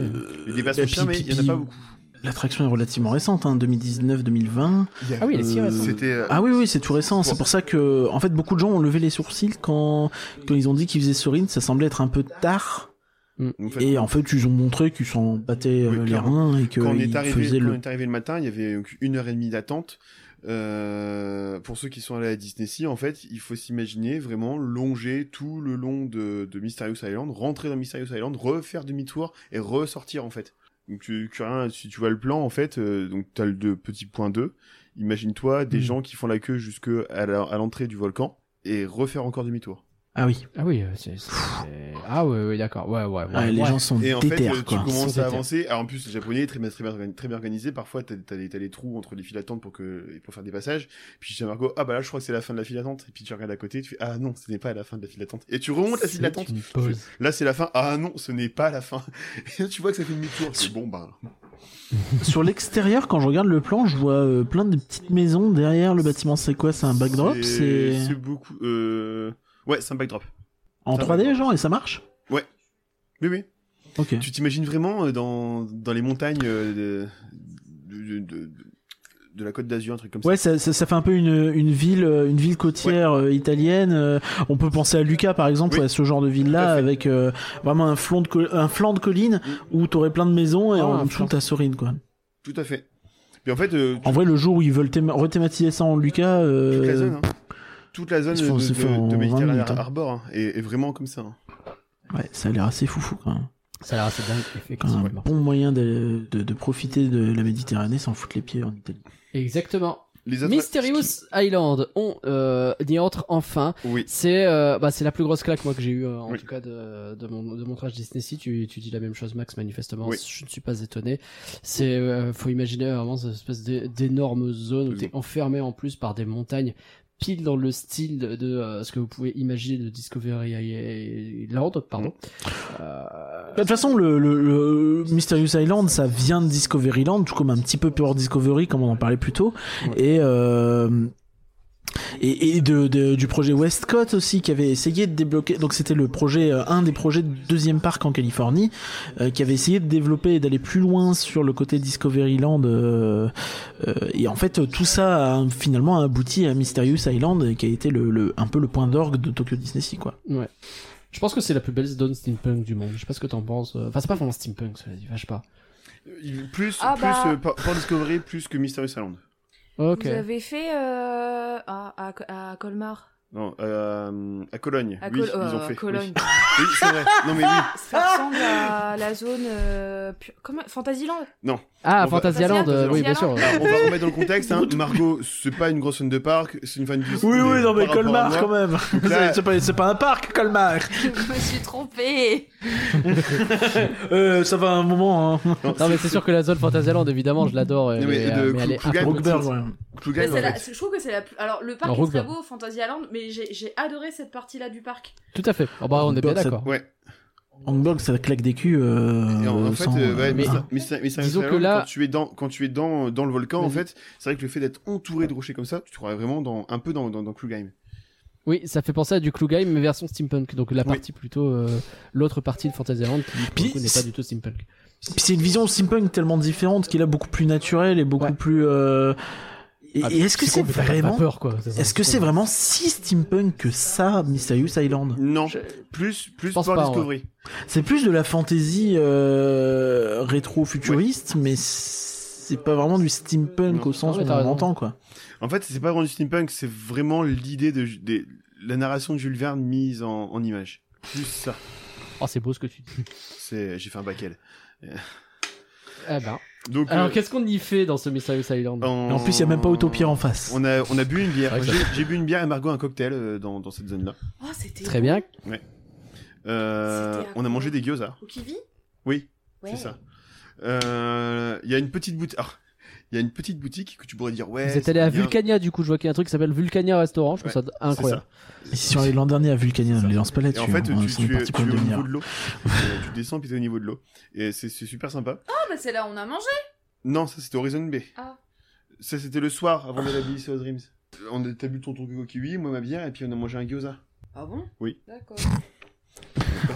C: Les débats sont
B: et
C: chers, mais
B: puis-
C: il n'y en a
B: puis-
C: pas beaucoup.
B: L'attraction est relativement récente, hein, 2019-2020.
A: Ah oui, elle est si
B: Euh,
A: récente.
C: C'était. euh,
B: Ah oui, oui, c'est tout récent. C'est pour ça que, en fait, beaucoup de gens ont levé les sourcils quand, quand ils ont dit qu'ils faisaient Sorin, ça semblait être un peu tard.
C: en fait,
B: Et en fait, ils ont montré qu'ils s'en battaient euh,
C: Oui,
B: les
C: clairement.
B: reins et qu'ils
C: quand on est arrivé,
B: faisaient
C: quand
B: le
C: on est arrivé le matin, il y avait donc une heure et demie d'attente. Euh, pour ceux qui sont allés à Disney Sea, en fait, il faut s'imaginer vraiment longer tout le long de, de Mysterious Island, rentrer dans Mysterious Island, refaire demi-tour et ressortir en fait. Donc tu, tu as un- si tu vois le plan en fait, euh, donc t'as le deux, petit point 2. Imagine-toi des
A: Mm.
C: gens qui font la queue jusque à la- à l'entrée du volcan et refaire encore demi-tour.
B: Ah oui,
A: Ah oui, euh, c'est, c'est- c'est- ah oui, oui, d'accord, ouais, ouais, ouais.
B: Ah, les
A: Ouais.
B: gens sont
C: Et en fait,
B: déter,
C: euh, tu
B: quoi.
C: commences
A: Sans
C: à
A: déter.
C: avancer. Alors, en plus, les japonais, très bien, très bien, organi- très bien organisé. Parfois, t'as as, les trous entre les files d'attente pour, que, pour faire des passages. Puis, je dis à Margot, ah bah là, je crois que c'est la fin de la file d'attente. Et puis, tu regardes à côté, tu fais, ah non, ce n'est pas la fin de la file d'attente. Et tu remontes la file
A: C'est
C: d'attente.
A: une pause.
C: Là, c'est la fin. Ah non, ce n'est pas la fin. Et tu vois que ça fait demi-tour. Je fais, Bon, bah.
B: Sur l'extérieur, quand je regarde le plan, je vois euh, plein de petites maisons derrière le bâtiment. C'est quoi C'est un backdrop C'est
C: C'est beaucoup. Euh... Ouais, c'est un backdrop.
B: en
C: c'est un
B: 3D,
C: backdrop.
B: genre, et ça marche
C: Oui, oui.
B: Ok.
C: Tu t'imagines vraiment euh, dans, dans les montagnes euh, de, de, de- de- de la Côte d'Azur, un truc comme
B: Ouais,
C: ça.
B: ça, ça, ça fait un peu une, une ville, euh, une ville côtière euh, italienne. euh, on peut penser à Lucca, par exemple,
C: Oui.
B: ou à ce genre de
C: Tout
B: ville-là,
C: à fait. Mm.
B: avec euh, vraiment un flanc de, col- un flanc de colline où t'aurais plein de maisons et
A: Ah,
B: en
A: un
B: dessous
A: flanc.
B: t'as Sorine, quoi.
C: Tout à fait. Puis en fait, euh,
B: En vrai, le jour où ils veulent théma- rethématiser ça en Lucca,
C: toute la
B: euh,
C: zone, hein. toute la zone
B: ils
C: de,
B: se font-
C: de,
B: se font
C: de- de
B: en
C: Méditerranée
B: 20 minutes, hein.
C: Harbor hein, est, est vraiment comme ça. hein.
B: ouais, ça a l'air assez foufou, quand même.
A: Ça a l'air assez dingue,
B: Quand même, un
A: effectivement.
B: bon moyen de, de, de profiter de la Méditerranée sans foutre les pieds en Italie.
A: Exactement.
C: Les attra-
A: Mysterious Island, on euh, y entre enfin.
C: Oui.
A: C'est euh, bah, c'est la plus grosse claque moi que j'ai eu en
C: Oui.
A: tout cas de, de mon de mon crash Disney Sea. Tu, tu dis la même chose Max manifestement.
C: Oui.
A: Je ne suis pas étonné. C'est euh, faut imaginer vraiment cette espèce d'é- d'énorme zone où t'es enfermé en plus par des montagnes pile dans le style de, de, euh, ce que vous pouvez imaginer de Discovery Island pardon. Euh,
B: Bah, De toute façon, le, le, le Mysterious Island, ça vient de Discoveryland, tout comme un petit peu Pure Discovery, comme on en parlait plus tôt, et euh, et, et de, de- du projet Westcott aussi, qui avait essayé de débloquer. Donc c'était le projet, euh, un des projets de deuxième parc en Californie, euh, qui avait essayé de développer et d'aller plus loin sur le côté Discoveryland. euh, euh, et en fait, tout ça a finalement abouti à Mysterious Island, et qui a été le, le un peu le point d'orgue de Tokyo Disney Sea, quoi.
A: Je pense que c'est la plus belle zone steampunk du monde. Je sais pas ce que t'en penses. euh. Enfin, c'est pas vraiment steampunk, cela dit, vache pas.
C: Euh, Plus,
E: Ah
C: plus
E: bah.
C: euh, par, par Discovery, plus que Mysterious Island.
A: Ok.
E: Vous avez fait euh, à, à, à Colmar
C: Non, euh, à Cologne.
E: à
C: oui,
E: Col-
C: ils ont
E: euh,
C: fait. oui.
E: Cologne.
C: Oui, c'est vrai. Non, mais oui.
E: Ça ressemble à la zone euh, pu- comment Fantasyland.
A: Ah,
C: On va-
A: Fantasyland, euh, oui, bien sûr.
E: Fantasyland.
C: Alors, on va remettre dans le contexte. Hein. Margot, c'est pas une grosse fan de parc, c'est une fan de Disney.
B: Oui, oui, non, mais
C: par rapport à
B: Colmar
C: moi.
B: quand même.
C: là-
B: C'est pas, c'est pas un parc, Colmar.
E: Je me suis trompée.
B: Euh, ça va un moment, hein.
A: Non, mais c'est sûr que la zone Fantasyland, évidemment, je l'adore. Elle,
C: Non, mais
A: est,
C: de
A: euh, mais elle est
C: Kruger,
A: un peu-
C: Rogue Bear,
B: Rockberg, ouais.
C: Kruger,
E: Mais
C: en
E: c'est la-
C: fait.
E: c'est- je trouve que c'est la plus. Alors, le parc
A: Non,
E: est très
A: Rockburn.
E: beau, Fantasyland, mais j'ai j'ai adoré cette partie-là du parc.
A: Tout à fait. Oh, bah, on est bien
B: Rogue Bear,
A: d'accord.
C: Ouais.
B: Hangdog, ça claque des culs.
C: Et
B: Euh,
C: en, en fait,
B: sans-
C: euh, ouais,
B: mais-
C: mais, mais, c'est- mais c'est
A: Disons
C: incroyable,
A: que là-
C: quand tu es dans, quand tu es dans, dans le volcan, en
A: Vas-y.
C: fait, c'est vrai que le fait d'être entouré de rochers comme ça, tu te croirais vraiment dans, un peu dans, dans, dans Klugheim.
A: Oui, ça fait penser à du Klugheim, mais version steampunk. Donc la partie plutôt. euh, L'autre partie de Fantasyland qui, pour
B: Puis
A: le coup, n'est pas
B: c'est-
A: du tout steampunk.
B: Puis c'est une vision steampunk tellement différente qu'il a beaucoup plus naturelle et beaucoup plus. euh, Et,
A: Ah,
B: et est-ce que c'est
A: con, mais t'as pas
B: vraiment.
A: peur, quoi. ça.
B: Est-ce que c'est vraiment si steampunk que ça, Mysterious Island
C: Non. Plus, plus
A: pense
C: Port
A: pas,
C: Discovery.
B: C'est plus de la fantasy euh, rétro-futuriste, mais c'est pas vraiment du steampunk
C: Non.
B: au sens
A: Non, mais
B: où
A: t'as
B: on
A: raison.
B: l'entend, quoi.
C: En fait, c'est pas vraiment du steampunk, c'est vraiment l'idée de, des- la narration de Jules Verne mise en, en image. Plus ça.
A: Oh, c'est beau ce que tu dis.
C: C'est, j'ai fait un baquel.
A: Ah, ben.
C: Donc,
A: Alors,
C: euh,
A: qu'est-ce qu'on y fait dans ce Mysterious Island
C: en...
B: Et en plus, il y a même pas Autopia en face.
C: On a, on a bu une bière.
A: C'est vrai que
C: J'ai j'ai bu une bière et Margot un cocktail euh, dans, dans cette zone-là.
J: Oh, c'était.
A: Très bien.
C: Euh,
J: C'était à
C: on a
J: quoi
C: mangé des gyoza.
J: Au kiwi
C: Oui,
J: Ouais.
C: c'est ça. Euh, Il y a une petite boutique. Il y a une petite boutique que tu pourrais dire ouais.
A: Vous êtes
C: c'est
A: allé à
C: bien.
A: Vulcania, du coup, je vois qu'il y a un truc qui s'appelle Vulcania Restaurant. Je trouve
C: Ouais,
A: ça
C: C'est
A: incroyable.
C: ça.
B: Ils sont allés l'an dernier à Vulcania, ne les lance pas
C: Et
B: là-dessus.
C: en fait, tu,
B: hein,
C: tu,
B: ils sont
C: tu es,
B: partis
C: tu
B: pour
C: es
B: le
C: au
B: devenir.
C: niveau de l'eau. Euh, tu descends puis t'es au niveau de l'eau. Et c'est c'est super sympa.
J: Ah, bah c'est là où on a mangé.
C: Non, ça c'était Horizon Bay.
J: Ah.
C: Ça c'était le soir avant d'aller à Billy Soul Dreams. On a t'as bu ton truc au kiwi, moi ma bière et puis on a mangé un gyoza.
J: Ah bon
C: Oui.
J: D'accord.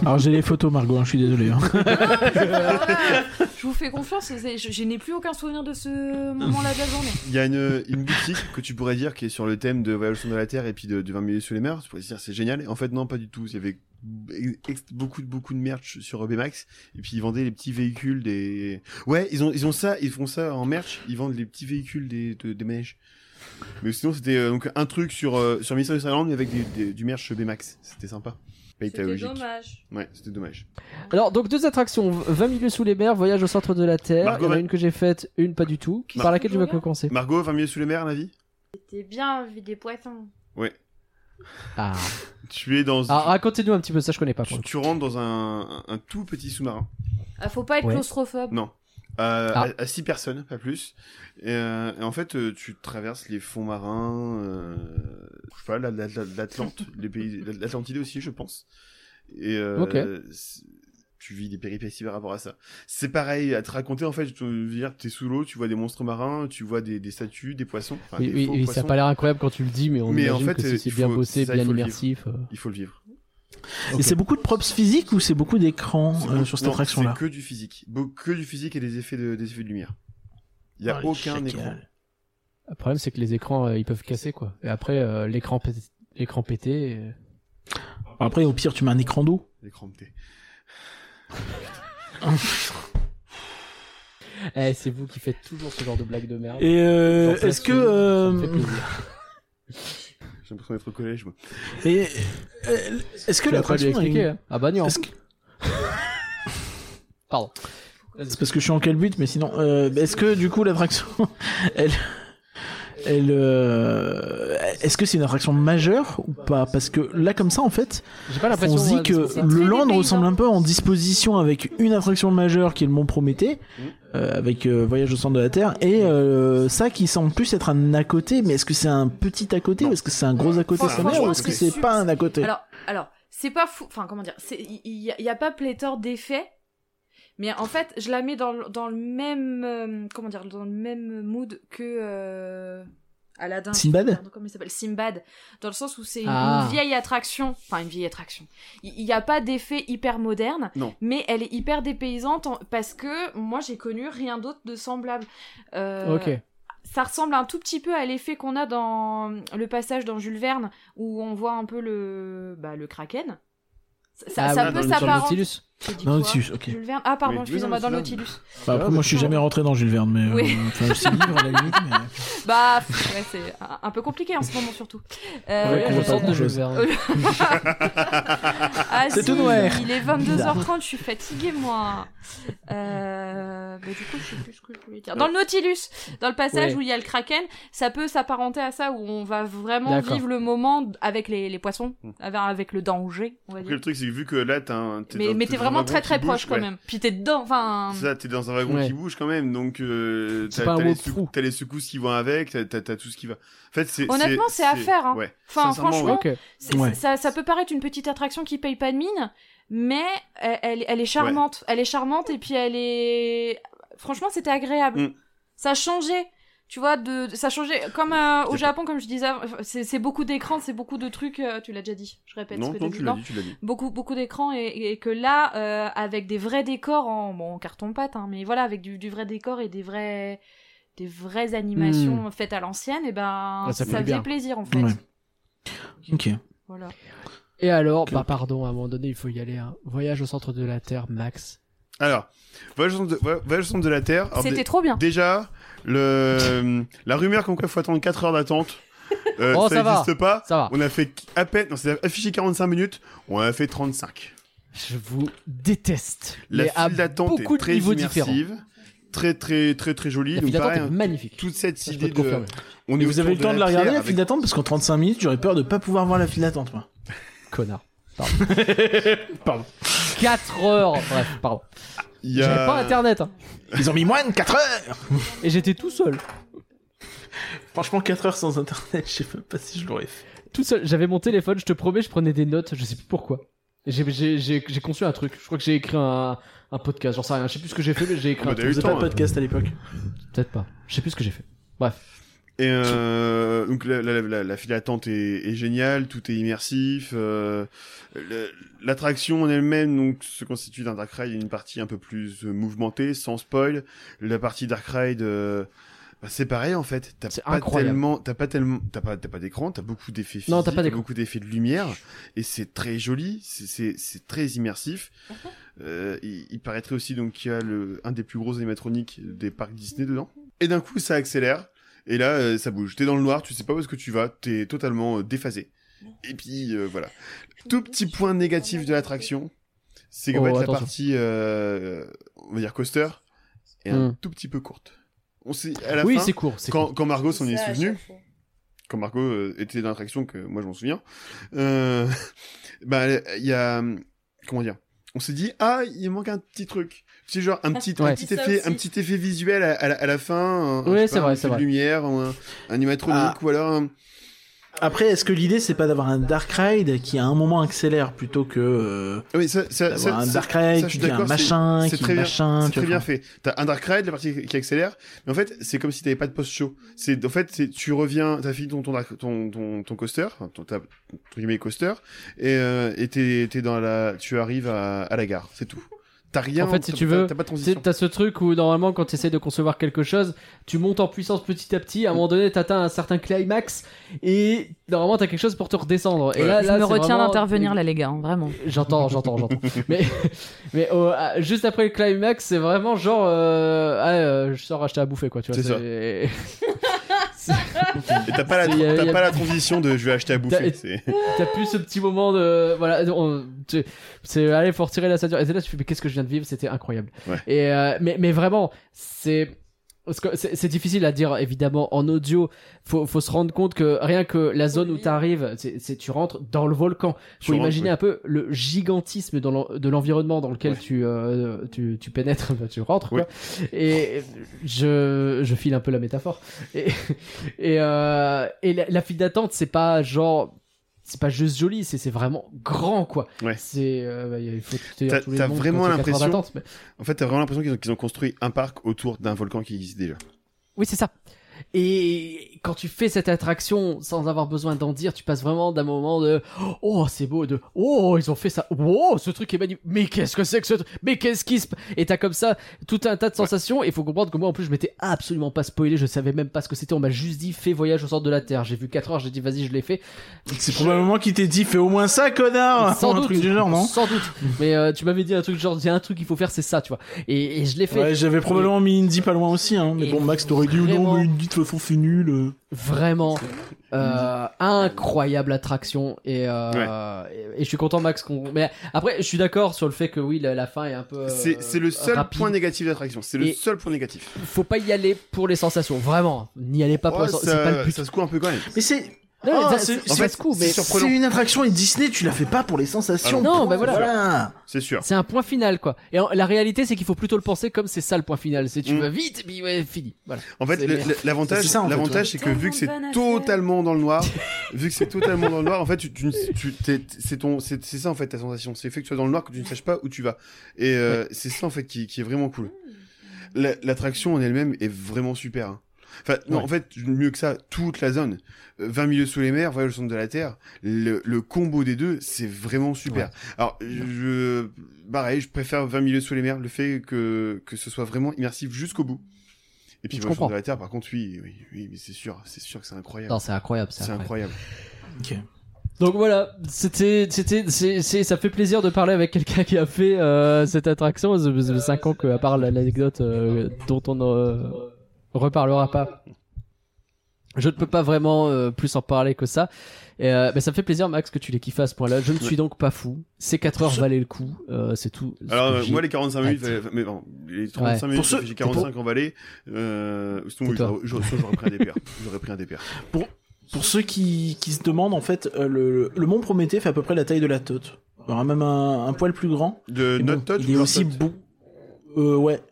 B: Alors j'ai les photos, Margot, hein, je suis désolé. hein.
E: Ah, Je vous fais confiance, c'est- je, je n'ai plus aucun souvenir de ce moment-là de la journée.
C: Il y a une, une boutique que tu pourrais dire qui est sur le thème de Voyage au centre de la Terre et puis de, de 20 minutes sous les mers. Tu pourrais dire c'est génial. Et En fait, non, pas du tout. Il y avait ex- beaucoup de beaucoup de merch sur Bmax et puis ils vendaient les petits véhicules des ouais ils ont ils ont ça ils font ça en merch ils vendent les petits véhicules des de- des manèges mais sinon c'était euh, donc un truc sur euh, sur Mysterious Island mais avec des- des- du merch Bmax c'était sympa
J: C'était
C: pédagogique
J: dommage.
C: ouais c'était dommage
A: Alors, donc deux attractions 20 milieux sous les mers, voyage au centre de la Terre.
C: Margot,
A: Il y en a
C: ouais.
A: une que j'ai faite, une pas du tout.
C: Mar-
A: Par laquelle tu veux commencer
C: Margot 20 minutes sous les mers à ma vie
E: C'était bien vu des poissons.
A: Ah.
C: tu es dans
A: Alors, racontez-nous un petit peu, ça je connais pas.
C: tu,
A: Pour le coup.
C: tu rentres dans un, un tout petit sous-marin
E: Ah, faut pas être
A: Ouais.
E: claustrophobe.
C: Non. Euh,
A: Ah.
C: à, à six personnes, pas plus. Et, euh, et en fait, euh, tu traverses les fonds marins, euh, je sais pas, la- la- la- l'Atlante, les pays, l'Atlantide aussi, je pense. Et euh,
A: Ok.
C: c'est- tu vis des péripéties par rapport à ça. C'est pareil à te raconter en fait. Je veux dire, t'es sous l'eau, tu vois des monstres marins, tu vois des, des statues, des poissons. enfin,
A: Oui,
C: des
A: oui,
C: faux
A: oui, ça
C: poissons.
A: a pas l'air incroyable quand tu le dis, mais on
C: Mais en
A: imagine
C: fait,
A: que
C: euh,
A: si c'est
C: il
A: bien
C: faut-
A: bossé,
C: c'est ça, il
A: bien
C: faut le
A: immersif. euh,
C: Il faut le vivre.
A: ok.
B: Et c'est beaucoup de props physiques ou c'est beaucoup d'écrans euh, sur cette
C: Non,
B: attraction-là
C: C'est que du physique, Beau- que du physique et des effets de, des effets de lumière. Il y a
B: Ah, les
C: aucun
B: chacals.
C: écran.
A: Le problème, c'est que les écrans, euh, ils peuvent casser, quoi. Et après, euh, l'écran pé- l'écran pété. euh,
B: Après, au pire, tu mets un écran d'eau.
C: L'écran de thé.
A: Eh, c'est vous qui faites toujours ce genre de blague de merde.
B: Et euh,
A: Sensation,
B: est-ce que...
A: ça me fait
B: euh,
A: plaisir.
C: J'ai l'impression d'être au collège, moi.
B: et, euh, est-ce que
A: Tu l'as pas lui
B: l'attraction... a une-
A: expliqué, hein Ah bah non.
B: Est-ce que-
A: Pardon.
B: C'est parce que je suis en quel but, mais sinon, euh, est-ce que du coup l'attraction, elle, elle, euh, est-ce que c'est une attraction majeure ou pas Parce que là, comme ça, en fait,
A: J'ai pas euh, l'impression.
B: on se dit
A: moi, de-
B: que
E: c'est très
B: le land
E: dépaysant.
B: ressemble un peu en disposition avec une attraction majeure qui est le Mont Prométhée,
C: Mm.
B: euh, avec euh, Voyage au centre de la Terre, et euh, ça qui semble plus être un à côté. Mais est-ce que c'est un petit à côté ou est-ce que c'est un gros à côté, sa
C: Franchement,
B: mère,
C: je
B: ou
C: pense
B: est-ce
C: que
B: que c'est
E: c'est-
B: pas un à côté
E: Alors, alors, c'est pas fou. Enfin, comment dire c'est- Il n'y a, il y a pas pléthore d'effets. Mais en fait, je la mets dans, le- dans le même. euh, comment dire Dans le même mood que. euh, Aladdin.
B: Sinbad
E: Merde, Comment il s'appelle Sinbad. Dans le sens où c'est une-
A: Ah.
E: une vieille attraction. Enfin, une vieille attraction. Il n'y a pas d'effet hyper moderne.
C: Non.
E: Mais elle est hyper dépaysante en- parce que moi, j'ai connu rien d'autre de semblable. Euh,
A: Ok.
E: ça ressemble un tout petit peu à l'effet qu'on a dans le passage dans Jules Verne où on voit un peu le bah, le kraken. Ça, ça-
A: Ah
E: ça
A: oui,
E: peut
C: dans
A: Sur
C: le-
A: le
E: s'apparenter.
A: Nautilus.
E: J'ai dit
B: Dans le
E: quoi
B: Nautilus, ok.
E: Jules Verne. Ah pardon,
C: Oui,
E: excusez-moi
C: oui,
E: dans
C: non,
E: le
C: mais
E: Nautilus.
B: Bah, après, moi, je suis
C: Euh,
B: jamais rentré dans Jules Verne, mais euh,
E: Oui.
B: enfin, je sais le livre à la limite, mais- euh,
E: Bah pff, ouais, c'est un un peu compliqué en ce moment surtout. Euh,
A: Ouais,
B: qu'on
A: qu'on
B: voit
A: sorte de
B: pas grand-chose.
A: Jules Verne.
E: Euh, ah,
B: C'est
E: si,
B: tout noir.
E: Il est 22h30, je suis fatiguée moi. Euh, bah, du coup, je sais plus ce que je voulais dire.
B: Euh.
E: Dans le Nautilus, dans le passage
A: Ouais.
E: où il y a le kraken, ça peut s'apparenter à ça où on va vraiment
A: D'accord.
E: vivre le moment avec les, les poissons,
B: Hmm.
E: avec, avec le danger, on va
C: Après,
E: dire.
C: le truc, c'est que vu que là, t'as un.
E: Mais,
C: dans-
E: mais t'es
C: dans un
E: vraiment
C: wagon
E: très
C: qui
E: très
C: bouge,
E: proche quand
C: ouais.
E: même. Puis t'es dedans, enfin.
C: C'est Ça, t'es dans un wagon
A: Ouais.
C: qui bouge quand même, donc euh,
A: C'est
C: t'as
A: pas un
C: t'as les,
A: walkthrough.
C: secou- t'as les secousses qui vont avec, t'as- t'as t'as tout ce qui va. En fait, c'est.
E: Honnêtement, c'est à faire, hein.
C: Ouais.
E: Enfin,
C: Sincèrement,
E: franchement,
A: Ok.
E: C'est-
B: Ouais.
E: c'est- Ça, ça peut paraître une petite attraction qui paye pas de mine, mais elle, elle- elle est charmante. Elle est charmante et puis elle est. Franchement, c'était agréable.
C: Mm.
E: Ça changeait. Tu vois, de, ça changeait. Comme euh, au
C: C'est
E: Japon, comme je disais, avant, c'est c'est beaucoup d'écrans, c'est beaucoup de trucs. euh, tu l'as déjà dit, je répète.
C: Non,
E: ce que
C: non,
E: t'as
C: tu
E: dit.
C: l'as
E: Non.
C: dit, tu l'as dit.
E: Beaucoup, beaucoup d'écrans et, et que là, euh, avec des vrais décors en, bon, en carton-pâte, hein, mais voilà, avec du, du vrai décor et des vrais des vraies animations
C: Mm.
E: faites à l'ancienne, et ben
C: Ah,
A: Ouais, ça
E: ça,
A: fait
E: faisait
A: du bien.
E: plaisir en fait.
B: Ouais. Ok.
E: Voilà.
A: Et alors, bah pardon, à un moment donné, il faut y aller. hein. Voyage au centre de la Terre, Max.
C: Alors, voyage au centre de, voy- voyage au centre de la Terre. Alors,
E: C'était
C: dé-
E: trop bien.
C: Déjà, le, la rumeur comme quoi il faut attendre 4 heures d'attente, euh,
A: Oh, ça va.
C: n'existe pas.
A: Ça va.
C: On a fait à peine, non, c'est affiché 45 minutes, on a fait 35.
A: Je vous déteste.
C: La
A: mais à
C: file d'attente
A: beaucoup
C: est
A: de
C: très
A: niveaux différents.
C: immersive, très très très très jolie.
A: La file
C: Donc
A: d'attente
C: pareil,
A: est magnifique.
C: toute cette
A: Ça, je peux
C: idée
A: te
C: de,
A: confirmer.
C: on
B: Mais
C: est
B: vous avez eu le
C: autour
B: temps de la regarder, la
C: avec-
B: file d'attente Parce qu'en 35 minutes, j'aurais peur de pas pouvoir voir la file d'attente, moi.
A: Connard. Pardon. 4 heures. Bref, pardon.
C: Il y
A: J'avais
C: a-
A: pas internet. hein.
B: Ils ont mis moins de 4 heures
A: Et j'étais tout seul.
B: Franchement, 4 heures sans internet, je sais même pas si je l'aurais fait.
A: Tout seul. J'avais mon téléphone, je te promets, je prenais des notes. Je sais plus pourquoi. J'ai- J'ai j'ai- j'ai conçu un truc. Je crois que j'ai écrit un, un podcast. J'en sais rien. Je sais plus ce que j'ai fait, mais j'ai écrit
C: Bah,
A: un
C: t'as
A: truc.
C: eu
B: Vous
C: le temps,
B: pas de
C: hein.
B: podcast à l'époque.
A: Peut-être pas. Je sais plus ce que j'ai fait. Bref.
C: Et euh, donc la, la, la, la file d'attente est, est géniale, tout est immersif. euh, le- L'attraction en elle-même donc se constitue d'un dark ride et une partie un peu plus euh, mouvementée, sans spoil. La partie dark ride, euh, bah, c'est pareil en fait. T'as
A: C'est
C: pas
A: incroyable.
C: tellement, t'as pas tellement, t'as pas, t'as pas d'écran, t'as beaucoup d'effets physiques,
A: Non, t'as pas d'écran.
C: beaucoup d'effets de lumière, et c'est très joli, c'est- c'est c'est très immersif. Euh, il, il paraîtrait aussi donc qu'il y a le, un des plus gros animatroniques des parcs Disney dedans. Et d'un coup, ça accélère. Et là, euh, ça bouge. T'es dans le noir, tu sais pas où est-ce que tu vas, t'es totalement euh, déphasé. Et puis euh, voilà. Tout petit point négatif de l'attraction, c'est qu'en
A: Oh,
C: fait la
A: attention.
C: partie, euh, on va dire coaster, est un
A: Hmm.
C: tout petit peu courte. On sait à la
A: oui,
C: fin,
A: c'est court. C'est
C: quand,
A: court.
C: quand Margot s'en
J: Ça,
C: est
J: à
C: souvenue,
J: chaque fois.
C: quand Margot euh, était dans l'attraction que moi je m'en souviens, euh, bah il y a hum, comment dire, on s'est dit ah il manque un petit truc, c'est genre un petit,
A: Ouais.
C: un petit
J: C'est ça
C: effet,
J: aussi.
C: un petit effet visuel à, à la, à la fin, un-
A: Ouais,
C: je sais
A: c'est
C: pas, un
A: vrai,
C: effet
A: c'est
C: de
A: vrai.
C: lumière, ou un, un animatronique
B: Ah.
C: ou alors un-
B: Après, est-ce que l'idée, c'est pas d'avoir un Dark Ride qui à un moment accélère plutôt que euh,
C: Ah oui, ça, ça, ça,
B: d'avoir un
C: ça-
B: Dark
C: ça,
B: Ride
C: je
B: qui
C: suis
B: fait un
C: d'accord, c'est-
B: machin,
C: c'est
B: qui
C: très
A: Ah,
C: bien-
B: machin,
C: C'est
B: tu
C: très
B: vois.
C: bien fait. T'as un Dark Ride, la partie qui accélère, mais en fait, c'est comme si t'avais pas de post-show. C'est, en fait, c'est, tu reviens, t'as fini ton, ton, dark- ton, ton, ton coaster, enfin, ton, ta, entre guillemets, coaster, et, euh, et t'es, t'es dans la, tu arrives à, à la gare, c'est tout. T'as rien.
A: En fait, si
C: t'as-
A: tu
C: t'as-
A: veux,
C: t'as pas de
A: Tu sais,
C: transition.
A: T'as ce truc où normalement quand tu essaies de concevoir quelque chose, tu montes en puissance petit à petit, à un moment donné t'atteins un certain climax et normalement t'as quelque chose pour te redescendre. Et
C: Ouais.
A: là,
E: Je
A: Ah, là,
E: me
A: c'est
E: retiens
A: vraiment-
E: d'intervenir là, les gars, hein, vraiment.
A: J'entends, j'entends, j'entends. mais mais oh, ah, juste après le climax, c'est vraiment genre euh, ah, euh, je sors acheter à bouffer quoi, tu vois.
C: C'est ça.
A: c'est-
C: Et t'as pas la,
A: Il y a- il euh, y
C: t'as
A: a-
C: pas la transition de je vais acheter à bouffer.
A: T'as-
C: c'est-
A: T'as plus ce petit moment de voilà, on- tu- c'est allez faut retirer la ceinture. Et là tu fais mais qu'est-ce que je viens de vivre, c'était incroyable.
C: Ouais.
A: Et euh, mais mais vraiment c'est parce que c'est c'est difficile à dire évidemment en audio. Faut faut se rendre compte que rien que la zone où t'arrives, c'est c'est- tu rentres dans le volcan.
C: Tu
A: Faut
C: rentres,
A: imaginer un peu le gigantisme dans l'en- de l'environnement dans lequel
C: Ouais.
A: tu, euh, tu tu pénètres, bah, tu rentres quoi. Et je je file un peu la métaphore. Et et euh, et la, la file d'attente c'est pas genre c'est pas juste joli, c'est c'est vraiment grand quoi.
C: Ouais.
A: C'est euh, bah, il faut tenir
C: T'as-
A: tous les
C: t'as
A: noms quand
C: vraiment
A: c'est quatre heures
C: l'impression-
A: d'attente, mais-
C: En fait, t'as vraiment l'impression qu'ils ont, qu'ils ont construit un parc autour d'un volcan qui existe déjà.
A: Oui, c'est ça. Et quand tu fais cette attraction sans avoir besoin d'en dire, tu passes vraiment d'un moment de oh c'est beau de oh ils ont fait ça wow ce truc est magnifique mais qu'est-ce que c'est que ce truc mais qu'est-ce qui se p- et t'as comme ça tout un tas de sensations et faut comprendre que moi en plus je m'étais absolument pas spoilé je savais même pas ce que c'était on m'a juste dit fais voyage au centre de la terre j'ai vu 4 heures j'ai dit vas-y je l'ai fait
B: C'est probablement qu'il t'ait dit fais au moins ça, connard
A: Sans
B: Ou Un
A: doute.
B: truc du genre, non
A: Sans doute. Mais euh, tu m'avais dit un truc genre, il y a un truc qu'il faut faire, c'est ça, tu vois. Et, et je l'ai fait.
B: Ouais, j'avais probablement mis Indy pas loin aussi, hein. Mais
A: Et
B: bon, Max, t'aurais dit,
A: vraiment-
B: non, mais Indy, de toute façon, c'est nul. euh.
A: Vraiment euh, incroyable attraction. Et, euh, et, et je suis content, Max. qu'on- Mais après, je suis d'accord sur le fait que oui, la, la fin est un peu. euh,
C: C'est c'est le seul
A: rapide.
C: point négatif de l'attraction. C'est le
A: Et-
C: seul point négatif.
A: Faut pas y aller pour les sensations, vraiment. N'y allez pas pour
C: Oh,
A: les sensations. C'est pas le
C: ça,
A: but.
C: ça se coud un peu quand même.
B: Mais c'est.
A: Non, mais ça-
B: Ah, c'est-
A: c'est
C: en
A: ça
C: fait,
A: se coupe,
C: c'est
A: mais
C: surprenant.
B: C'est une attraction et Disney, tu la fais pas pour les sensations.
C: Ah
A: non,
B: point,
A: bah voilà.
C: C'est sûr.
A: c'est un point final, quoi. Et en- la réalité, c'est qu'il faut plutôt le penser comme c'est ça le point final. C'est tu
C: Mm.
A: vas vite, puis ouais, fini. Voilà.
C: En fait,
A: C'est
C: le-
A: merde.
C: le- l'avantage,
B: C'est ça, en fait,
C: l'avantage, c'est que vu que c'est
J: Tellement de vannes à faire.
C: totalement dans le noir, vu que c'est totalement dans le noir, en fait, tu, tu, ne- tu- t'es- c'est ton, c'est c'est ça en fait ta sensation, c'est le fait que tu sois dans le noir que tu ne saches pas où tu vas, et euh, c'est ça en fait qui, qui est vraiment cool. La- L'attraction en elle-même est vraiment super. hein. Enfin, non,
A: Ouais.
C: en fait, mieux que ça, toute la zone, Euh, 20 milieux sous les mers, voyage au centre de la terre, le, le combo des deux, c'est vraiment super. Alors, je, pareil, je préfère 20 milieux sous les mers, le fait que, que ce soit vraiment immersif jusqu'au bout. Et puis,
A: Je
C: Voyage au centre
A: comprends.
C: de la terre, par contre, oui, oui, oui, mais c'est sûr, c'est sûr que c'est incroyable.
A: Non, c'est incroyable,
C: C'est incroyable.
A: Donc voilà, c'était, c'était, c'est, c'est- ça fait plaisir de parler avec quelqu'un qui a fait euh, cette attraction. Ça fait 5 ans que, à part l'anecdote euh, dont on euh, reparlera pas, je ne peux pas vraiment euh, plus en parler que ça. Et, euh, mais ça me fait plaisir, Max, que tu les kiffes à ce point-là. Je ne suis donc pas fou. Ces 4 heures valaient le coup. Euh, c'est tout. ce
C: Alors,
A: que
C: euh,
A: j'ai.
C: moi, les 45 minutes,
A: hâte.
C: euh, mais non, les 35
B: Pour
C: minutes,
B: ceux-
C: j'ai 45 en vallée, euh, sinon, oui,
A: Tais-toi.
C: j'aurais- j'aurais j'aurais pris un DPR. J'aurais pris un DPR.
B: Pour ceux qui, qui se demandent, en fait, euh, le, le mont Prométhée fait à peu près la taille de la tote. Alors, même un, un poil plus grand.
C: De
B: Et bon,
C: Euh, notre touch
B: il est aussi beau. Euh, ouais.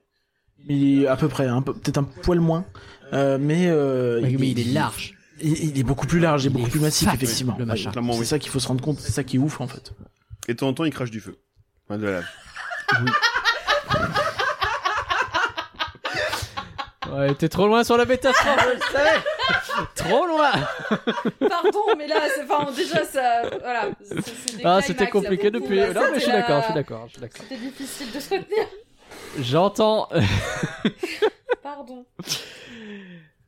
B: Il est à peu près, un peu- peut-être un poil moins. Euh, mais, euh,
A: Mais, mais il est large.
B: Il, il est beaucoup plus large et
A: Il
B: beaucoup
A: est
B: plus massif,
A: fat,
B: effectivement.
A: le machin.
C: Clairement,
B: C'est
C: oui.
B: ça qu'il faut se rendre compte, c'est ça qui est ouf en fait.
C: Et de temps en temps, il crache du feu. Enfin, de la lave.
A: Ouais, t'es trop loin sur la métaphore, je le savais. Trop loin.
J: Pardon, mais là, c'est enfin, déjà, ça. Voilà. c'est- c'est des
A: Ah,
J: climax,
A: c'était
J: là,
A: compliqué
J: beaucoup,
A: depuis.
E: hein.
A: Non,
J: là,
A: mais je suis
J: c'était
A: d'accord,
J: la-
A: je suis d'accord, je suis d'accord.
J: C'était difficile de se retenir.
A: J'entends.
J: Pardon.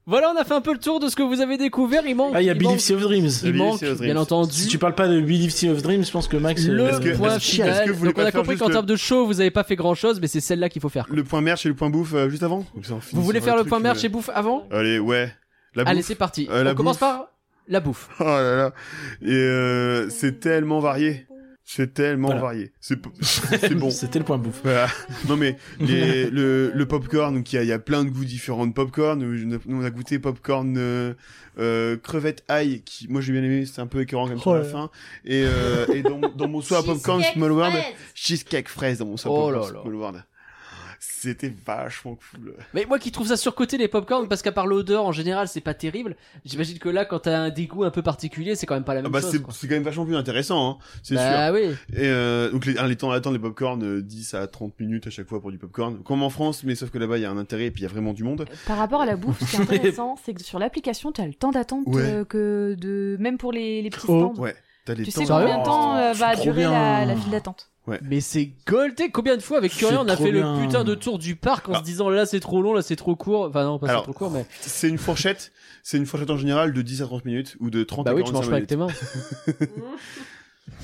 A: Voilà, on a fait un peu le tour de ce que vous avez découvert. Il manque,
B: Ah, il y a
A: il manque,
B: Believe Sea of Dreams.
A: il
C: Believe
A: manque,
C: Sea of
A: bien
C: Dreams.
A: entendu,
B: Si tu parles pas de Believe Sea of Dreams, je pense que Max. euh,
A: le
C: Est-ce que-
A: point
C: est-ce que- est-ce
A: final.
C: que vous voulez
A: Donc on
C: pas
A: a
C: faire
A: compris
C: juste
A: qu'en
C: le-
A: termes de show, vous avez pas fait grand chose, mais c'est celle-là qu'il faut faire. quoi.
C: Le point merch et le point bouffe euh, juste avant Comme ça, on finit
A: Vous voulez
C: sur
A: faire le
C: truc,
A: point merde
C: euh,
A: chez Bouffe avant
C: Allez, ouais. La bouffe.
A: Allez, c'est parti.
C: Euh, la
A: on commence
C: bouffe.
A: par la bouffe.
C: Oh là là. Et euh, c'est tellement varié. C'est tellement
B: Voilà.
C: varié. C'est p- c'est bon.
B: C'était le point bouffe.
C: Voilà. Non mais les- le, le popcorn, donc il y a, il y a plein de goûts différents de popcorn. Nous nous, on a goûté popcorn euh, euh, crevette ail, qui moi j'ai bien aimé, c'est un peu écœurant comme ça
B: Oh
C: à la
B: là.
C: fin. Et, euh, et dans, dans mon soir popcorn
J: Cheesecake
C: Small World,
J: fraise.
C: cheesecake fraise dans mon soir
A: Oh
C: popcorn
A: là là.
C: Small World. C'était vachement cool.
A: Mais moi qui trouve ça surcoté les popcorn parce qu'à part l'odeur en général, c'est pas terrible. J'imagine que là, quand t'as un dégoût un peu particulier, c'est quand même pas la
C: Ah
A: même
C: bah c'est
A: chose. quoi.
C: c'est quand même vachement plus intéressant, hein, c'est sûr.
A: Bah oui.
C: Et euh, donc les, hein, les temps d'attente des popcorn euh, 10 à 30 minutes à chaque fois pour du popcorn. Comme en France, mais sauf que là-bas il y a un intérêt et puis il y a vraiment du monde.
E: Par rapport à la bouffe, ce qui est intéressant, c'est que sur l'application, tu as le temps d'attente
C: Ouais.
E: euh, que de même pour les, les petits
A: Oh.
E: stands.
C: Ouais, t'as les
E: Tu
C: temps.
E: sais combien de temps euh,
B: C'est
E: va
B: trop
E: durer
B: bien.
E: la, la file d'attente
C: Ouais.
A: Mais c'est goldé. Combien de fois avec Curien
B: C'est
A: on a
B: trop
A: fait
B: bien.
A: le putain de tour du parc en
C: Ah.
A: se disant là c'est trop long, là c'est trop court. Enfin non, pas c'est
C: Alors,
A: trop court, mais
C: C'est une fourchette, c'est une fourchette en général de 10 à 30 minutes ou de 30
A: bah
C: à
A: oui,
C: 45
A: tu manges pas avec
C: minutes.
A: tes mains.
J: Oh.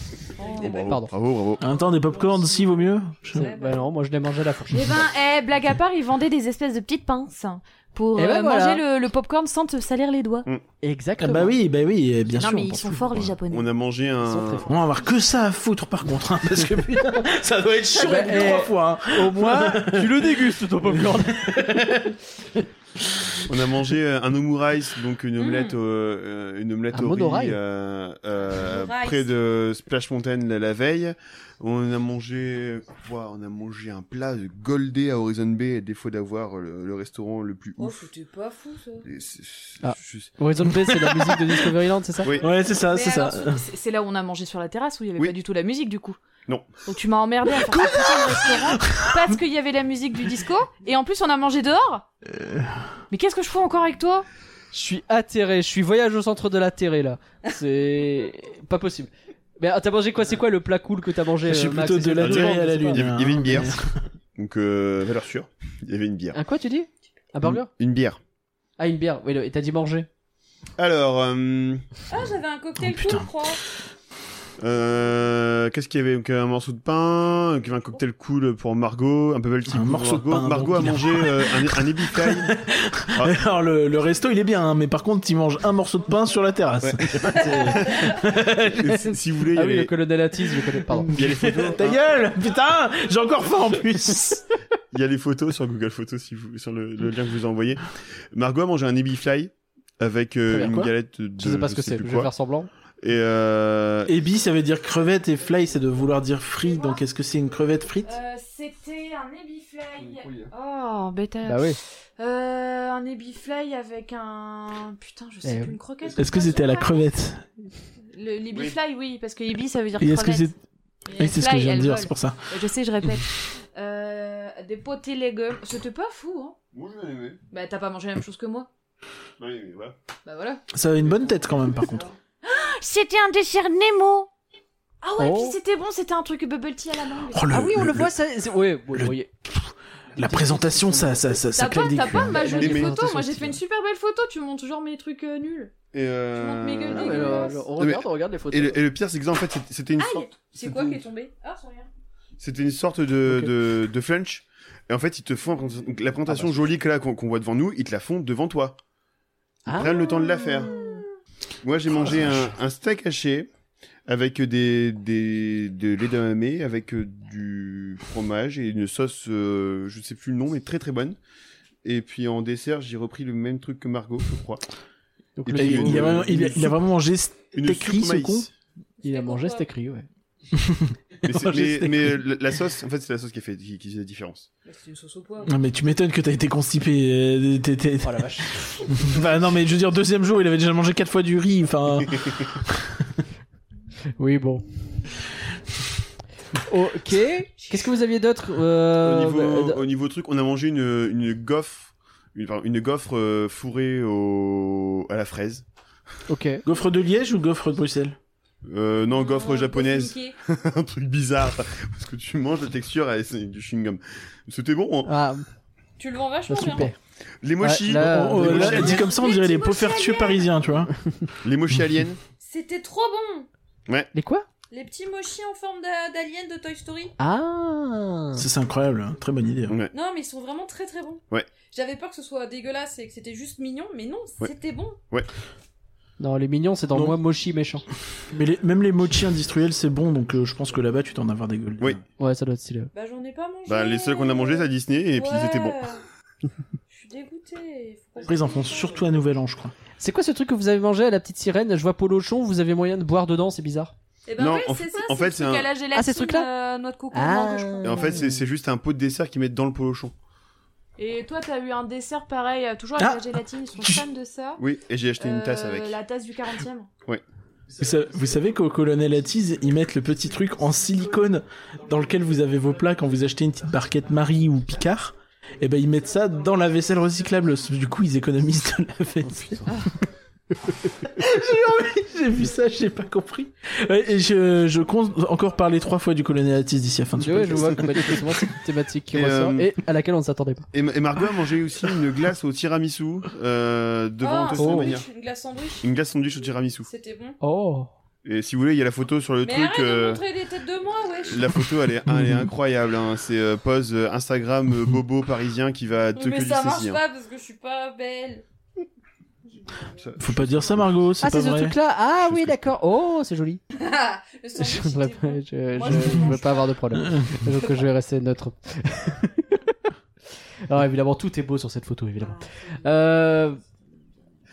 C: Bon, bravo,
A: Pardon.
C: bravo, bravo.
B: En même temps, des popcorns, si, vaut mieux. Je-
J: Ouais.
A: bah non, moi je l'ai mangé à la fourchette.
E: Eh ben, eh, blague à part, ils vendaient des espèces de petites pinces pour
A: Eh ben,
E: euh,
A: voilà.
E: manger le, le popcorn sans te salir les doigts.
B: Ah
A: Exactement.
B: bah oui, bah oui, eh, bien
E: non,
B: sûr.
E: mais
B: on
E: ils
B: pense
E: sont
B: plus,
E: forts, les
B: quoi.
E: Japonais.
C: On a mangé
A: Ils sont très
C: un.
A: forts.
B: On va avoir que ça à foutre par contre, hein, parce que putain, ça doit être chiant
A: Bah,
B: au bout de trois
A: eh,
B: fois. hein.
A: Au moins, tu le dégustes ton popcorn.
C: On a mangé euh, un omurice, donc une omelette, au- euh, une omelette
A: Un
C: au riz,
A: monorail.
C: euh, euh,
J: Omurice.
C: près de Splash Mountain la, la veille. On a mangé, ouah, on a mangé un plat de goldé à Horizon Bay, à défaut d'avoir le, le restaurant le plus
J: Oh,
C: ouf.
J: c'était pas fou ça.
C: Et c'est- c'est-
A: Ah.
C: je sais-
A: Horizon Bay, c'est la musique de Discoveryland, c'est ça
C: Oui.
B: Ouais, c'est ça,
J: Mais
B: c'est ça.
J: alors,
E: C'est c'est là où on a mangé sur la terrasse où il y avait
C: Oui.
E: pas du tout la musique du coup.
C: Non.
E: Donc tu m'as emmerdé à faire ce putain de restaurant parce qu'il y avait la musique du disco et en plus on a mangé dehors.
C: Euh.
E: Mais qu'est-ce que je fous encore avec toi
A: Je suis atterré, je suis voyage au centre de la terre là. C'est pas possible. Mais ah, t'as mangé quoi C'est quoi le plat cool que t'as mangé
B: Je suis
A: euh, Max
B: plutôt de
A: C'est
B: la
A: une
C: terre
A: viande,
B: à la
A: je sais pas.
C: Il y
B: lune.
C: avait, il y avait une bière, donc euh, valeur sûre. Il y avait une bière.
A: Un quoi tu dis Un
B: Mm.
A: burger
C: Une, une bière.
A: Ah une bière. Oui, le- et t'as dit manger.
C: Alors, euh,
J: Ah, j'avais un cocktail
B: Oh,
J: cool,
B: putain.
J: je crois.
C: euh, qu'est-ce qu'il y avait Donc, Un morceau de pain, un cocktail cool pour Margot, un peu petit
B: Un
C: goût pour
B: morceau de
C: Margot.
B: pain, un
C: Margot
B: bon
C: a
B: dîner.
C: mangé euh, un, un ébicaille.
B: Alors le, le resto il est bien, hein, mais par contre tu manges un morceau de pain sur la terrasse. Ah
C: Et si- si vous voulez, il y
A: Ah
C: a
A: oui,
C: les-
A: le colonel Atis, je connais. Pardon.
C: il y a les photos.
B: Ta gueule, putain, j'ai encore faim en plus.
C: Il y a les photos sur Google Photos si vous, sur le, le lien que je vous ai envoyé. Margot a mangé un Ebifly avec euh,
A: Très bien,
C: une
A: quoi
C: galette de.
A: Je sais pas ce que c'est.
C: plus
A: Je vais
C: quoi.
A: faire semblant.
C: Et euh,
B: Ebi ça veut dire crevette et fly c'est de vouloir dire frite, donc est-ce que c'est une crevette frite
J: Euh, c'était un Ebifly.
E: Oh, bête.
A: Bah oui.
J: Euh, un Ebifly avec un. Putain, je sais
A: Eh,
J: plus, une croquette.
B: Est-ce que c'était à la crevette
E: Le, les bifly, oui. parce que Ibi ça veut dire
B: Et est-ce que
E: crevette.
B: c'est
E: Et
B: Oui, c'est ce que
E: fly,
B: je viens de
E: elle
B: dire,
E: vole.
B: c'est pour ça.
E: Je sais, je répète. Euh, des potés légumes. C'était pas fou, hein Bah t'as pas mangé la même chose que moi. Bah voilà.
B: Ça a une bonne tête quand même par contre.
E: C'était un dessert Nemo. Ah ouais,
A: Oh.
E: puis c'était bon, c'était un truc bubble tea à la mangue.
B: Oh, le-
A: ah oui, on le,
B: le-
A: voit. Ça. c'est- Ouais. Bon,
B: le-
A: voyez.
B: La présentation ça ça ça, ça
E: T'as pas,
B: claque des
E: t'as
B: culs.
E: pas
B: hein.
A: Bah,
E: ma jolie
C: Mais-
E: photo. Moi, j'ai
A: style,
E: fait une super belle photo. Tu montes toujours mes trucs euh, nuls.
C: et,
E: Tu montes mes gueules
A: Ah,
C: euh...
A: mais, euh,
E: dégueulasses.
A: on
C: Mais-
A: regarde, on regarde les photos.
C: et, le, et le pire, c'est que ça, en fait, c'était- c'était une
J: Aïe
C: sorte,
J: C'est quoi qui est tombé Ah, sans rien.
C: c'était une sorte de,
A: Ok.
C: de, de flunch. Et en fait, ils te font donc, la présentation jolie que là qu'on qu'on voit devant nous, ils te la font devant toi. Ils
A: Ah.
C: prennent le temps de la faire. Moi, j'ai
B: Oh,
C: mangé
B: la
C: un, un steak haché avec des, des, de l'edamame, avec euh, du fromage et une sauce, euh, je sais plus le nom, mais très très bonne. Et puis en dessert, j'ai repris le même truc que Margot, je crois.
A: Donc,
C: et
A: le-
C: puis, euh,
B: Il, il a vraiment, il a- il a vraiment mangé
C: Une
B: steak riz,
C: soupe
B: ce
C: maïs.
B: con.
A: il a mangé
J: Pourquoi
A: cet écrit. Ouais.
C: Mais, c'est-
B: Mangé
C: mais,
B: steak
C: mais, euh, la- la sauce, en fait, c'est la sauce qui fait, qui, qui fait la différence.
J: Bah, C'est une sauce au poivre.
B: Non mais tu m'étonnes que t'as été constipé. euh, t'es- t'es-
A: Oh la vache.
B: Bah non mais je veux dire deuxième jour il avait déjà mangé quatre fois du riz. Enfin
A: Oui, bon. ok. Qu'est-ce que vous aviez d'autre euh,
C: au, niveau,
A: bah,
C: au niveau truc, on a mangé une, une gaufre, une, pardon, une gaufre euh, fourrée au, à la fraise.
A: Ok.
B: gaufre de Liège ou gaufre de Bruxelles
C: Euh, non, gaufre
J: Oh,
C: japonaise.
J: Mickey.
C: un truc bizarre. Parce que tu manges la texture et c'est du chewing-gum. C'était bon. hein.
A: Ah,
J: Tu le vends vachement bien.
A: super.
C: Les mochis.
A: Ouais, là,
B: Oh,
C: Oh,
B: là,
C: les, mochis
B: dit
C: aliens.
B: comme ça on dirait les poffertieux parisiens tu vois.
C: les mochis aliens.
J: C'était trop bon
A: Les quoi
J: Les petits mochis en forme d'a- d'aliens de Toy Story.
A: Ah.
B: Ça, C'est incroyable, hein. très bonne idée.
C: Ouais.
J: Non, mais ils sont vraiment très très bons.
C: Ouais.
J: J'avais peur que ce soit dégueulasse et que c'était juste mignon, mais non,
C: Ouais.
J: c'était bon.
A: Non, les mignons, c'est dans
B: Non.
A: moi mochi méchant.
B: Mais les- même les mochi industriels, c'est bon, donc euh, je pense que là-bas, tu t'en as avoir des gueules.
C: Oui.
A: Ouais, ça doit être stylé.
J: Bah, j'en ai pas mangé.
C: Bah, les seuls qu'on a mangé, c'est à Disney et puis ils étaient bons.
J: Ouais. Je suis dégoûtée. Faut qu'on
B: Après, ils en font surtout à Nouvel An, je crois.
A: C'est quoi ce truc que vous avez mangé à la petite sirène Je vois Polochon, vous avez moyen de boire dedans, c'est bizarre.
J: Eh ben
C: Non,
J: ouais,
C: en
J: c'est
C: fait-
J: ça.
C: en fait, c'est
J: le
C: un-
J: truc à la gélatine,
A: Ah, c'est ce truc-là
J: euh, noix de coco,
A: Ah.
J: mangue, je crois.
C: Et en fait, c'est c'est juste un pot de dessert qu'ils mettent dans le polochon.
E: Et toi, t'as eu un dessert pareil, euh, toujours avec
B: Ah.
E: la gélatine. Ils sont
B: Tu-
E: fans de ça.
C: Oui, et j'ai acheté une tasse
E: Euh,
C: avec.
E: La tasse du 40ème.
B: Vous, sa- vous savez qu'au Colonel Atise, ils mettent le petit truc en silicone dans lequel vous avez vos plats quand vous achetez une petite barquette Marie ou Picard. Eh
A: Oh,
B: Et ben ils mettent ça dans la vaisselle recyclable. Du coup, ils économisent de la vaisselle. J'ai vu ça, j'ai pas compris. Ouais, et je, je compte encore parler trois fois du colonel Atis d'ici la fin du
A: Tu vois, je
B: podcast.
A: vois que manifestement, c'est une thématique qui
C: Et,
A: ressort
C: euh,
A: et à laquelle on ne s'attendait pas.
C: Et, et Margot a mangé aussi une glace au tiramisu euh, devant
J: Ah,
C: Tostin
J: sandwich,
E: oh.
C: Mania.
J: Une glace sandwich.
C: Une glace sandwich au tiramisu.
J: C'était bon.
A: Oh.
C: Et si vous voulez, il y a la photo sur le
J: Mais
C: truc.
J: arrête de
C: euh,
J: montrer des têtes de moi, wesh.
C: La photo, elle est, elle est incroyable. Hein. C'est euh, pose euh, Instagram euh, bobo parisien qui va te
J: Mais
C: que hein.
J: ça marche pas parce que je suis pas belle.
B: Faut pas dire ça, Margot, c'est
A: Ah,
B: pas
A: c'est ce
B: vrai.
A: truc-là. Ah oui, d'accord. Oh, c'est joli.
J: Ah, le
A: Je
J: sandwich,
A: voudrais pas- je-
J: c'était bon. Moi,
A: je-
J: je
A: je
J: mange
A: veux pas avoir de problème. Donc je vais rester neutre. Alors évidemment, tout est beau sur cette photo, évidemment.
J: Ah.
A: Euh...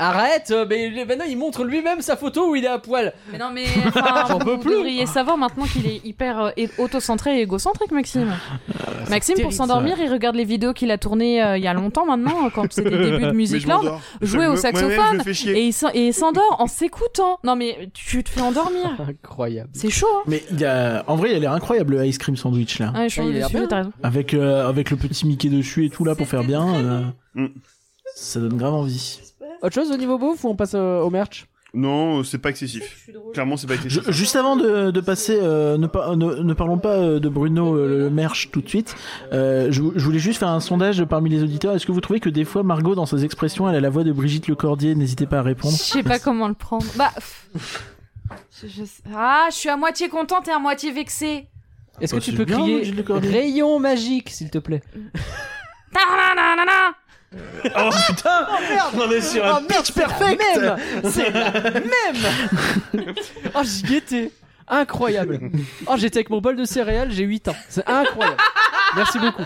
A: Arrête euh, Mais le- maintenant, il montre lui-même sa photo où il est à poil.
J: Mais non, mais.
E: Enfin,
A: J'en peux
E: vous
A: plus.
E: devriez savoir maintenant qu'il est hyper euh, é- autocentré et égocentrique, Maxime.
C: Ah,
E: Maxime,
A: terrible,
E: pour s'endormir, il regarde les vidéos qu'il a tournées euh, il y a longtemps maintenant, quand c'était des débuts de Music Land, jouer au
C: Moi-même, je
E: saxophone.
C: me fais chier.
E: Et il s'en- et il s'endort en s'écoutant. Non mais tu te fais endormir.
A: Incroyable.
E: C'est chaud, hein
B: Mais il y a... en vrai, il a l'air incroyable le ice cream sandwich là.
E: Ouais, je suis
A: Ah, il a l'air
E: je suis-
A: bien.
C: hein.
E: t'as raison.
B: Avec, euh, avec le petit Mickey dessus et tout là pour faire
J: C'était
B: bien.
J: très
B: euh,
C: bon. Mm.
B: Ça donne grave envie.
A: Autre chose au niveau bouffe ou on passe euh, au merch
C: Non, euh, c'est pas
J: Je
C: excessif.
J: suis drôle.
C: Clairement, c'est pas excessif.
B: Je- juste avant de, de passer, euh, ne, par- ne, ne parlons pas euh, de Bruno euh, le merch tout de suite. Euh, je, vou- je voulais juste faire un sondage parmi les auditeurs. Est-ce que vous trouvez que des fois Margot dans ses expressions, elle a la voix de Brigitte Lecordier N'hésitez pas à
E: Je
B: répondre.
E: sais pas comment le prendre. Bah. pff. Je- je sais- Ah, je suis à moitié contente et à moitié vexée.
A: Est-ce
B: Bah,
A: que tu
B: c'est
A: peux
B: bien,
A: crier
B: Brigitte Lecordier.
A: rayon magique, s'il te plaît
E: Ta-na-na-na-na.
B: Oh putain On est sur
A: Oh merde, c'est parfait même C'est la même Oh, j'y étais Incroyable Oh, j'étais avec mon bol de céréales, j'ai 8 ans. C'est incroyable Merci beaucoup.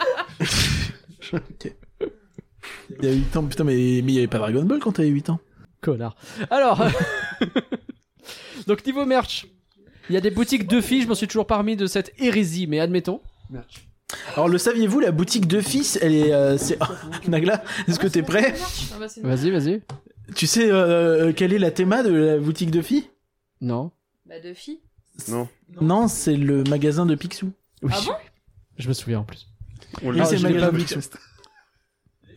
B: Il y a 8 ans, putain, mais mais il y avait pas Dragon Ball quand t'avais 8 ans.
A: Connard. Alors, donc niveau merch, il y a des boutiques de filles, je m'en suis toujours parmi de cette hérésie, mais admettons.
B: Alors le saviez-vous, la boutique de fils, elle est... euh, c'est... Nagla, est-ce que t'es prêt
J: Ah bah, c'est une-
A: Vas-y, vas-y.
B: Tu sais euh, quelle est la théma de la boutique de filles
A: Non.
J: Bah, deux filles.
C: Non.
B: Non, c'est le magasin de Picsou.
A: Oui.
J: Ah bon
A: je me souviens en plus.
C: On
B: Et
C: l'a-
B: c'est
A: je
B: le
C: je l'ai
B: magasin
C: pas
B: de
C: vu.
B: Picsou.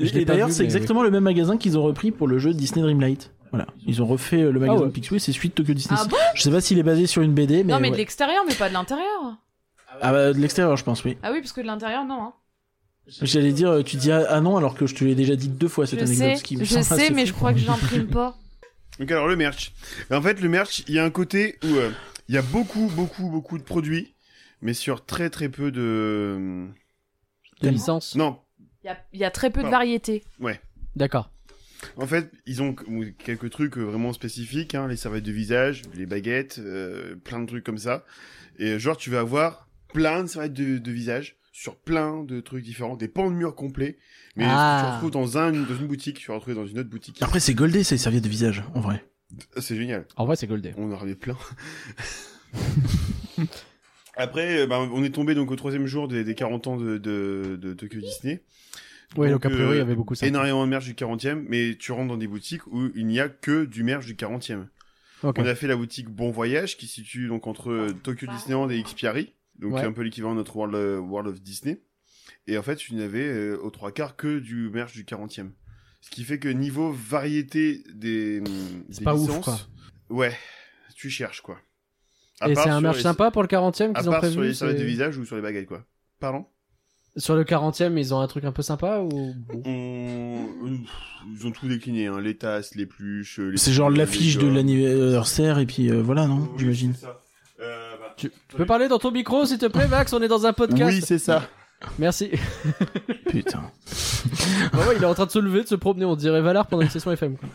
A: Je l'ai
B: Et
A: pas
B: d'ailleurs,
A: vu,
B: c'est
A: mais-
B: exactement le même magasin qu'ils ont repris pour le jeu Disney Dreamlight. Voilà, ils ont refait euh, le magasin
A: Ah ouais.
B: de Picsou et c'est suite Tokyo Disney.
E: Ah bon
B: Je sais pas s'il est basé sur une BD, mais,
E: Non, mais de
B: ouais.
E: l'extérieur, mais pas de l'intérieur.
B: ah bah, de l'extérieur, je pense, oui.
E: Ah oui, parce que de l'intérieur, non. hein.
B: J'allais dire, euh, tu dis ah, ah non alors que je te l'ai déjà dit deux fois cette
E: Je
B: anecdote.
E: sais,
B: ce qui me
E: je
B: semble assez
E: sais, mais
B: fou. hein.
E: je crois que j'imprime pas.
C: Donc alors le merch. En fait, le merch, il y a un côté où euh, il y a beaucoup, beaucoup, beaucoup de produits, mais sur très, très peu de.
A: De licence
C: Non.
E: Il y a, il y a très peu de
C: Pardon.
E: variété.
A: D'accord.
C: En fait, ils ont c- quelques trucs euh, vraiment spécifiques, hein, les serviettes de visage, les baguettes, euh, plein de trucs comme ça. Et euh, genre, tu vas avoir plein de serviettes de, de visage sur plein de trucs différents, des pans de mur complets. Mais
A: Ah.
C: tu retrouves dans, un, dans une boutique, tu vas retrouver dans une autre boutique. Ah,
B: Après, c'est goldé, ces serviettes de visage, en vrai.
C: C'est génial.
A: En vrai, c'est goldé.
C: On en avait plein. Après, euh, bah, on est tombé donc au troisième jour des, des 40 ans de, de, de Tokyo Disney.
A: Oui, donc a priori,
C: euh,
A: il y avait beaucoup ça.
C: Énormément de merch du 40e, mais tu rentres dans des boutiques où il n'y a que du merch du 40e.
A: Ok.
C: On a fait la boutique Bon Voyage qui se situe donc entre euh, Tokyo Disneyland et Xpiari, donc
A: Ouais.
C: un peu l'équivalent de notre World, euh, World of Disney. Et en fait, tu n'avais euh, aux trois quarts que du merch du 40e. Ce qui fait que niveau variété des, hum,
A: C'est
C: des
A: pas ouf,
C: licences,
A: quoi.
C: ouais, tu cherches quoi. À
A: Et
C: part
A: c'est un
C: sur
A: merch
C: les-
A: sympa pour le 40ème
C: À
A: qu'ils ont
C: part sur
A: prévu
C: les serviettes
A: c'est-
C: de visage ou sur les baguettes quoi. Pardon
A: Sur le 40ème, ils ont un truc un peu sympa ou
C: On- Ils ont tout décliné, hein. les tasses, les pluches. euh, les-
B: C'est genre
C: les
B: l'affiche de
C: gommes.
B: l'anniversaire et puis euh, voilà, non
C: Oui,
B: J'imagine.
C: c'est ça. Euh, bah,
A: tu... tu peux parler dans ton micro s'il te plaît Max, on est dans un podcast.
C: Oui, c'est ça.
A: Merci.
B: Putain.
A: Bah ouais, il est en train de se lever, de se promener, on dirait Valar pendant une session FM. quoi.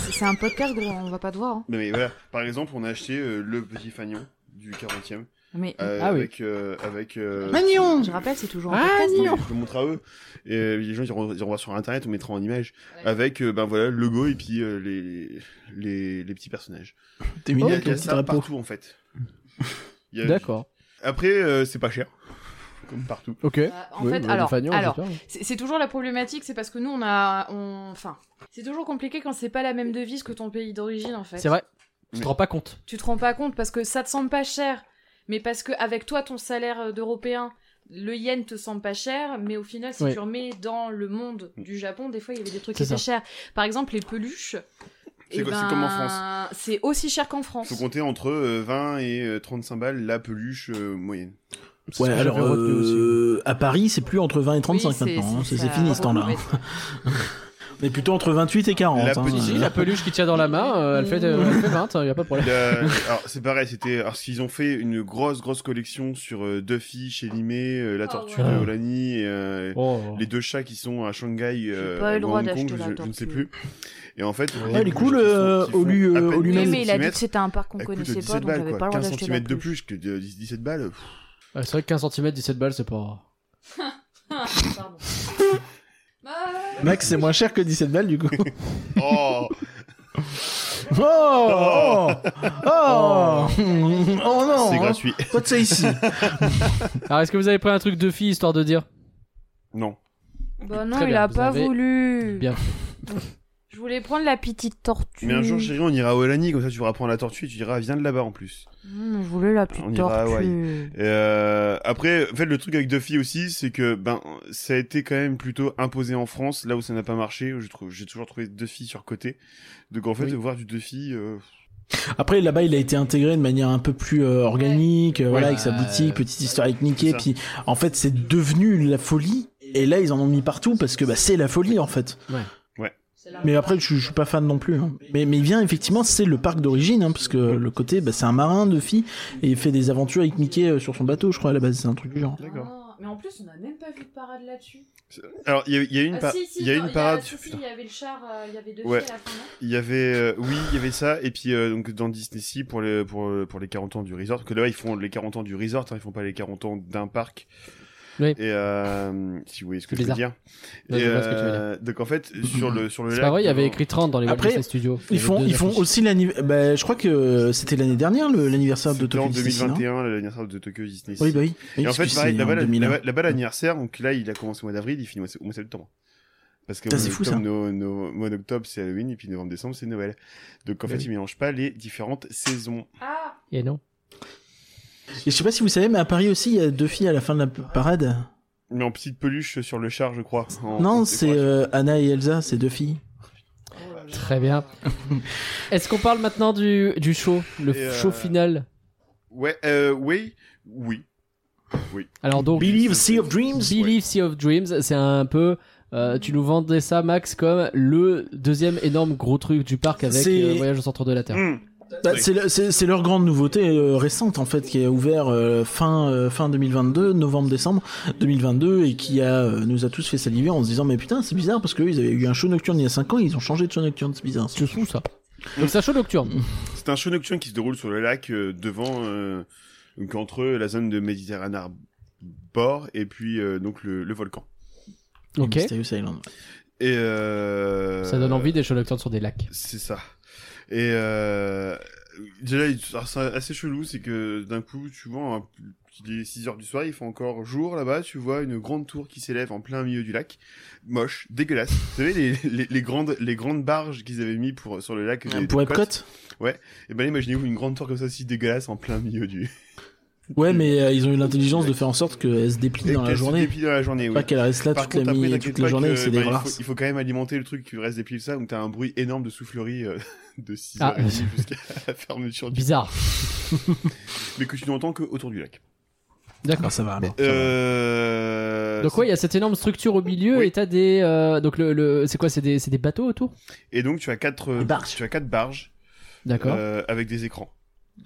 E: C'est c'est un podcast, gros, on va pas te voir. hein.
C: Non, mais voilà, par exemple, on a acheté euh, le petit fanion du 40e
E: Mais
C: euh,
A: Ah oui.
C: avec euh, avec euh,
B: Magnon
E: je rappelle, c'est toujours un
A: Ah,
E: podcast. hein.
C: je le montre à eux et euh, les gens ils iront, ils iront voir sur internet, on mettra en image avec euh, ben voilà le logo et puis euh, les, les les petits personnages.
B: T'es
C: Il y
B: mignon
C: a,
B: avec
C: il y
B: ton
C: a
B: petit
C: ça
B: drapeau.
C: partout en fait. Il y a-
A: D'accord.
C: Après euh, c'est pas cher comme partout.
A: Ok.
E: Bah, en fait, alors, alors, c'est c'est toujours la problématique, c'est parce que nous, on a, on, enfin, c'est toujours compliqué quand c'est pas la même devise que ton pays d'origine, en fait.
A: c'est vrai. Tu te rends pas compte.
E: Tu te rends pas compte parce que ça te semble pas cher, mais parce que avec toi, ton salaire euh, d'européen, le yen te semble pas cher, mais au final, si
A: Ouais.
E: tu remets dans le monde du Japon, des fois, il y avait des trucs qui
A: C'est
E: étaient
A: ça.
E: chers. Par exemple, les peluches.
C: C'est
E: Eh
C: quoi- c'est
E: ben,
C: comme en France.
E: C'est aussi cher qu'en France.
C: Faut compter entre euh, 20 et euh, 35 balles la peluche euh, moyenne.
A: C'est
B: Ouais,
A: ce que
B: alors
A: j'avais retenu aussi.
B: euh, à Paris, c'est plus entre 20 et 35
E: Oui, c'est-
B: maintenant. hein.
E: c'est
B: C'est c'est
E: ça.
B: fini ce temps-là. hein. On est plutôt entre 28 et 40.
C: La
B: hein.
C: petite-
A: Si, la peluche qui tient dans la main, euh, elle, fait, euh, elle fait 20, il n'y a pas de problème.
C: La- alors c'est pareil, c'était alors qu'ils ont fait une grosse grosse collection sur euh, Duffy chez Limé, euh, la
J: Oh,
C: tortue
B: Ah.
A: ouais.
C: de Olani et euh,
A: Oh.
C: les deux chats qui sont à Shanghai euh,
E: pas eu le
C: ou à
E: droit
C: Hong Kong,
E: d'acheter
C: je,
E: la
C: je ne sais
E: tortue.
C: plus. Et en fait,
B: elle est cool, euh, au lieu-
C: lieu
B: au lieu
E: Oui,
B: même
E: mais il a dit que c'était un parc qu'on connaissait pas, donc
C: balles,
E: j'avais
C: quoi.
E: pas le droit
C: 15
E: d'acheter la
C: cm de
E: peluche.
C: plus que de- 17 balles. pff,
A: Ouais, c'est vrai que 15 cm, 17 balles, c'est pas.
J: Pardon. Bah,
B: Max, c'est moins cher que 17 balles du coup.
C: Oh
B: Oh Oh Oh, Oh non
C: C'est
B: hein.
C: gratuit.
B: Pas de ça ici
A: Alors, est-ce que vous avez pris un truc de fille histoire de dire
C: Non.
E: Bah non,
A: Très
E: il
A: bien,
E: a
A: vous
E: pas
A: avez
E: voulu.
A: bien
E: Je voulais prendre la petite tortue.
C: Mais un jour, chérie, on ira à Olani, comme ça tu vas prendre la tortue et tu diras, viens de là-bas en plus.
E: Hmm, je voulais la petite
C: Ah, On ira à
E: tortue.
C: Euh, après, en fait, le truc avec Duffy aussi, c'est que ben ça a été quand même plutôt imposé en France, là où ça n'a pas marché. Je trouve, j'ai toujours trouvé Duffy surcoté. Donc en fait,
A: Oui.
C: de voir du Duffy, euh,
B: Après, là-bas, il a été intégré de manière un peu plus euh, organique, euh, voilà,
A: Ouais.
B: avec sa boutique, petite histoire avec Mickey,
C: C'est ça.
B: puis en fait, c'est devenu la folie, et là, ils en ont mis partout, parce que bah, c'est la folie, en fait.
J: C'est la-
B: Mais après, je, je suis pas fan non plus. hein. Mais, mais il vient, effectivement, c'est le parc d'origine, hein, parce que le côté, bah, c'est un marin de filles, et il fait des aventures avec Mickey euh, sur son bateau, je crois, à la base, c'est un truc du genre.
C: D'accord.
J: Ah, mais en plus, on n'a même pas vu de parade là-dessus.
C: alors il y a, il y a une,
J: Ah,
C: par-
J: si, si,
C: il y a
J: non,
C: une parade.
J: si, si,
C: putain.
J: il y avait le char, euh, il y avait deux
C: Ouais.
J: filles à la fin. non
C: Il y avait, euh, oui, il y avait ça, et puis euh, donc dans Disney Sea pour les pour euh, pour les 40 ans du resort, que là ils font les 40 ans du resort, hein, ils font pas les 40 ans d'un parc.
A: Oui.
C: Et euh, si vous voyez ce que
A: C'est
C: je veux
A: bizarre.
C: dire.
A: Ouais,
C: Et,
A: je vois ce que tu veux dire.
C: euh, donc en fait sur le sur le
A: C'est
C: lac,
A: pas vrai, il y avait
C: dans-
A: écrit 30 dans les Walt
B: Après,
A: Disney Studios. Il y
B: Ils
A: avait
B: font,
A: deux
B: ils font
A: affiches.
B: aussi l'anniversaire. Bah, je crois que c'était l'année dernière le- l'anniversaire de
C: C'était
B: Tokyo
C: en
B: Disney Sea, non
C: 2021 l'anniversaire de Tokyo Disney. Sea.
B: Oui, bah oui.
C: Et en
B: Parce
C: fait,
B: que
C: pareil,
B: c'est
C: là-bas,
B: en 2001.
C: là-bas, là-bas, l'anniversaire, donc là, il a commencé au mois d'avril, il finit au mois- au mois de septembre. Parce que
B: Ça,
C: au
B: c'est
C: mois
B: fou,
C: d'octobre,
B: ça.
C: nos- nos- mois d'octobre, c'est Halloween, et puis novembre-décembre, c'est Noël. Donc, en
B: Bah
C: fait,
A: oui.
C: ils mélangent pas les différentes saisons.
J: Ah,
A: Et non.
B: Et je sais pas si vous savez, mais à Paris aussi, il y a deux filles à la fin de la p- parade.
C: Mais en petite peluche sur le char, je crois. En- en
B: non, c'est
C: décoration.
B: euh, Anna et Elsa, c'est deux filles.
A: Très bien. Est-ce qu'on parle maintenant du, du show, le
C: Et, euh,
A: show final
C: Ouais, euh, oui, oui.
A: Alors donc,
B: Believe Sea of Dreams.
A: Believe Sea of Dreams, c'est un peu. euh, tu nous vendais ça, Max, comme le deuxième énorme gros truc du parc avec
B: C'est-
A: euh, Voyage au centre de la Terre.
C: Hum.
B: Bah, c'est le- c'est c'est leur grande nouveauté euh, récente en fait qui a ouvert euh, fin euh, fin 2022, novembre décembre 2022 et qui a euh, nous a tous fait saliver en se disant mais putain c'est bizarre parce que eux, ils avaient eu un show nocturne il y a 5 ans, ils ont changé de show nocturne, c'est bizarre.
A: C'est fou ça. Donc c'est un show nocturne.
C: C'est un show nocturne qui se déroule sur le lac euh, devant, euh, donc entre la zone de Méditerranée bord et puis euh, donc le, le volcan. Mm.
A: Ok.
B: Mysterious Island.
C: Et euh...
A: Ça donne envie des shows nocturnes sur des lacs.
C: C'est ça. Et euh... déjà, il- alors, c'est assez chelou, c'est que d'un coup, tu vois, un- il est 6 heures du soir, il fait encore jour là-bas, tu vois une grande tour qui s'élève en plein milieu du lac, moche, dégueulasse. Vous savez les, les, les grandes les grandes barges qu'ils avaient mis pour sur le lac des-
B: Pour
C: des
B: Epcot
C: côtes. Et ben imaginez-vous une grande tour comme ça si dégueulasse en plein milieu du.
B: Ouais, mais euh, ils ont eu l'intelligence de faire en sorte qu'elle se déplie
C: Et
B: dans la
C: qu'elle se
B: journée.
C: déplie dans la journée. oui.
B: Pas qu'elle reste là
C: Par
B: toute la,
C: contre,
B: mi-
C: après,
B: toute
C: t'inquiète
B: la
C: pas
B: journée,
C: que,
B: c'est
C: bah,
B: des
C: il,
B: rares.
C: faut, il faut quand même alimenter le truc, tu restes des piles ça, donc t'as un bruit énorme de soufflerie euh, de 6h30
A: Ah.
C: jusqu'à la fermeture du
A: Bizarre.
C: mais que tu n'entends que autour du lac.
B: Ah,
A: D'accord.
B: ça va. alors.
C: Euh...
A: Donc ouais, il y a cette énorme structure au milieu
C: Oui.
A: et t'as des euh, donc le, le- c'est quoi c'est des c'est des bateaux autour
C: Et donc tu as quatre
B: Des barges.
C: tu as quatre barges
A: D'accord.
C: euh, avec des écrans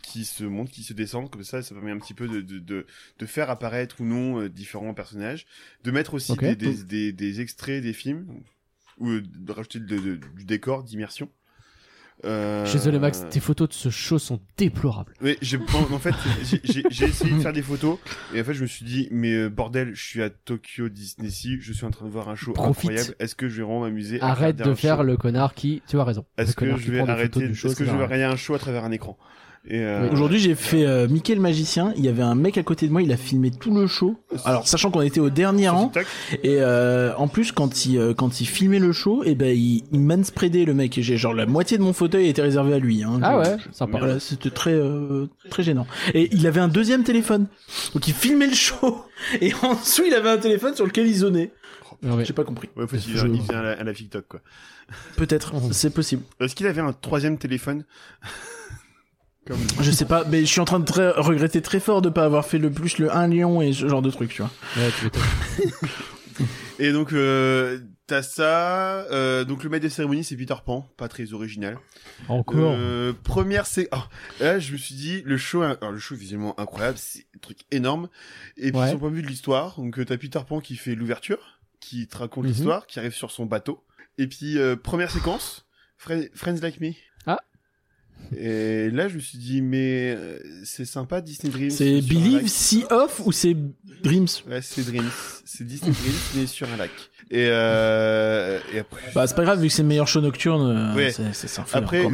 C: qui se montent, qui se descendent comme ça, ça permet un petit peu de de, de, de faire apparaître ou non euh, différents personnages, de mettre aussi
A: Ok.
C: des, des, des, des extraits des films ou euh, de rajouter de- de- du décor d'immersion. Euh...
A: Je suis désolé Max, tes photos de ce show sont déplorables.
C: Ouais, j'ai en en fait j'ai- j'ai j'ai essayé de faire des photos et en fait je me suis dit mais euh, bordel je suis à Tokyo Disney Sea je suis en train de voir un show
A: Profite.
C: incroyable est-ce que je vais vraiment m'amuser à
A: Arrête
C: regarder
A: de
C: un
A: faire
C: show
A: le connard qui, tu as raison. Le
C: est-ce que
A: connard qui
C: je vais
A: prend des photos
C: arrêter
A: du show,
C: est-ce
A: c'est
C: que je vais
A: normal.
C: regarder un show à travers un écran Et, euh,
B: Aujourd'hui, j'ai fait euh, Mickey le magicien. Il y avait un mec à côté de moi, il a filmé tout le show. Alors, sachant qu'on était au dernier
A: hein
C: sur
B: rang,
C: TikTok,
B: et euh, en plus, quand il euh, quand il filmait le show, et ben il, il manspreadait le mec. Et j'ai genre la moitié de mon fauteuil était réservé à lui. Hein.
A: Ah
B: Je-
A: ouais, sympa.
B: Voilà, c'était très euh, très gênant. Et il avait un deuxième téléphone, donc il filmait le show. Et en dessous, il avait un téléphone sur lequel il zonnait.
A: Non, mais-
B: J'ai pas compris.
C: ouais, faut qu'il il vient à la, à la TikTok, quoi.
B: Peut-être,
C: Mmh.
B: c'est possible.
C: Est-ce qu'il avait un troisième téléphone Comme...
B: Je sais pas, mais je suis en train de très- regretter très fort de pas avoir fait le plus le 1 lion et ce genre de truc, tu vois.
A: Ouais, tu m'étonnes.
C: Et donc, euh, t'as ça. euh, donc, le maître des cérémonies, c'est Peter Pan. Pas très original.
A: Encore.
C: Euh, première c'est là je me suis dit le show alors, le show est visuellement incroyable c'est un truc énorme et puis
A: Ouais.
C: son point de vue de l'histoire donc euh, t'as Peter Pan qui fait l'ouverture qui te raconte
A: Mhm.
C: l'histoire qui arrive sur son bateau et puis euh, première séquence Fri- Friends Like Me
A: Ah.
C: et là je me suis dit mais euh, c'est sympa Disney Dreams
B: C'est
C: sur un
B: Believe,
C: lac.
B: Sea Off ou c'est Dreams
C: ouais c'est Dreams c'est Disney Dreams mais sur un lac et euh, et après
B: Bah c'est pas grave vu que c'est le meilleur show nocturne. euh,
C: Ouais.
B: c'est- C'est ça.
C: Après, je-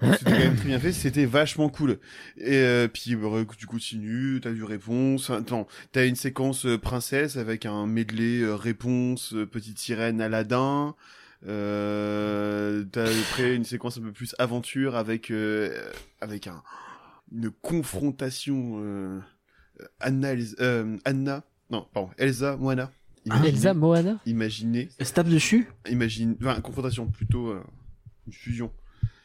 C: c'était quand même très bien fait, c'était vachement cool. Et euh, puis bah, tu continues, t'as du réponse. hein, Attends, t'as une séquence euh, princesse avec un medley euh, réponse, euh, petite sirène, Aladdin. Euh, t'as après une séquence un peu plus aventure avec euh, avec un une confrontation euh, Anna, Elsa- euh, Anna, non pardon Elsa Moana. Imagine-
A: Ah, Elsa Moana
C: imaginez
B: Elle se tape dessus
C: imagine, enfin, confrontation plutôt, euh, une fusion.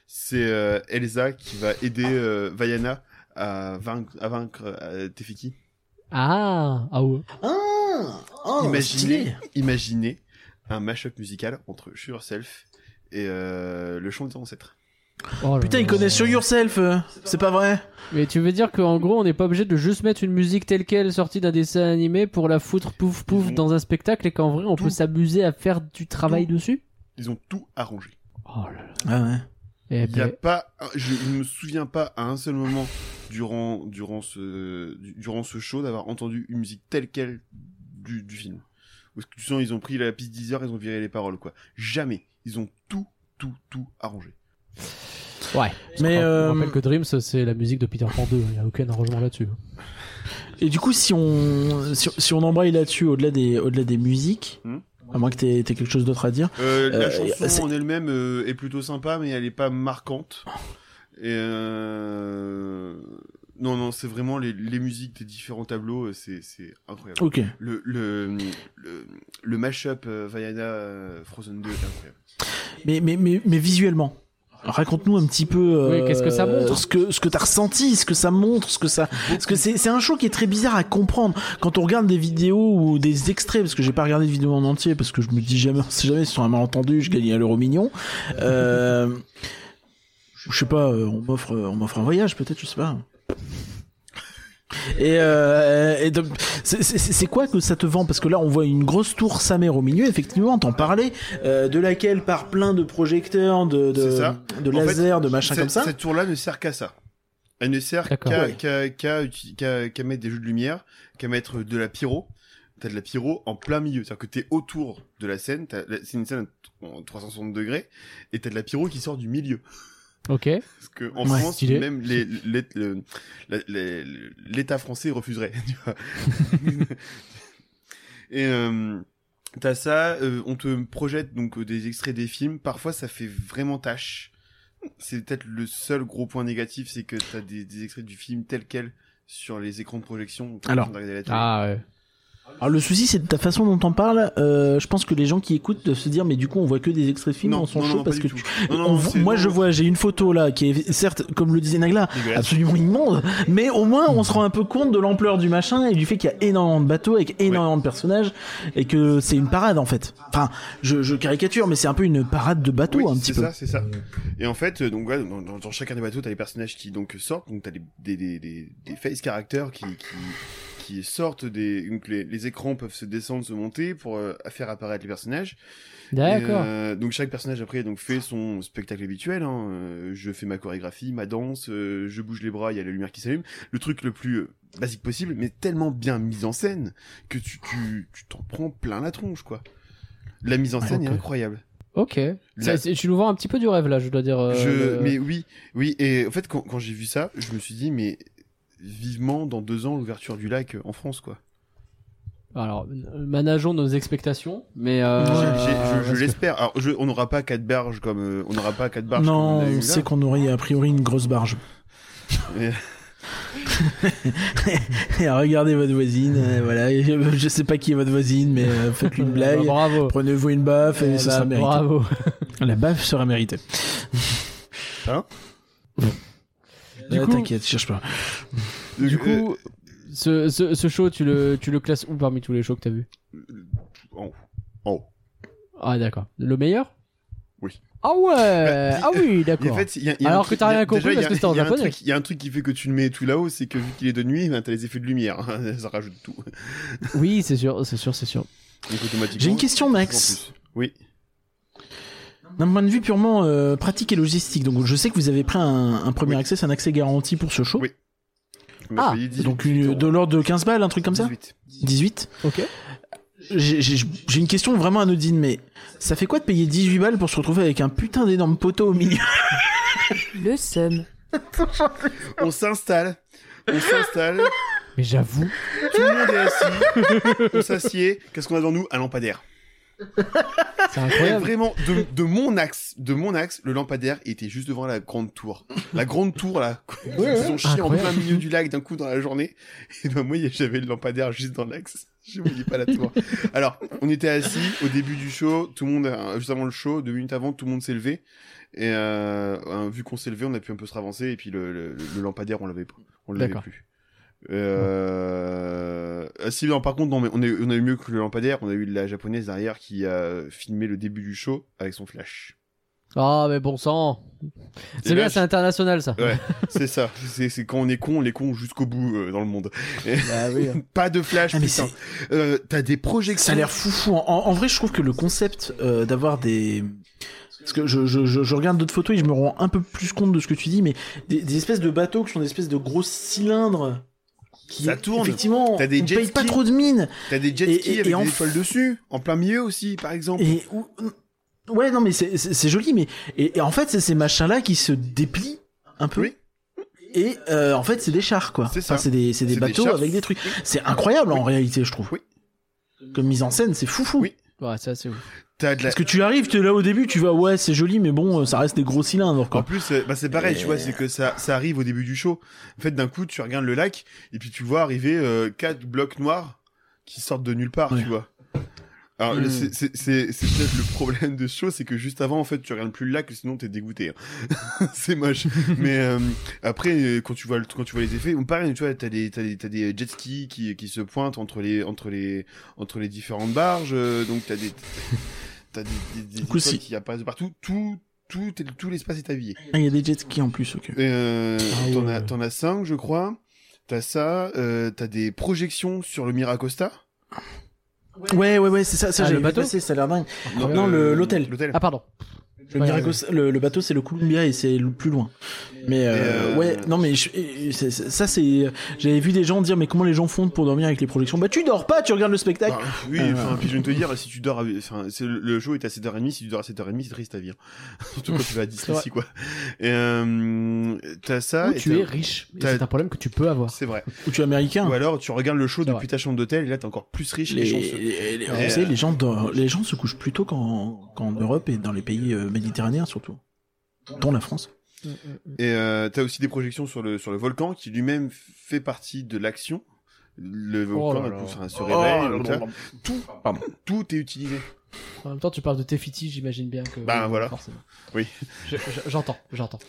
C: C'est euh, Elsa qui va aider euh, Vaiana à vaincre, à vaincre euh, Tefiki.
A: Ah, ah ouais.
B: Ah, oh,
C: imaginez, imaginez un mash-up musical entre Show Yourself et euh, le chant des ancêtres.
A: Oh là
B: Putain, ils
A: là.
B: connaissent Sur Yourself, euh, c'est pas vrai
A: Mais tu veux dire qu'en gros, on n'est pas obligé de juste mettre une musique telle quelle sortie d'un dessin animé pour la foutre pouf pouf dans un spectacle et qu'en vrai, on peut s'amuser à faire du travail dessus
C: Ils ont tout arrangé.
A: Oh là là.
B: Ah ouais.
A: Eh
C: Il y a
A: ben,
C: pas, je ne me souviens pas à un seul moment durant durant ce du- durant ce show d'avoir entendu une musique telle quelle du, du film. Ou est-ce que tu sens ils ont pris la piste Deezer, ils ont viré les paroles quoi. Jamais. Ils ont tout tout tout arrangé.
A: ouais.
B: Mais,
A: Mais
B: euh,
A: rappelle que Dreams, c'est la musique de Peter Pan 2. Il n'y a aucun arrangement là-dessus. hein.
B: Et du coup, si on, si, si on embraye là-dessus, au-delà des, au-delà des musiques,
C: Hmm.
B: à moins que t'aies, t'aies quelque chose d'autre à dire,
C: Euh, la
B: Euh, c'est-
C: chanson en elle-même euh, est plutôt sympa mais elle est pas marquante. Et euh, non non c'est vraiment les, les musiques des différents tableaux euh, c'est c'est incroyable.
B: ok.
C: Le le le, le mashup euh, Vaiana euh, Frozen 2 est incroyable.
B: Mais, mais, mais, mais visuellement, raconte-nous un petit peu euh,
A: Oui, qu'est-ce que ça montre
B: ce que, ce que t'as ressenti, ce que ça montre, ce que ça... Parce que c'est, c'est un show qui est très bizarre à comprendre. Quand on regarde des vidéos ou des extraits, parce que j'ai pas regardé de vidéo en entier, parce que je me dis jamais, on sait jamais si c'est un malentendu, je gagne à l'euro mignon. Euh... Je sais pas, euh, on m'offre, on m'offre un voyage peut-être, je sais pas. Et, euh, et donc, c'est- c'est c'est quoi que ça te vend Parce que là, on voit une grosse tour sa mère au milieu, effectivement, t'en parlais, euh, de laquelle par plein de projecteurs, de,
C: C'est
B: de,
C: ça.
B: de
C: En fait,
B: lasers, de machin
C: Cette-
B: comme ça.
C: Cette tour-là ne sert qu'à ça. Elle ne sert qu'à
A: D'accord. Ouais.
C: qu'à- qu'à uti- qu'à- qu'à mettre des jeux de lumière, qu'à mettre de la pyro. T'as de la pyro en plein milieu. C'est-à-dire que t'es autour de la scène, t'as la- c'est une scène en 360 degrés, et t'as de la pyro qui sort du milieu.
A: Ok.
C: Parce que en
B: Ouais,
C: France,
A: stylé.
C: même les- les- le- la- les- l'État français refuserait. tu vois. Et euh, t'as ça, euh, on te projette donc euh, des extraits des films. Parfois, ça fait vraiment tâche. C'est peut-être le seul gros point négatif, c'est que t'as des, des extraits du film tels quels sur les écrans de projection. Donc, t'as
B: Alors.
C: l'impression de regarder la télé.
A: Ah ouais.
B: Alors le souci, c'est de ta façon dont on parle. Euh, je pense que les gens qui écoutent doivent se dire, mais du coup, on voit que des extraits de films en son show parce
C: pas
B: que
C: du
B: tu-
C: tout. Non, non,
B: on
C: non,
B: voit-
C: c'est-
B: moi,
C: non,
B: je vois, j'ai une photo là qui est certes, comme le disait Nagla,
C: dégueulasse.
B: absolument immonde, mais au moins on se rend un peu compte de l'ampleur du machin et du fait qu'il y a énormément de bateaux avec énormément de personnages et que c'est une parade en fait. Enfin, je, je caricature, mais c'est un peu une parade de bateaux
C: Oui,
B: un petit
C: c'est
B: peu.
C: ça, c'est ça. Et en fait, euh, donc voilà, dans, dans- dans chacun des bateaux, t'as les personnages qui donc sortent, donc t'as des, des, des, des, des face characters qui, qui, qui sortent des, donc les, les écrans peuvent se descendre, se monter pour euh, faire apparaître les personnages.
A: D'accord.
C: Et, euh, donc chaque personnage après donc fait son spectacle habituel. hein. Euh, je fais ma chorégraphie, ma danse, euh, je bouge les bras, il y a la lumière qui s'allume. Le truc le plus euh, basique possible, mais tellement bien mis en scène que tu tu tu t'en prends plein la tronche quoi. La mise en
B: Ouais,
C: scène
B: Ah, ok.
C: est incroyable.
A: Ok.
C: La-
A: Ça, c'est- tu nous vends un petit peu du rêve là, je dois dire. euh,
C: je,
A: le-
C: mais oui, oui. Et en fait, quand, quand j'ai vu ça, je me suis dit, mais vivement dans deux ans l'ouverture du lac euh, en France, quoi.
A: Alors, euh, manageons nos expectations, mais. euh,
C: J'ai- j'ai- je- je
A: parce que-
C: l'espère. Alors, je- on n'aura pas quatre barges comme euh, on n'aura pas quatre barges.
B: non,
C: comme on a eu
B: on
C: là.
B: sait qu'on aurait a priori une grosse barge.
C: Mais-
B: Et alors, regardez votre voisine, euh, voilà, je je sais pas qui est votre voisine, mais euh, faites-lui une
A: Bah,
B: blague,
A: bravo.
B: prenez-vous une baffe et
A: Eh
B: ça
A: bah,
B: sera mérité.
A: bravo.
B: La baffe sera méritée.
C: Hein
A: Du
B: Euh,
A: coup-
B: T'inquiète, cherche pas.
C: Donc,
A: Du
C: euh,
A: coup, ce, ce, ce show, tu le, tu le classes où parmi tous les shows que t'as vu
C: euh, en haut. En haut.
A: Ah d'accord. Le meilleur
C: Oui.
A: Ah ouais
C: Bah,
A: Ah oui,
C: Mais en
A: d'accord.
C: fait, il y a- il y a un
A: Alors
C: truc-
A: que t'as
C: il y a-
A: rien compris
C: déjà, il y a-
A: parce que c'était en
C: il y a un
A: japonais.
C: truc- Il y a un truc qui fait que tu le mets tout là-haut, c'est que vu qu'il est de nuit, ben, t'as les effets de lumière. ça rajoute tout.
A: Oui, c'est sûr, c'est sûr, c'est sûr.
C: Donc, automatiquement,
B: J'ai une question, Max.
C: en plus. Oui.
B: D'un point de vue purement euh, pratique et logistique, donc je sais que vous avez pris un, un premier
C: Oui.
B: accès, c'est un accès garanti pour ce show.
C: Oui. On a
B: Ah,
C: payé 18
B: donc une-
C: euros.
B: de l'ordre de 15 balles, un truc comme ça
C: 18.
B: 18
A: Ok.
B: J'ai j'ai- j'ai une question vraiment anodine, mais ça fait quoi de payer 18 balles pour se retrouver avec un putain d'énorme poteau au milieu
E: Le seum.
C: On s'installe. On s'installe.
A: Mais j'avoue.
C: Tout le monde est assis. On s'assied. Qu'est-ce qu'on a dans nous Un lampadaire.
A: C'est
C: Et
A: incroyable.
C: vraiment, de, de mon axe, de mon axe, le lampadaire était juste devant la grande tour. La grande tour, là. Ils se sont chiés en plein
A: Incroyable.
C: milieu du lac d'un coup dans la journée. Et ben, moi, j'avais le lampadaire juste dans l'axe. Je voyais pas la tour. Alors, on était assis au début du show. Tout le monde, euh, juste avant le show, deux minutes avant, tout le monde s'est levé. Et euh, euh, vu qu'on s'est levé, on a pu un peu se ravancer. Et puis, le, le, le lampadaire, on l'avait pas. On l'avait
A: D'accord.
C: plus. Euh... ah, si, non, par contre, non, mais on a, eu- on a eu mieux que le lampadaire. On a eu la japonaise derrière qui a filmé le début du show avec son flash.
A: Ah mais bon sang.
C: Et
A: C'est bien,
C: là,
A: c'est international ça.
C: Ouais, c'est ça. C'est c'est quand on est con, on est con jusqu'au bout euh, dans le monde.
A: Bah oui. hein.
C: Pas de flash,
B: Ah, mais
C: putain. Euh, T'as des projections.
B: Ça a l'air foufou. En, en vrai, je trouve que le concept euh, d'avoir des... Parce que je, je, je, je regarde d'autres photos et je me rends un peu plus compte de ce que tu dis, mais des, des espèces de bateaux qui sont des espèces de gros cylindres. Qui,
C: Ça tourne.
B: Effectivement,
C: T'as des
B: on
C: jet
B: paye pas
C: skis.
B: trop de mine.
C: T'as des jet
B: Et-
C: skis
B: et-
C: avec
B: et
C: des
B: en-
C: étoiles dessus, en plein milieu aussi, par exemple.
B: Et ou- ouais, non, mais c'est- c'est c'est joli, mais et, et en fait, c'est ces machins-là qui se déplient un peu.
C: Oui.
B: Et euh, en fait, c'est des chars, quoi.
C: C'est ça.
B: Enfin, c'est des, c'est des
C: C'est des
B: bateaux
C: chars.
B: avec des trucs. C'est incroyable en réalité, je trouve.
C: Oui.
B: Comme mise en scène, c'est fou fou.
C: Oui.
A: Ouais, ça c'est ouf.
C: T'as de la...
B: Parce que tu arrives, t'es là au début, tu vas ouais, c'est joli, mais bon, euh, ça reste des gros cylindres,
C: En
B: quoi.
C: plus, euh, bah, c'est pareil, tu vois, c'est que ça, ça arrive au début du show. En fait, d'un coup, tu regardes le lac, et puis tu vois arriver euh, quatre blocs noirs qui sortent de nulle part,
B: Ouais. Hmm.
C: tu vois. Alors, le- c'est c'est- c'est- c'est peut-être le problème de ce show, c'est que juste avant, en fait, tu regardes plus le lac, sinon t'es dégoûté. hein. c'est moche. Mais euh, après, euh, quand tu vois le, quand tu vois les effets, pareil, tu vois, t'as des, t'as des, t'as des euh, jet skis qui, qui se pointent entre les, entre les, entre les différentes barges, euh, donc t'as des, t'as des, des, des
B: Du coup,
C: étoiles
B: si.
C: qui apparaissent partout. Tout, tout, est- tout l'espace est habillé.
B: Ah, Il y a des jet skis en plus, ok.
C: Euh,
A: Ah
C: t'en
A: ouais.
C: as- T'en as 5, je crois. T'as ça, euh, t'as des projections sur le Miracosta.
B: Ouais, ouais, ouais, c'est ça, ça
A: Ah,
B: j'ai
A: le
B: vu
A: bateau
B: passer, ça a l'air dingue.
C: Non,
B: Ah Non, le-
C: euh,
B: l'hôtel.
C: L'hôtel.
A: Ah pardon.
B: Le,
A: Ouais,
B: Miracos- le, le bateau, c'est le Columbia et c'est le plus loin. Mais euh,
C: euh,
B: ouais, non mais je- et- et c'est- c'est- ça c'est, j'avais vu des gens dire mais comment les gens font pour dormir avec les projections Bah tu dors pas, tu regardes le spectacle.
C: Bah, oui,
B: Euh,
C: enfin, puis je viens de te dire, si tu dors, à- enfin, c'est- le show est à 7h30, si tu dors à 7h30, c'est triste à vivre. Surtout quand tu vas à Disney, quoi. Et, euh, t'as ça.
A: Ou
C: et
A: tu es
C: t'as-
A: riche. et
C: t'as-
A: C'est un problème que tu peux avoir.
C: C'est vrai.
B: Ou tu es américain.
C: Ou alors, tu regardes le show
A: C'est vrai.
C: depuis ta chambre d'hôtel, et là, t'es encore plus riche
B: les,
C: et chanceux.
B: les- les-
C: Euh,
B: vous savez, les gens, dor- les gens se couchent plus tôt qu'en qu'en Europe et dans les pays euh, méditerranéens surtout, dont la France.
C: Et euh, t'as aussi des projections sur le sur le volcan qui lui-même fait partie de l'action. Le volcan
A: Oh là là.
C: enfin, se réveille. donc là, tout,
B: Oh, Pardon.
C: tout est utilisé.
A: En même temps, tu parles de Tefiti, j'imagine bien que.
C: Bah, voilà.
A: forcément.
C: Oui. Hmm.
A: Je- je- J'entends, j'entends.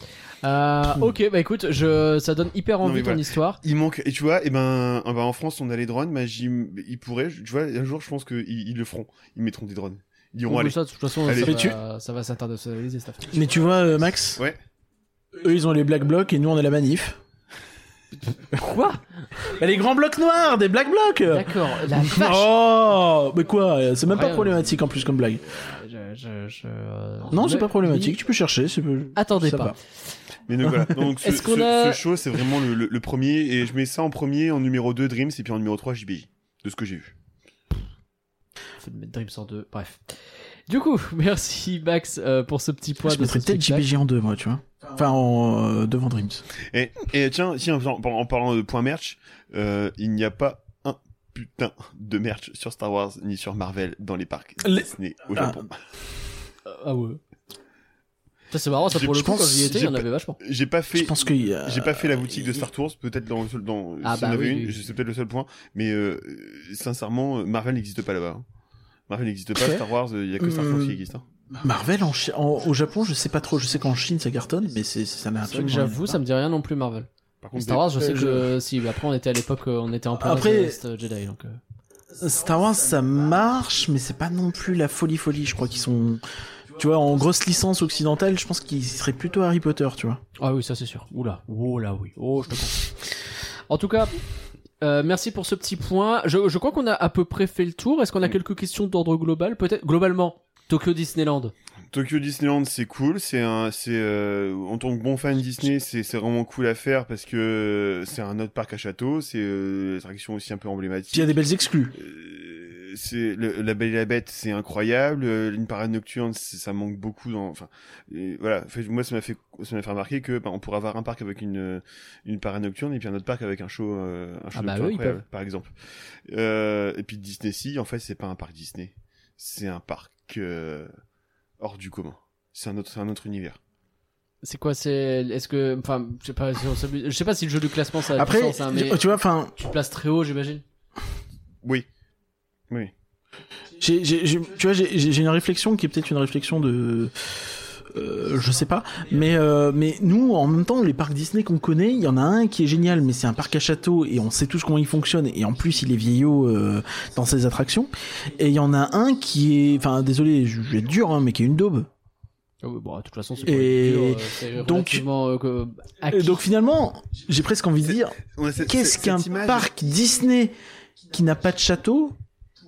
A: Euh, ok, bah écoute, je, ça donne hyper
C: Non,
A: envie
C: mais
A: ton
C: voilà.
A: histoire.
C: Il manque. Et tu vois, et ben, ah ben, en France, on a les drones. Mais j'im- ils pourraient. Tu vois, un jour, je pense qu'ils ils le feront. Ils mettront des drones. Ils diront
A: Bon,
C: allez.
A: ça, de toute façon,
C: Allez.
A: ça
B: Mais
A: va,
B: tu-
A: ça va s'internationaliser cette affaire.
B: Mais tu vois, euh, Max,
C: Ouais.
B: eux ils ont les black blocs et nous on a la manif.
A: Quoi
B: Bah, les grands blocs noirs, des black blocs.
A: D'accord, la vache
B: Oh, mais quoi euh, C'est même pas
A: Rien.
B: problématique en plus comme blague.
A: Je- je- je- euh,
B: Non, c'est
A: mais-
B: pas problématique. Tu peux chercher. c'est peu-
A: Attendez
B: ça
A: pas.
B: va.
C: Mais donc, voilà. Donc, ce,
A: Est-ce qu'on
C: ce-
A: a-
C: ce show, c'est vraiment le, le- le premier. Et je mets ça en premier, en numéro 2, Dreams, et puis en numéro 3, JBJ. De ce que j'ai vu.
A: Faut mettre Dreams en deux, bref. Du coup, merci Max euh, pour ce petit point
B: Je
A: de ce
B: mettrais peut-être
A: spectacle.
B: JPG en deux, moi, tu vois. Enfin, en, euh, devant Dreams.
C: Et, et tiens, si en, en- en parlant de point merch, euh, il n'y a pas un putain de merch sur Star Wars ni sur Marvel dans les parcs
B: Les-
C: Disney au
B: Ah.
C: Japon.
A: Ah ouais. Ça c'est marrant, ça
C: Je-
A: pour le
C: je
A: coup,
C: pense-
A: quand j'y étais, il y en
C: j'ai-
A: avait vachement.
C: J'ai pas
B: Je
C: fait
B: pense euh, qu'il y a...
C: J'ai pas fait la boutique de Star Tours, peut-être dans, le seul- dans
A: Ah
C: s'il y en
A: bah
C: avait
A: oui,
C: une,
A: oui.
C: c'est peut-être le seul point, mais euh, sincèrement, euh, Marvel n'existe pas là-bas. hein. Marvel n'existe pas,
B: Ouais.
C: Star Wars, il y a que Star Wars
B: Euh,
C: qui existe. hein.
B: Marvel en Chi- en- au Japon, je sais pas trop. Je sais qu'en Chine ça cartonne, mais c'est ça m'a un
A: C'est vrai
B: truc.
A: que J'avoue, ça me dit rien non plus Marvel.
C: Par contre,
A: Star Wars, je
B: euh,
A: sais que
B: je-
A: euh, si, mais après on était à l'époque, euh, on était en plein
B: Après-
A: Après... Jedi, donc. euh,
B: Star Wars ça marche, mais c'est pas non plus la folie folie. Je crois qu'ils sont, tu vois, en grosse licence occidentale, je pense qu'ils seraient plutôt Harry Potter, tu vois.
A: Ah oui, ça c'est sûr. Oula, oh là oui, oh je te comprends. en tout cas, euh, merci pour ce petit point. Je, je crois qu'on a à peu près fait le tour. Est-ce qu'on a quelques questions d'ordre global Peut-être globalement, Tokyo Disneyland.
C: Tokyo Disneyland, c'est cool. C'est un, c'est euh, en tant que bon fan Disney, c'est c'est vraiment cool à faire parce que euh, c'est un autre parc à château. C'est euh, une attraction aussi un peu
B: Il y
C: emblématique.
B: a des belles exclus.
C: Euh, c'est le- la Belle et la Bête, c'est incroyable. Euh, Une parade nocturne, c'est- ça manque beaucoup. Dans, enfin, et voilà. En fait, moi, ça m'a fait, ça m'a fait remarquer que ben, on pourrait avoir un parc avec une euh, une parade nocturne et puis un autre parc avec un show, euh, un show
A: Ah bah
C: nocturne
A: eux, ils
C: incroyable, par exemple. Euh, et puis Disney, si en fait, c'est pas un parc Disney, c'est un parc euh, hors du commun. C'est un autre, c'est un autre univers.
A: C'est quoi C'est est-ce que enfin je sais pas, si on s'abuse- je sais pas si le jeu de classement ça a du
B: Après,
A: sens, hein, mais
B: tu vois, enfin,
A: tu te places très haut, j'imagine.
C: Oui, oui.
B: J'ai, j'ai- j'ai- tu vois, j'ai, j'ai j'ai une réflexion qui est peut-être une réflexion de, euh, je sais pas, mais euh, mais nous, en même temps, les parcs Disney qu'on connaît, il y en a un qui est génial, mais c'est un parc à château et on sait tous comment il fonctionne et en plus il est vieillot euh, dans ses attractions. Et il y en a un qui est, enfin, désolé, je je vais être dur, hein, mais qui est une daube.
A: Ah oui, bon, de toute façon, c'est
B: Et
A: pas une culture, euh, c'est
B: donc-
A: relativement, euh, que-
B: Et
A: acquis.
B: donc finalement, j'ai presque envie de dire,
C: On a cette-
B: qu'est-ce
C: cette-
B: qu'un
C: cette image-
B: parc Disney qui n'a pas de château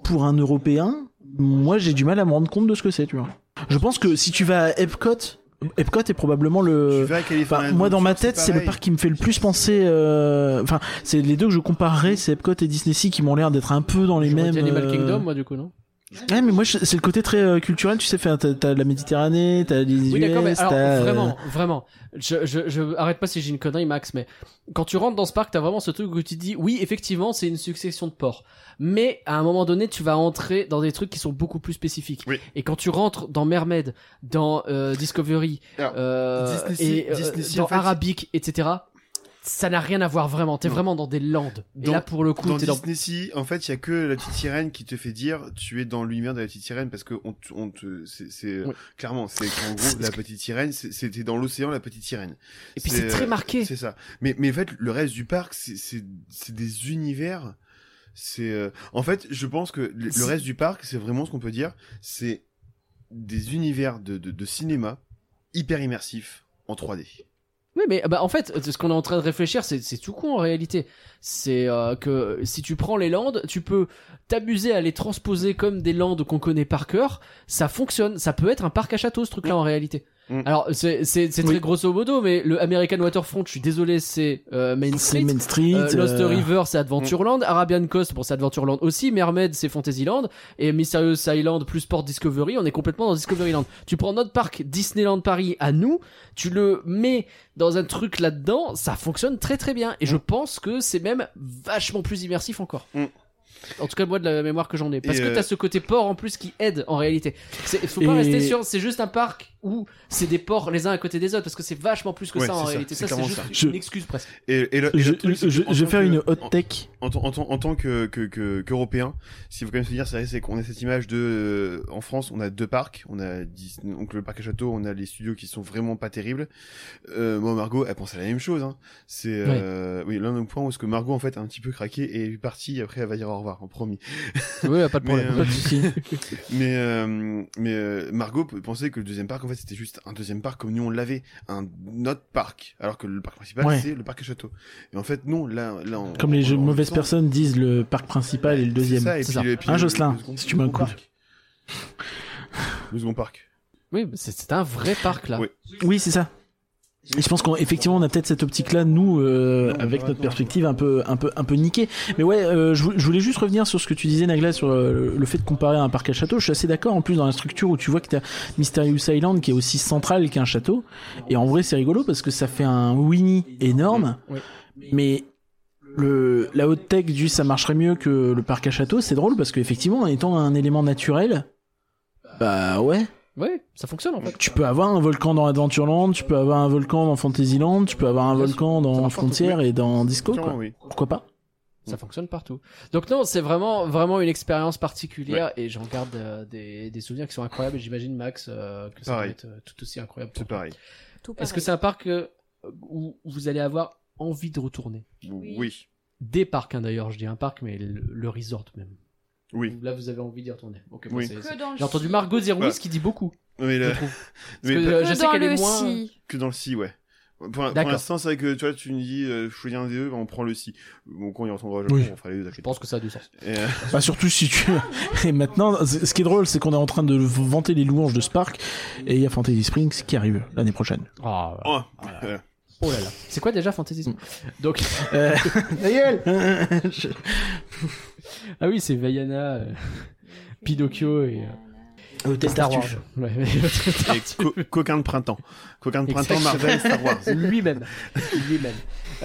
B: pour un Européen Moi, j'ai du mal à me rendre compte de ce que c'est, tu vois. Je pense que si tu vas à Epcot, Epcot est probablement
C: Tu
B: le.
C: vas à
B: enfin,
C: California
B: moi, dans ma
C: Adventure,
B: tête, c'est le
C: pareil.
B: parc qui me fait le plus penser. euh, Enfin, c'est les deux que je comparerais, c'est Epcot et Disney Sea qui m'ont l'air d'être un peu dans les
A: J'aurais
B: mêmes.
A: dit Animal
B: euh,
A: Kingdom, moi du coup, non
B: Ouais, mais moi, je- c'est le côté très euh, culturel, tu sais, enfin, t'as t'as la Méditerranée, t'as les
A: Oui, d'accord, mais
B: US,
A: alors
B: t'as, euh,
A: vraiment, vraiment, je, je, je arrête pas si j'ai une connerie, Max, mais quand tu rentres dans ce parc, t'as vraiment ce truc où tu te dis, oui, effectivement, c'est une succession de ports, mais à un moment donné, tu vas entrer dans des trucs qui sont beaucoup plus spécifiques.
C: Oui.
A: Et quand tu rentres dans Mermaid, dans euh, Discovery,
C: Alors,
A: euh,
C: Disney Sea-
A: et euh,
C: Disney Sea,
A: dans
C: en fait,
A: Arabic, etc., ça n'a rien à voir vraiment. T'es
C: Non.
A: vraiment dans des landes. et
C: Dans-
A: là, pour le coup,
C: dans
A: t'es dans
C: Disney Sea, en fait, il y a que la petite sirène qui te fait dire tu es dans l'univers de la petite sirène parce que on, te- on te c'est c'est-
A: Oui.
C: clairement c'est en gros la petite sirène c'est- c'était dans l'océan la petite sirène.
A: Et puis c'est très marqué.
C: C'est ça. Mais mais en fait le reste du parc c'est c'est c'est des univers c'est euh, en fait je pense que le- le reste du parc c'est vraiment ce qu'on peut dire c'est des univers de de, de cinéma hyper immersifs en 3D.
A: Oui, mais bah, en fait, ce qu'on est en train de réfléchir, c'est c'est tout con en réalité. C'est euh, que si tu prends les landes, tu peux t'amuser à les transposer comme des landes qu'on connaît par cœur. Ça fonctionne. Ça peut être un parc à château, ce truc-là, en réalité.
C: Mm.
A: Alors, c'est c'est- c'est
B: Oui.
A: très grosso modo, mais le American Waterfront, je suis désolé, c'est euh, Main
B: c'est
A: Street.
B: Main Street.
A: Euh, Lost
B: euh, Mm.
A: River, c'est Adventureland. Arabian Coast, bon, c'est Adventureland aussi. Mermaid, c'est Fantasyland. Et Mysterious Island plus Port Discovery, on est complètement dans Discoveryland. Tu prends notre parc Disneyland Paris à nous, tu le mets dans un truc là-dedans, ça fonctionne très très bien. Et je pense que c'est même vachement plus immersif encore.
C: Mm.
A: En tout cas, moi, de la mémoire que j'en ai. Parce
C: Et,
A: que
C: euh,
A: t'as ce côté port en plus qui aide en réalité. C'est- Faut pas
B: Et-
A: rester sur, c'est juste un parc où c'est des ports les uns à côté des autres. Parce que c'est vachement plus que
C: Ouais,
A: ça en
C: c'est ça,
A: réalité.
C: c'est
A: Ça, c'est
C: clairement
A: juste
B: ça.
A: une
B: Je-
A: excuse presque.
C: Et, et le- et
B: Je,
C: le truc,
B: je-
C: c'est
B: je
C: qu'en
B: vais
C: tant
B: faire
C: que-
B: une
C: en-
B: hot tech.
C: en, tant- en, tant- en tant que que que- qu'européen, ce qu'il faut quand même se dire, c'est c'est qu'on a cette image de euh, en France, on a deux parcs, on a Disney- donc le parc à château, on a les studios qui sont vraiment pas terribles. Euh, moi Margot, elle pense à la même chose. Hein. C'est euh, oui l'un des points où est-ce que Margot en fait a un petit peu craqué et est partie. Après, elle va dire au revoir, en promis.
A: Oui, pas de
C: Mais, problème. euh,
B: Pas de souci.
C: Mais euh, mais euh, Margot peut penser que le deuxième parc en fait c'était juste un deuxième parc comme nous on l'avait, un autre parc, alors que le parc principal
B: Ouais.
C: c'est le parc à château. Et en fait non, là là on-
B: Comme les
C: on-
B: jeux-
C: on-
B: mauvaises
C: on-
B: personnes disent, le parc principal et le deuxième.
C: C'est ça, et
A: c'est
C: puis
A: ça.
C: le- et puis
B: Hein,
C: le-
B: Jocelyn,
C: le second-
B: si tu m'as
C: le second
B: coupé.
C: parc. Le second parc.
A: Oui, mais c'est c'est un vrai parc là.
C: Oui.
B: Oui, c'est ça. Et je pense qu'effectivement on a peut-être cette optique-là nous euh, avec notre perspective un peu un peu un peu niquée. Mais ouais, euh, je, vou- je voulais juste revenir sur ce que tu disais Nagla sur euh, le, le fait de comparer un parc à château. Je suis assez d'accord en plus dans la structure où tu vois que t'as Mysterious Island qui est aussi central qu'un château. Et en vrai c'est rigolo parce que ça fait un Winnie énorme.
A: Ouais.
B: Mais le, la haute tech du ça marcherait mieux que le parc à château, c'est drôle parce qu'effectivement en étant un élément naturel, bah ouais.
A: Ouais, ça fonctionne
C: Mm.
A: en fait.
B: Tu peux avoir un volcan dans Adventureland, tu peux avoir un volcan dans Fantasyland, tu peux avoir un
A: Bien
B: volcan
A: ça
B: dans
A: marche
B: Frontière et dans
A: Oh,
B: Disco,
C: Tiens,
B: quoi.
C: oui.
B: Pourquoi pas
A: Ça
C: Mm.
A: fonctionne partout. Donc non, c'est vraiment vraiment une expérience particulière et j'en garde euh, des, des souvenirs qui sont incroyables. Et J'imagine Max euh, que ça
C: Pareil.
A: doit être euh, tout aussi incroyable. pour
C: C'est
A: toi.
C: pareil.
E: Tout
A: Est-ce
E: pareil.
A: que c'est un parc euh, où où vous allez avoir envie de retourner
C: Oui.
J: Oui.
C: Oui.
A: Des parcs hein, d'ailleurs, je dis un parc, mais le, le resort même. Là, vous avez envie d'y retourner. Ok, bon,
C: Oui.
A: c'est- c'est-
J: Que dans le
A: J'ai entendu Margot Zirwis
C: Voilà. Euh.
A: qui dit beaucoup.
C: Mais,
A: Je
C: là,
A: trouve. que-
C: mais pas-
A: Euh,
E: Que
A: je sais
E: dans
A: qu'elle est
E: le
A: moins-
E: si.
C: que dans le si, ouais. Pour, pour
A: D'accord.
C: l'instant, c'est vrai que tu vois, tu me dis, euh, je choisis un des deux, bah, on prend le si. Bon, quand il retournera au Japon,
B: Oui.
C: on fera les deux,
A: Je
C: t'inquiète.
A: pense que ça a du sens.
C: Et, euh,
B: Bah surtout si tu... et maintenant, c- ce qui est drôle, c'est qu'on est en train de vanter les louanges de Spark et il y a Fantasy Springs qui arrive l'année prochaine.
A: Ah, ouais.
C: oh, Mm.
A: Oh là là. C'est quoi déjà Fantasy Donc
B: Euh...
A: ah oui, c'est Vaiana, euh, Pinocchio et euh,
B: Hôtel
A: Star Wars. Ouais, mais-
C: et co- coquin de printemps. Coquin de printemps,
A: ah. Exactement.
C: Marvel, Star Wars.
A: Lui-même. Lui-même.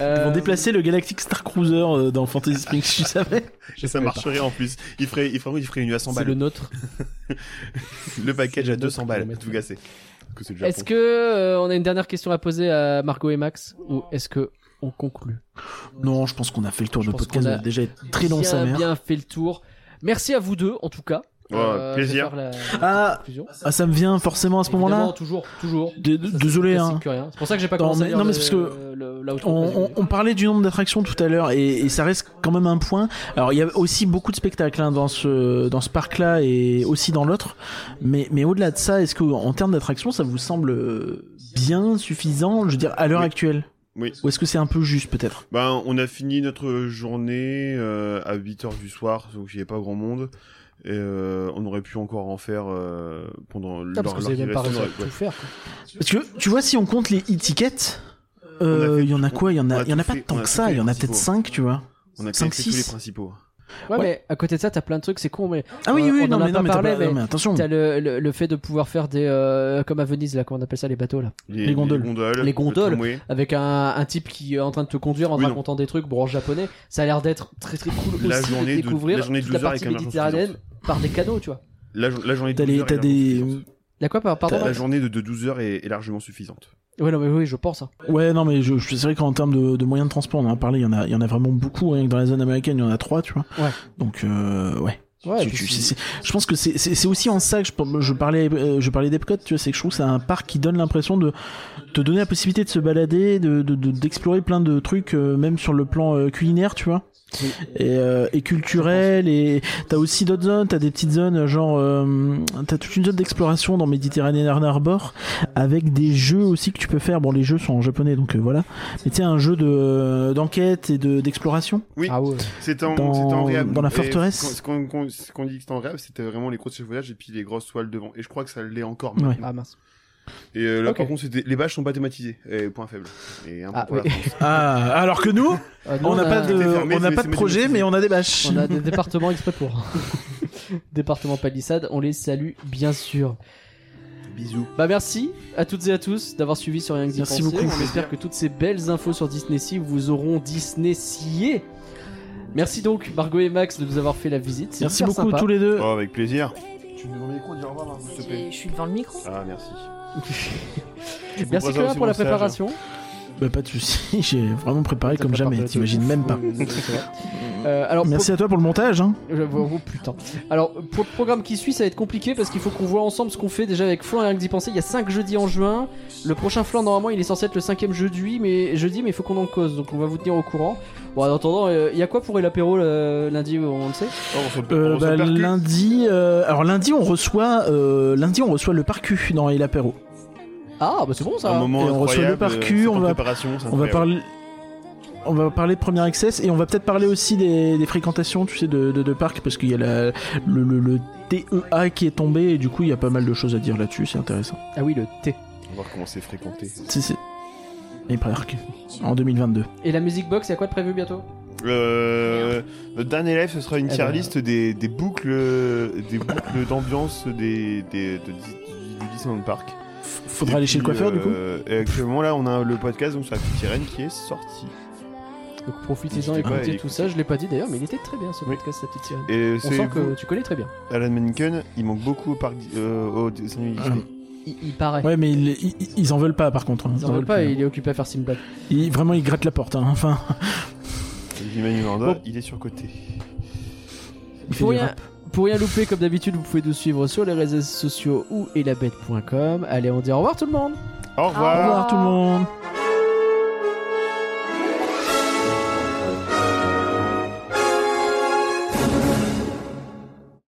A: Euh,
B: Ils vont déplacer le Galactic Star Cruiser euh, dans Fantasy Springs, tu savais
A: je
C: Ça
A: savais
C: marcherait en plus. Il ferait, il ferait, il ferait une nuit à
A: pas.
C: 100
A: C'est
C: balles.
A: le
C: Le,
A: nôtre.
C: package
A: c'est
C: à
A: le
C: 200
A: nôtre
C: balles,
A: qu'on va
C: tout
A: mettre.
C: cassé. Parce Que c'est le Japon.
A: Est-ce que euh, on a une dernière question à poser à Margot et Max ou est-ce que on conclut
B: Non, je pense qu'on a fait le tour
A: Je
B: de
A: pense
B: podcast,
A: qu'on a
B: on a déjà été très long
A: bien,
B: sa mère.
A: bien fait le tour. Merci à vous deux en tout cas.
C: Oh,
A: Euh, je vais
C: plaisir.
A: faire la-
B: Ah,
A: conclusion.
B: ah, ça me vient forcément à ce
A: Évidemment,
B: moment-là.
A: toujours, toujours.
B: D-
A: Ça, c'est
B: Désolé,
A: plus
B: hein.
A: classique que rien. C'est pour ça que j'ai pas
B: Non,
A: commencé. à
B: mais-
A: lire
B: non, mais
A: le-
B: parce que
A: le- là où tu
B: On,
A: proposes.
B: on- on parlait du nombre d'attractions tout à l'heure et, et ça reste quand même un point. Alors il y a aussi beaucoup de spectacles hein, dans ce dans ce parc là et aussi dans l'autre. Mais mais au-delà de ça, est-ce que en termes d'attractions, ça vous semble euh, bien suffisant, je veux dire à l'heure
C: Oui.
B: actuelle,
C: Oui.
B: ou est-ce que c'est un peu juste peut-être
C: Ben, on a fini notre journée euh, à 8h du soir, donc il n'y a pas grand monde. Et euh, on aurait pu encore en faire euh, pendant
A: Ah, parce que vous
C: l'heure
A: avez
C: qui
A: même pas réussi
C: reste, on
A: à
C: aurait- ouais.
A: tout faire. quoi.
B: Parce que tu vois si on compte les étiquettes,
C: On a
B: euh,
C: fait
B: il y en a
C: tout-
B: quoi Il y en
C: on
B: a
C: a
B: il y en a
C: tout
B: pas
C: fait,
B: tant
C: on a
B: que
C: tout
B: ça,
C: fait,
B: il y en a
C: principaux.
B: peut-être 5 tu vois.
C: On a
B: Cinq,
C: connecté tous les
B: six.
C: principaux.
A: Ouais,
B: Ouais.
A: mais à côté de ça, t'as plein de trucs. C'est con, mais
B: Ah oui
A: Euh,
B: oui
A: on
B: non
A: en a
B: mais,
A: pas
B: non, mais, t'as
A: parlé,
B: pas- non,
A: mais
B: mais attention.
A: t'as le, le, le fait de pouvoir faire des euh, comme à Venise là, comment on appelle ça les bateaux là,
C: Les,
B: gondoles.
C: Les gondoles.
A: Les gondoles.
C: le tramway.
A: avec un, un type qui est en train de te conduire en te
C: Oui, non.
A: racontant des trucs, bon en japonais. Ça a l'air d'être très très cool
C: La
A: aussi
C: journée
A: de
C: de-
A: découvrir
C: la journée de
A: toute la
C: 12 heures
A: partie
C: avec un argent
A: méditerranéenne par des canaux, tu vois.
C: La, jo- la journée de
B: T'as
C: 12
B: les
C: heures
B: t'as
C: est largement
B: des
C: suffisante.
A: La quoi par- Pardon.
C: La
A: Max
C: journée de, de 12 heures est, est largement suffisante.
A: Ouais non mais oui je pense. hein.
B: Ouais, non, mais je, je- c'est vrai qu'en termes de, de moyens de transport, on en a parlé, il y en a, il y en a vraiment beaucoup, rien que dans la zone américaine, il y en a trois, tu vois.
A: Ouais.
B: Donc, euh, ouais.
A: Ouais, et
B: Tu-
A: puis
B: tu-
A: si-
B: c'est- c'est- je pense que c'est- c'est c'est aussi en ça que je, je parlais, euh, je parlais d'Epcot, tu vois, c'est que je trouve que c'est un parc qui donne l'impression de te donner la possibilité de se balader, de de- de- d'explorer plein de trucs, euh, même sur le plan euh, culinaire, tu vois. Et, euh, et culturel, et t'as aussi d'autres zones, t'as des petites zones, genre, euh, t'as toute une zone d'exploration dans Méditerranée Narn Harbor, avec des jeux aussi que tu peux faire. Bon, les jeux sont en japonais, donc euh, voilà. Mais tu sais, un jeu de d'enquête et de d'exploration.
C: Oui,
A: Ah ouais.
C: c'est en,
B: dans-
C: c'est en réhab.
B: dans la
C: Et
B: forteresse.
C: quand- Ce qu'on qu'on- ce qu'on dit que c'était en réhab, c'était vraiment les gros chafaudages et puis les grosses toiles devant. Et je crois que ça l'est encore.
B: Ouais.
C: maintenant.
A: Ah mince.
C: Et euh, là,
A: Ok.
C: par contre, c'était- les bâches sont pas thématisées. Et point faible. Et un point
A: Ah,
C: pour la
A: oui.
C: France.
B: Ah, alors que nous,
A: Euh, nous,
B: on n'a pas de,
C: C'était fermé,
B: on n'a
C: mais
B: pas
C: c'est
B: de projet,
C: magnifique.
B: mais on a des bâches.
A: On a des départements exprès pour. Département palissade, on les salue bien sûr.
C: Bisous.
A: Bah merci à toutes et à tous d'avoir suivi sur Rien que d'y
B: Merci
A: penser.
B: beaucoup.
A: On espère que toutes ces belles infos sur Disney Sea vous auront Disney scié. Merci donc Margot et Max de nous avoir fait la visite. C'est
B: Merci
A: hyper
B: beaucoup
A: sympa.
B: tous les deux.
C: Oh, avec plaisir. Tu nous remets quoi Dis au revoir, Margot, s'il te plaît.
E: Je suis devant le micro.
C: Ah, merci.
A: Merci
C: Clara
A: Clara pour la préparation.
B: Bah, pas de soucis, j'ai vraiment préparé
A: T'as
B: comme
A: pas
B: jamais.
A: préparé,
B: T'imagines même pas.
A: Euh, c'est vrai. Euh,
C: Oh,
A: alors
B: Merci à toi pour le montage. Hein.
A: Je vois- oh, putain. Alors, pour le programme qui suit, ça va être compliqué parce qu'il faut qu'on voit ensemble ce qu'on fait déjà avec Flan et rien que d'y penser. Il y a 5 jeudis en juin. Le prochain Flan, normalement, il est censé être le 5 jeudi, mais jeudi, mais il faut qu'on en cause. Donc, on va vous tenir au courant. Bon, en attendant, euh, il y a quoi pour l'apéro euh, lundi On le sait
C: Oh, on se-
B: Euh,
C: on se
B: bah,
C: percute.
B: lundi, euh, alors lundi on reçoit, euh, lundi on reçoit le parcu dans El Apéro.
A: Ah, bah c'est bon
C: Un
A: ça.
C: moment
B: Et on reçoit le
C: incroyable,
B: parcu,
C: cette
B: on va-
C: préparation, c'est
B: On va
C: incroyable.
B: parler. On va parler de Premier Access et on va peut-être parler aussi des, des fréquentations, tu sais, de, de, de parcs, parce qu'il y a la- le, le, le TEA qui est tombé et du coup il y a pas mal de choses à dire là-dessus, c'est intéressant.
A: Ah oui, le thé.
C: On va voir comment c'est fréquenté.
B: Si, si. les parcs en 2022.
A: Et la music box, il y a quoi de prévu bientôt
C: Euh, notre dernier live, ce sera une
A: Eh
C: tier
A: ben.
C: list des, des boucles, des boucles d'ambiance des, des, de, Dis- du Disneyland Park.
B: F- Faudra aller chez le coiffeur du coup.
C: du coup. Actuellement, là, on a le podcast donc sur la petite sirène qui est sorti.
A: Donc profitez-en,
C: N'hésitez pas à
A: écoutez
C: aller
A: tout ça. Je l'ai pas dit d'ailleurs, mais il était très bien ce
C: Oui.
A: podcast, la petite sirène.
C: Et
A: On
C: c'est
A: sent que tu connais très bien.
C: Alan Menken, il manque beaucoup au parc, Di- euh, au Disney Disney.
B: Ah.
A: Il, il paraît.
B: Ouais, mais ils, ils- ils en veulent pas par contre. hein.
A: Ils en veulent hein. pas,
B: plus.
A: il est occupé à faire Simbad.
B: Ils- vraiment, ils grattent la porte. hein. Enfin,
C: Vivi Manu Miranda,
A: Bon.
C: il est surcoté.
B: il fait
A: Pour
B: des
A: rien,
B: rap.
A: pour rien louper, comme d'habitude, vous pouvez nous suivre sur les réseaux sociaux ou elabette.com. Allez, on dit au revoir tout le monde
C: Au
E: Au
C: revoir.
B: Au revoir tout le monde.